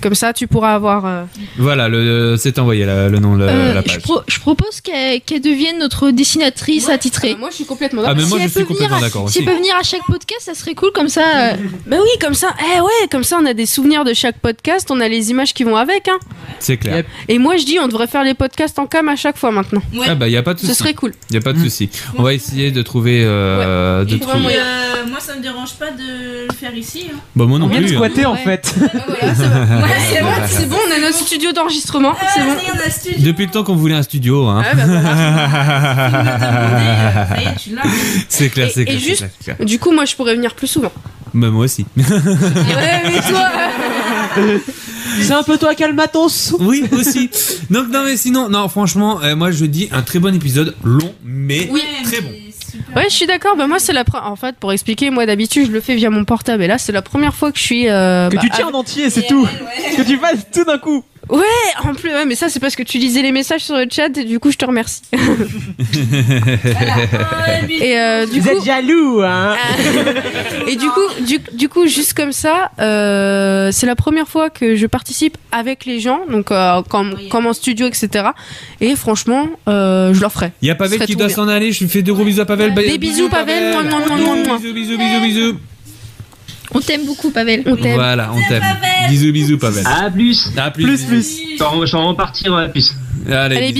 Comme ça, tu pourras avoir. euh, Voilà, le- c'est envoyé la- le nom de la- Euh, la je, page. pro- je propose qu'elle qu'elle devienne notre dessinatrice attitrée. moi, je suis complètement Ah, mais moi, je suis complètement venir, à- d'accord aussi. Si elle peut venir à chaque podcast, ça serait cool comme *laughs* ça. euh, Bah oui, comme ça, eh ouais, comme ça, on a des souvenirs de chaque podcast, on a les images qui vont avec, hein. C'est clair. Et moi, je dis, on devrait faire les podcasts en cam à chaque fois maintenant. Ah bah y a pas de Ce souci. serait cool. Y a pas de souci. On va essayer de trouver. euh, de Et puis, trouver. euh, moi ça me dérange pas de le faire ici. hein. Bah moi non On vient de plus. squatter, hein. en fait. Ah, *laughs* Ouais, c'est bon, c'est bon, on a notre studio d'enregistrement, c'est bon. Depuis le temps qu'on voulait un studio. Hein. Ouais, bah c'est clair, c'est Et, clair. et c'est juste, clair, c'est clair. du coup, moi, je pourrais venir plus souvent. Bah, moi aussi. *laughs* ouais, mais toi C'est un peu toi qui as le matos. Oui, aussi. Donc non mais sinon, non franchement, euh, moi je dis un très bon épisode, long mais très bon. *laughs* Ouais, je suis d'accord. Bah, moi, c'est la pre- En fait, pour expliquer, moi, d'habitude, je le fais via mon portable. Et là, c'est la première fois que je suis. euh, Que bah, tu tiens en avec- entier, c'est tout. Que tu fasses tout d'un coup. Ouais, ah, en plus, ouais, mais ça c'est parce que tu lisais les messages sur le chat et du coup je te *laughs* remercie. et euh, du Vous coup, êtes jaloux, hein et Euh, du coup, du, du coup, juste comme ça, euh, c'est la première fois que je participe avec les gens, donc euh, comme, comme en studio, etc. Et franchement, euh, je leur ferai. Il y a Pavel qui doit s'en aller, je lui fais des gros bisous à Pavel. Bah, Des bisous, Pavel. Mouah, mouah, mouah, mouah. Bisous, bisous, bisous, bisous. On t'aime beaucoup, Pavel. On Voilà, on t'aime. Bisous, bisous, Pavel. À plus. À plus. Plus, bisous. plus. J'en j'en repartir à plus. Allez,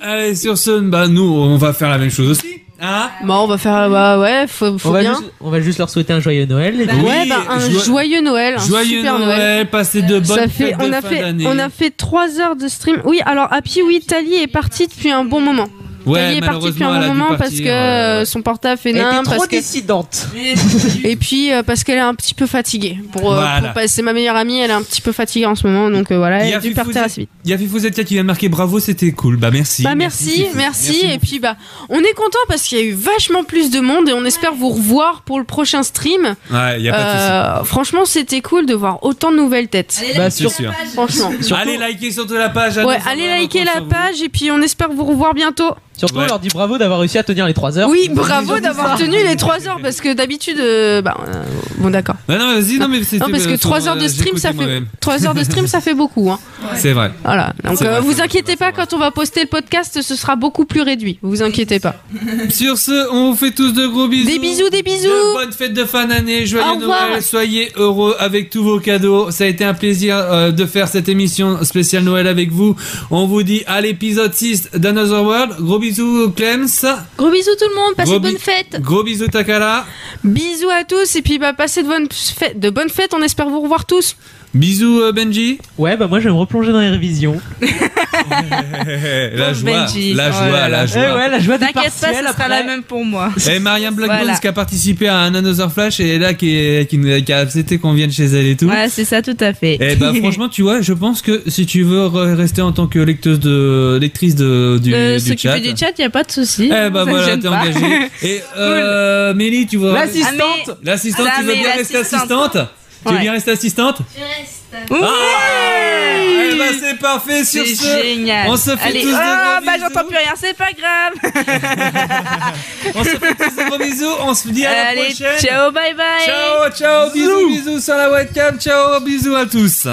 Allez, sur ce, bah nous, on va faire la même chose aussi. Hein Bon, on va faire. Bah ouais, faut, faut on, va bien. juste, on va juste leur souhaiter un joyeux Noël. et Bah puis- ouais, bah, un joyeux- joyeux Noël. un Joyeux super Noël, passez de bonnes Ça fait, fêtes on de a fin fait, d'année. on a fait 3 heures de stream. Oui, alors Happy oui, Tali est parti depuis un bon moment. Ouais, Tali est parti depuis malheureusement, hein, un elle a bon dû moment partir, parce que euh, son portable fait Elle était nain, trop parce que- décidante. Et puis euh, parce qu'elle est un petit peu fatiguée. Pour, euh, Voilà. pour passer ma meilleure amie, elle est un petit peu fatiguée en ce moment, donc euh, voilà, Il y elle a a dû Fifou partir Z- assez vite. Il y a Fifou Zetia qui vient de marquer bravo, c'était cool. Bah merci. Bah merci, merci, et puis bah on est content parce qu'il y a eu vachement plus de monde et on espère vous revoir pour le prochain stream. Ouais, y a pas de Euh, Franchement, c'était cool de voir autant de nouvelles têtes. Allez, Bah, liker c'est la sûr. page. Franchement. souci. Allez liker surtout la page. Ouais, annonce- allez liker la page et puis on espère vous revoir bientôt. Surtout, on leur dit bravo d'avoir réussi à tenir les 3 heures. Oui, Ils ont bravo dit d'avoir ça. tenu les 3 heures parce que d'habitude euh, bah euh, bon d'accord. Bah non, vas-y, non mais c'était Non parce que euh, 3 heures de euh, stream ça j'écoutais fait moi-même. 3 heures de stream ça fait beaucoup hein. C'est vrai. Voilà. Donc C'est vrai. euh, vous inquiétez pas quand on va poster le podcast, ce sera beaucoup plus réduit. Vous inquiétez pas. Sur ce, on vous fait tous de gros bisous. Des bisous, des bisous. De bonnes fêtes de fin d'année, joyeux Au revoir. Noël, soyez heureux avec tous vos cadeaux. Ça a été un plaisir euh, de faire cette émission spéciale Noël avec vous. On vous dit à l'épisode 6 d'Another World. Gros bisous Clems. Gros bisous tout le monde, passez Gros de bonnes bi- fêtes. Gros bisous Takala. Bisous à tous et puis bah passez de bonnes fêtes, de bonnes fêtes, on espère vous revoir tous. Bisous euh, Benji. Ouais, bah moi je vais me replonger dans les révisions. Eh, la joie, Benji. la joie, Oh là là. la joie. Eh, Eh ouais, la joie des T'inquiète pas, ce sera la même pour moi. Et Marianne Blackbones Voilà. qui a participé à un Another Flash et là qui, est- qui, nous- qui a accepté qu'on vienne chez elle et tout. Ouais, c'est ça, tout à fait. Eh *laughs* *laughs* ben franchement, tu vois, je pense que si tu veux re- rester en tant que lecteuse de lectrice de du, Euh, du chat. S'occuper du chat, y a pas de souci. Eh ben Ça me voilà, gêne t'es pas. *laughs* engagée. Et euh, Mélie, tu vois. L'assistante. Ah, mais- L'assistante, Ah, tu veux mais bien rester l'assistante. assistante Tu veux Ouais. bien rester assistante Je reste. Ah Eh ben c'est parfait sur C'est ce. génial. On se fait Allez, tous des ah, bah j'entends plus rien, c'est pas grave. On se fait tous des gros bisous, on se dit à la Allez, prochaine. ciao, bye bye. Ciao, ciao, bisous, bisous sur la webcam. Ciao, bisous à tous.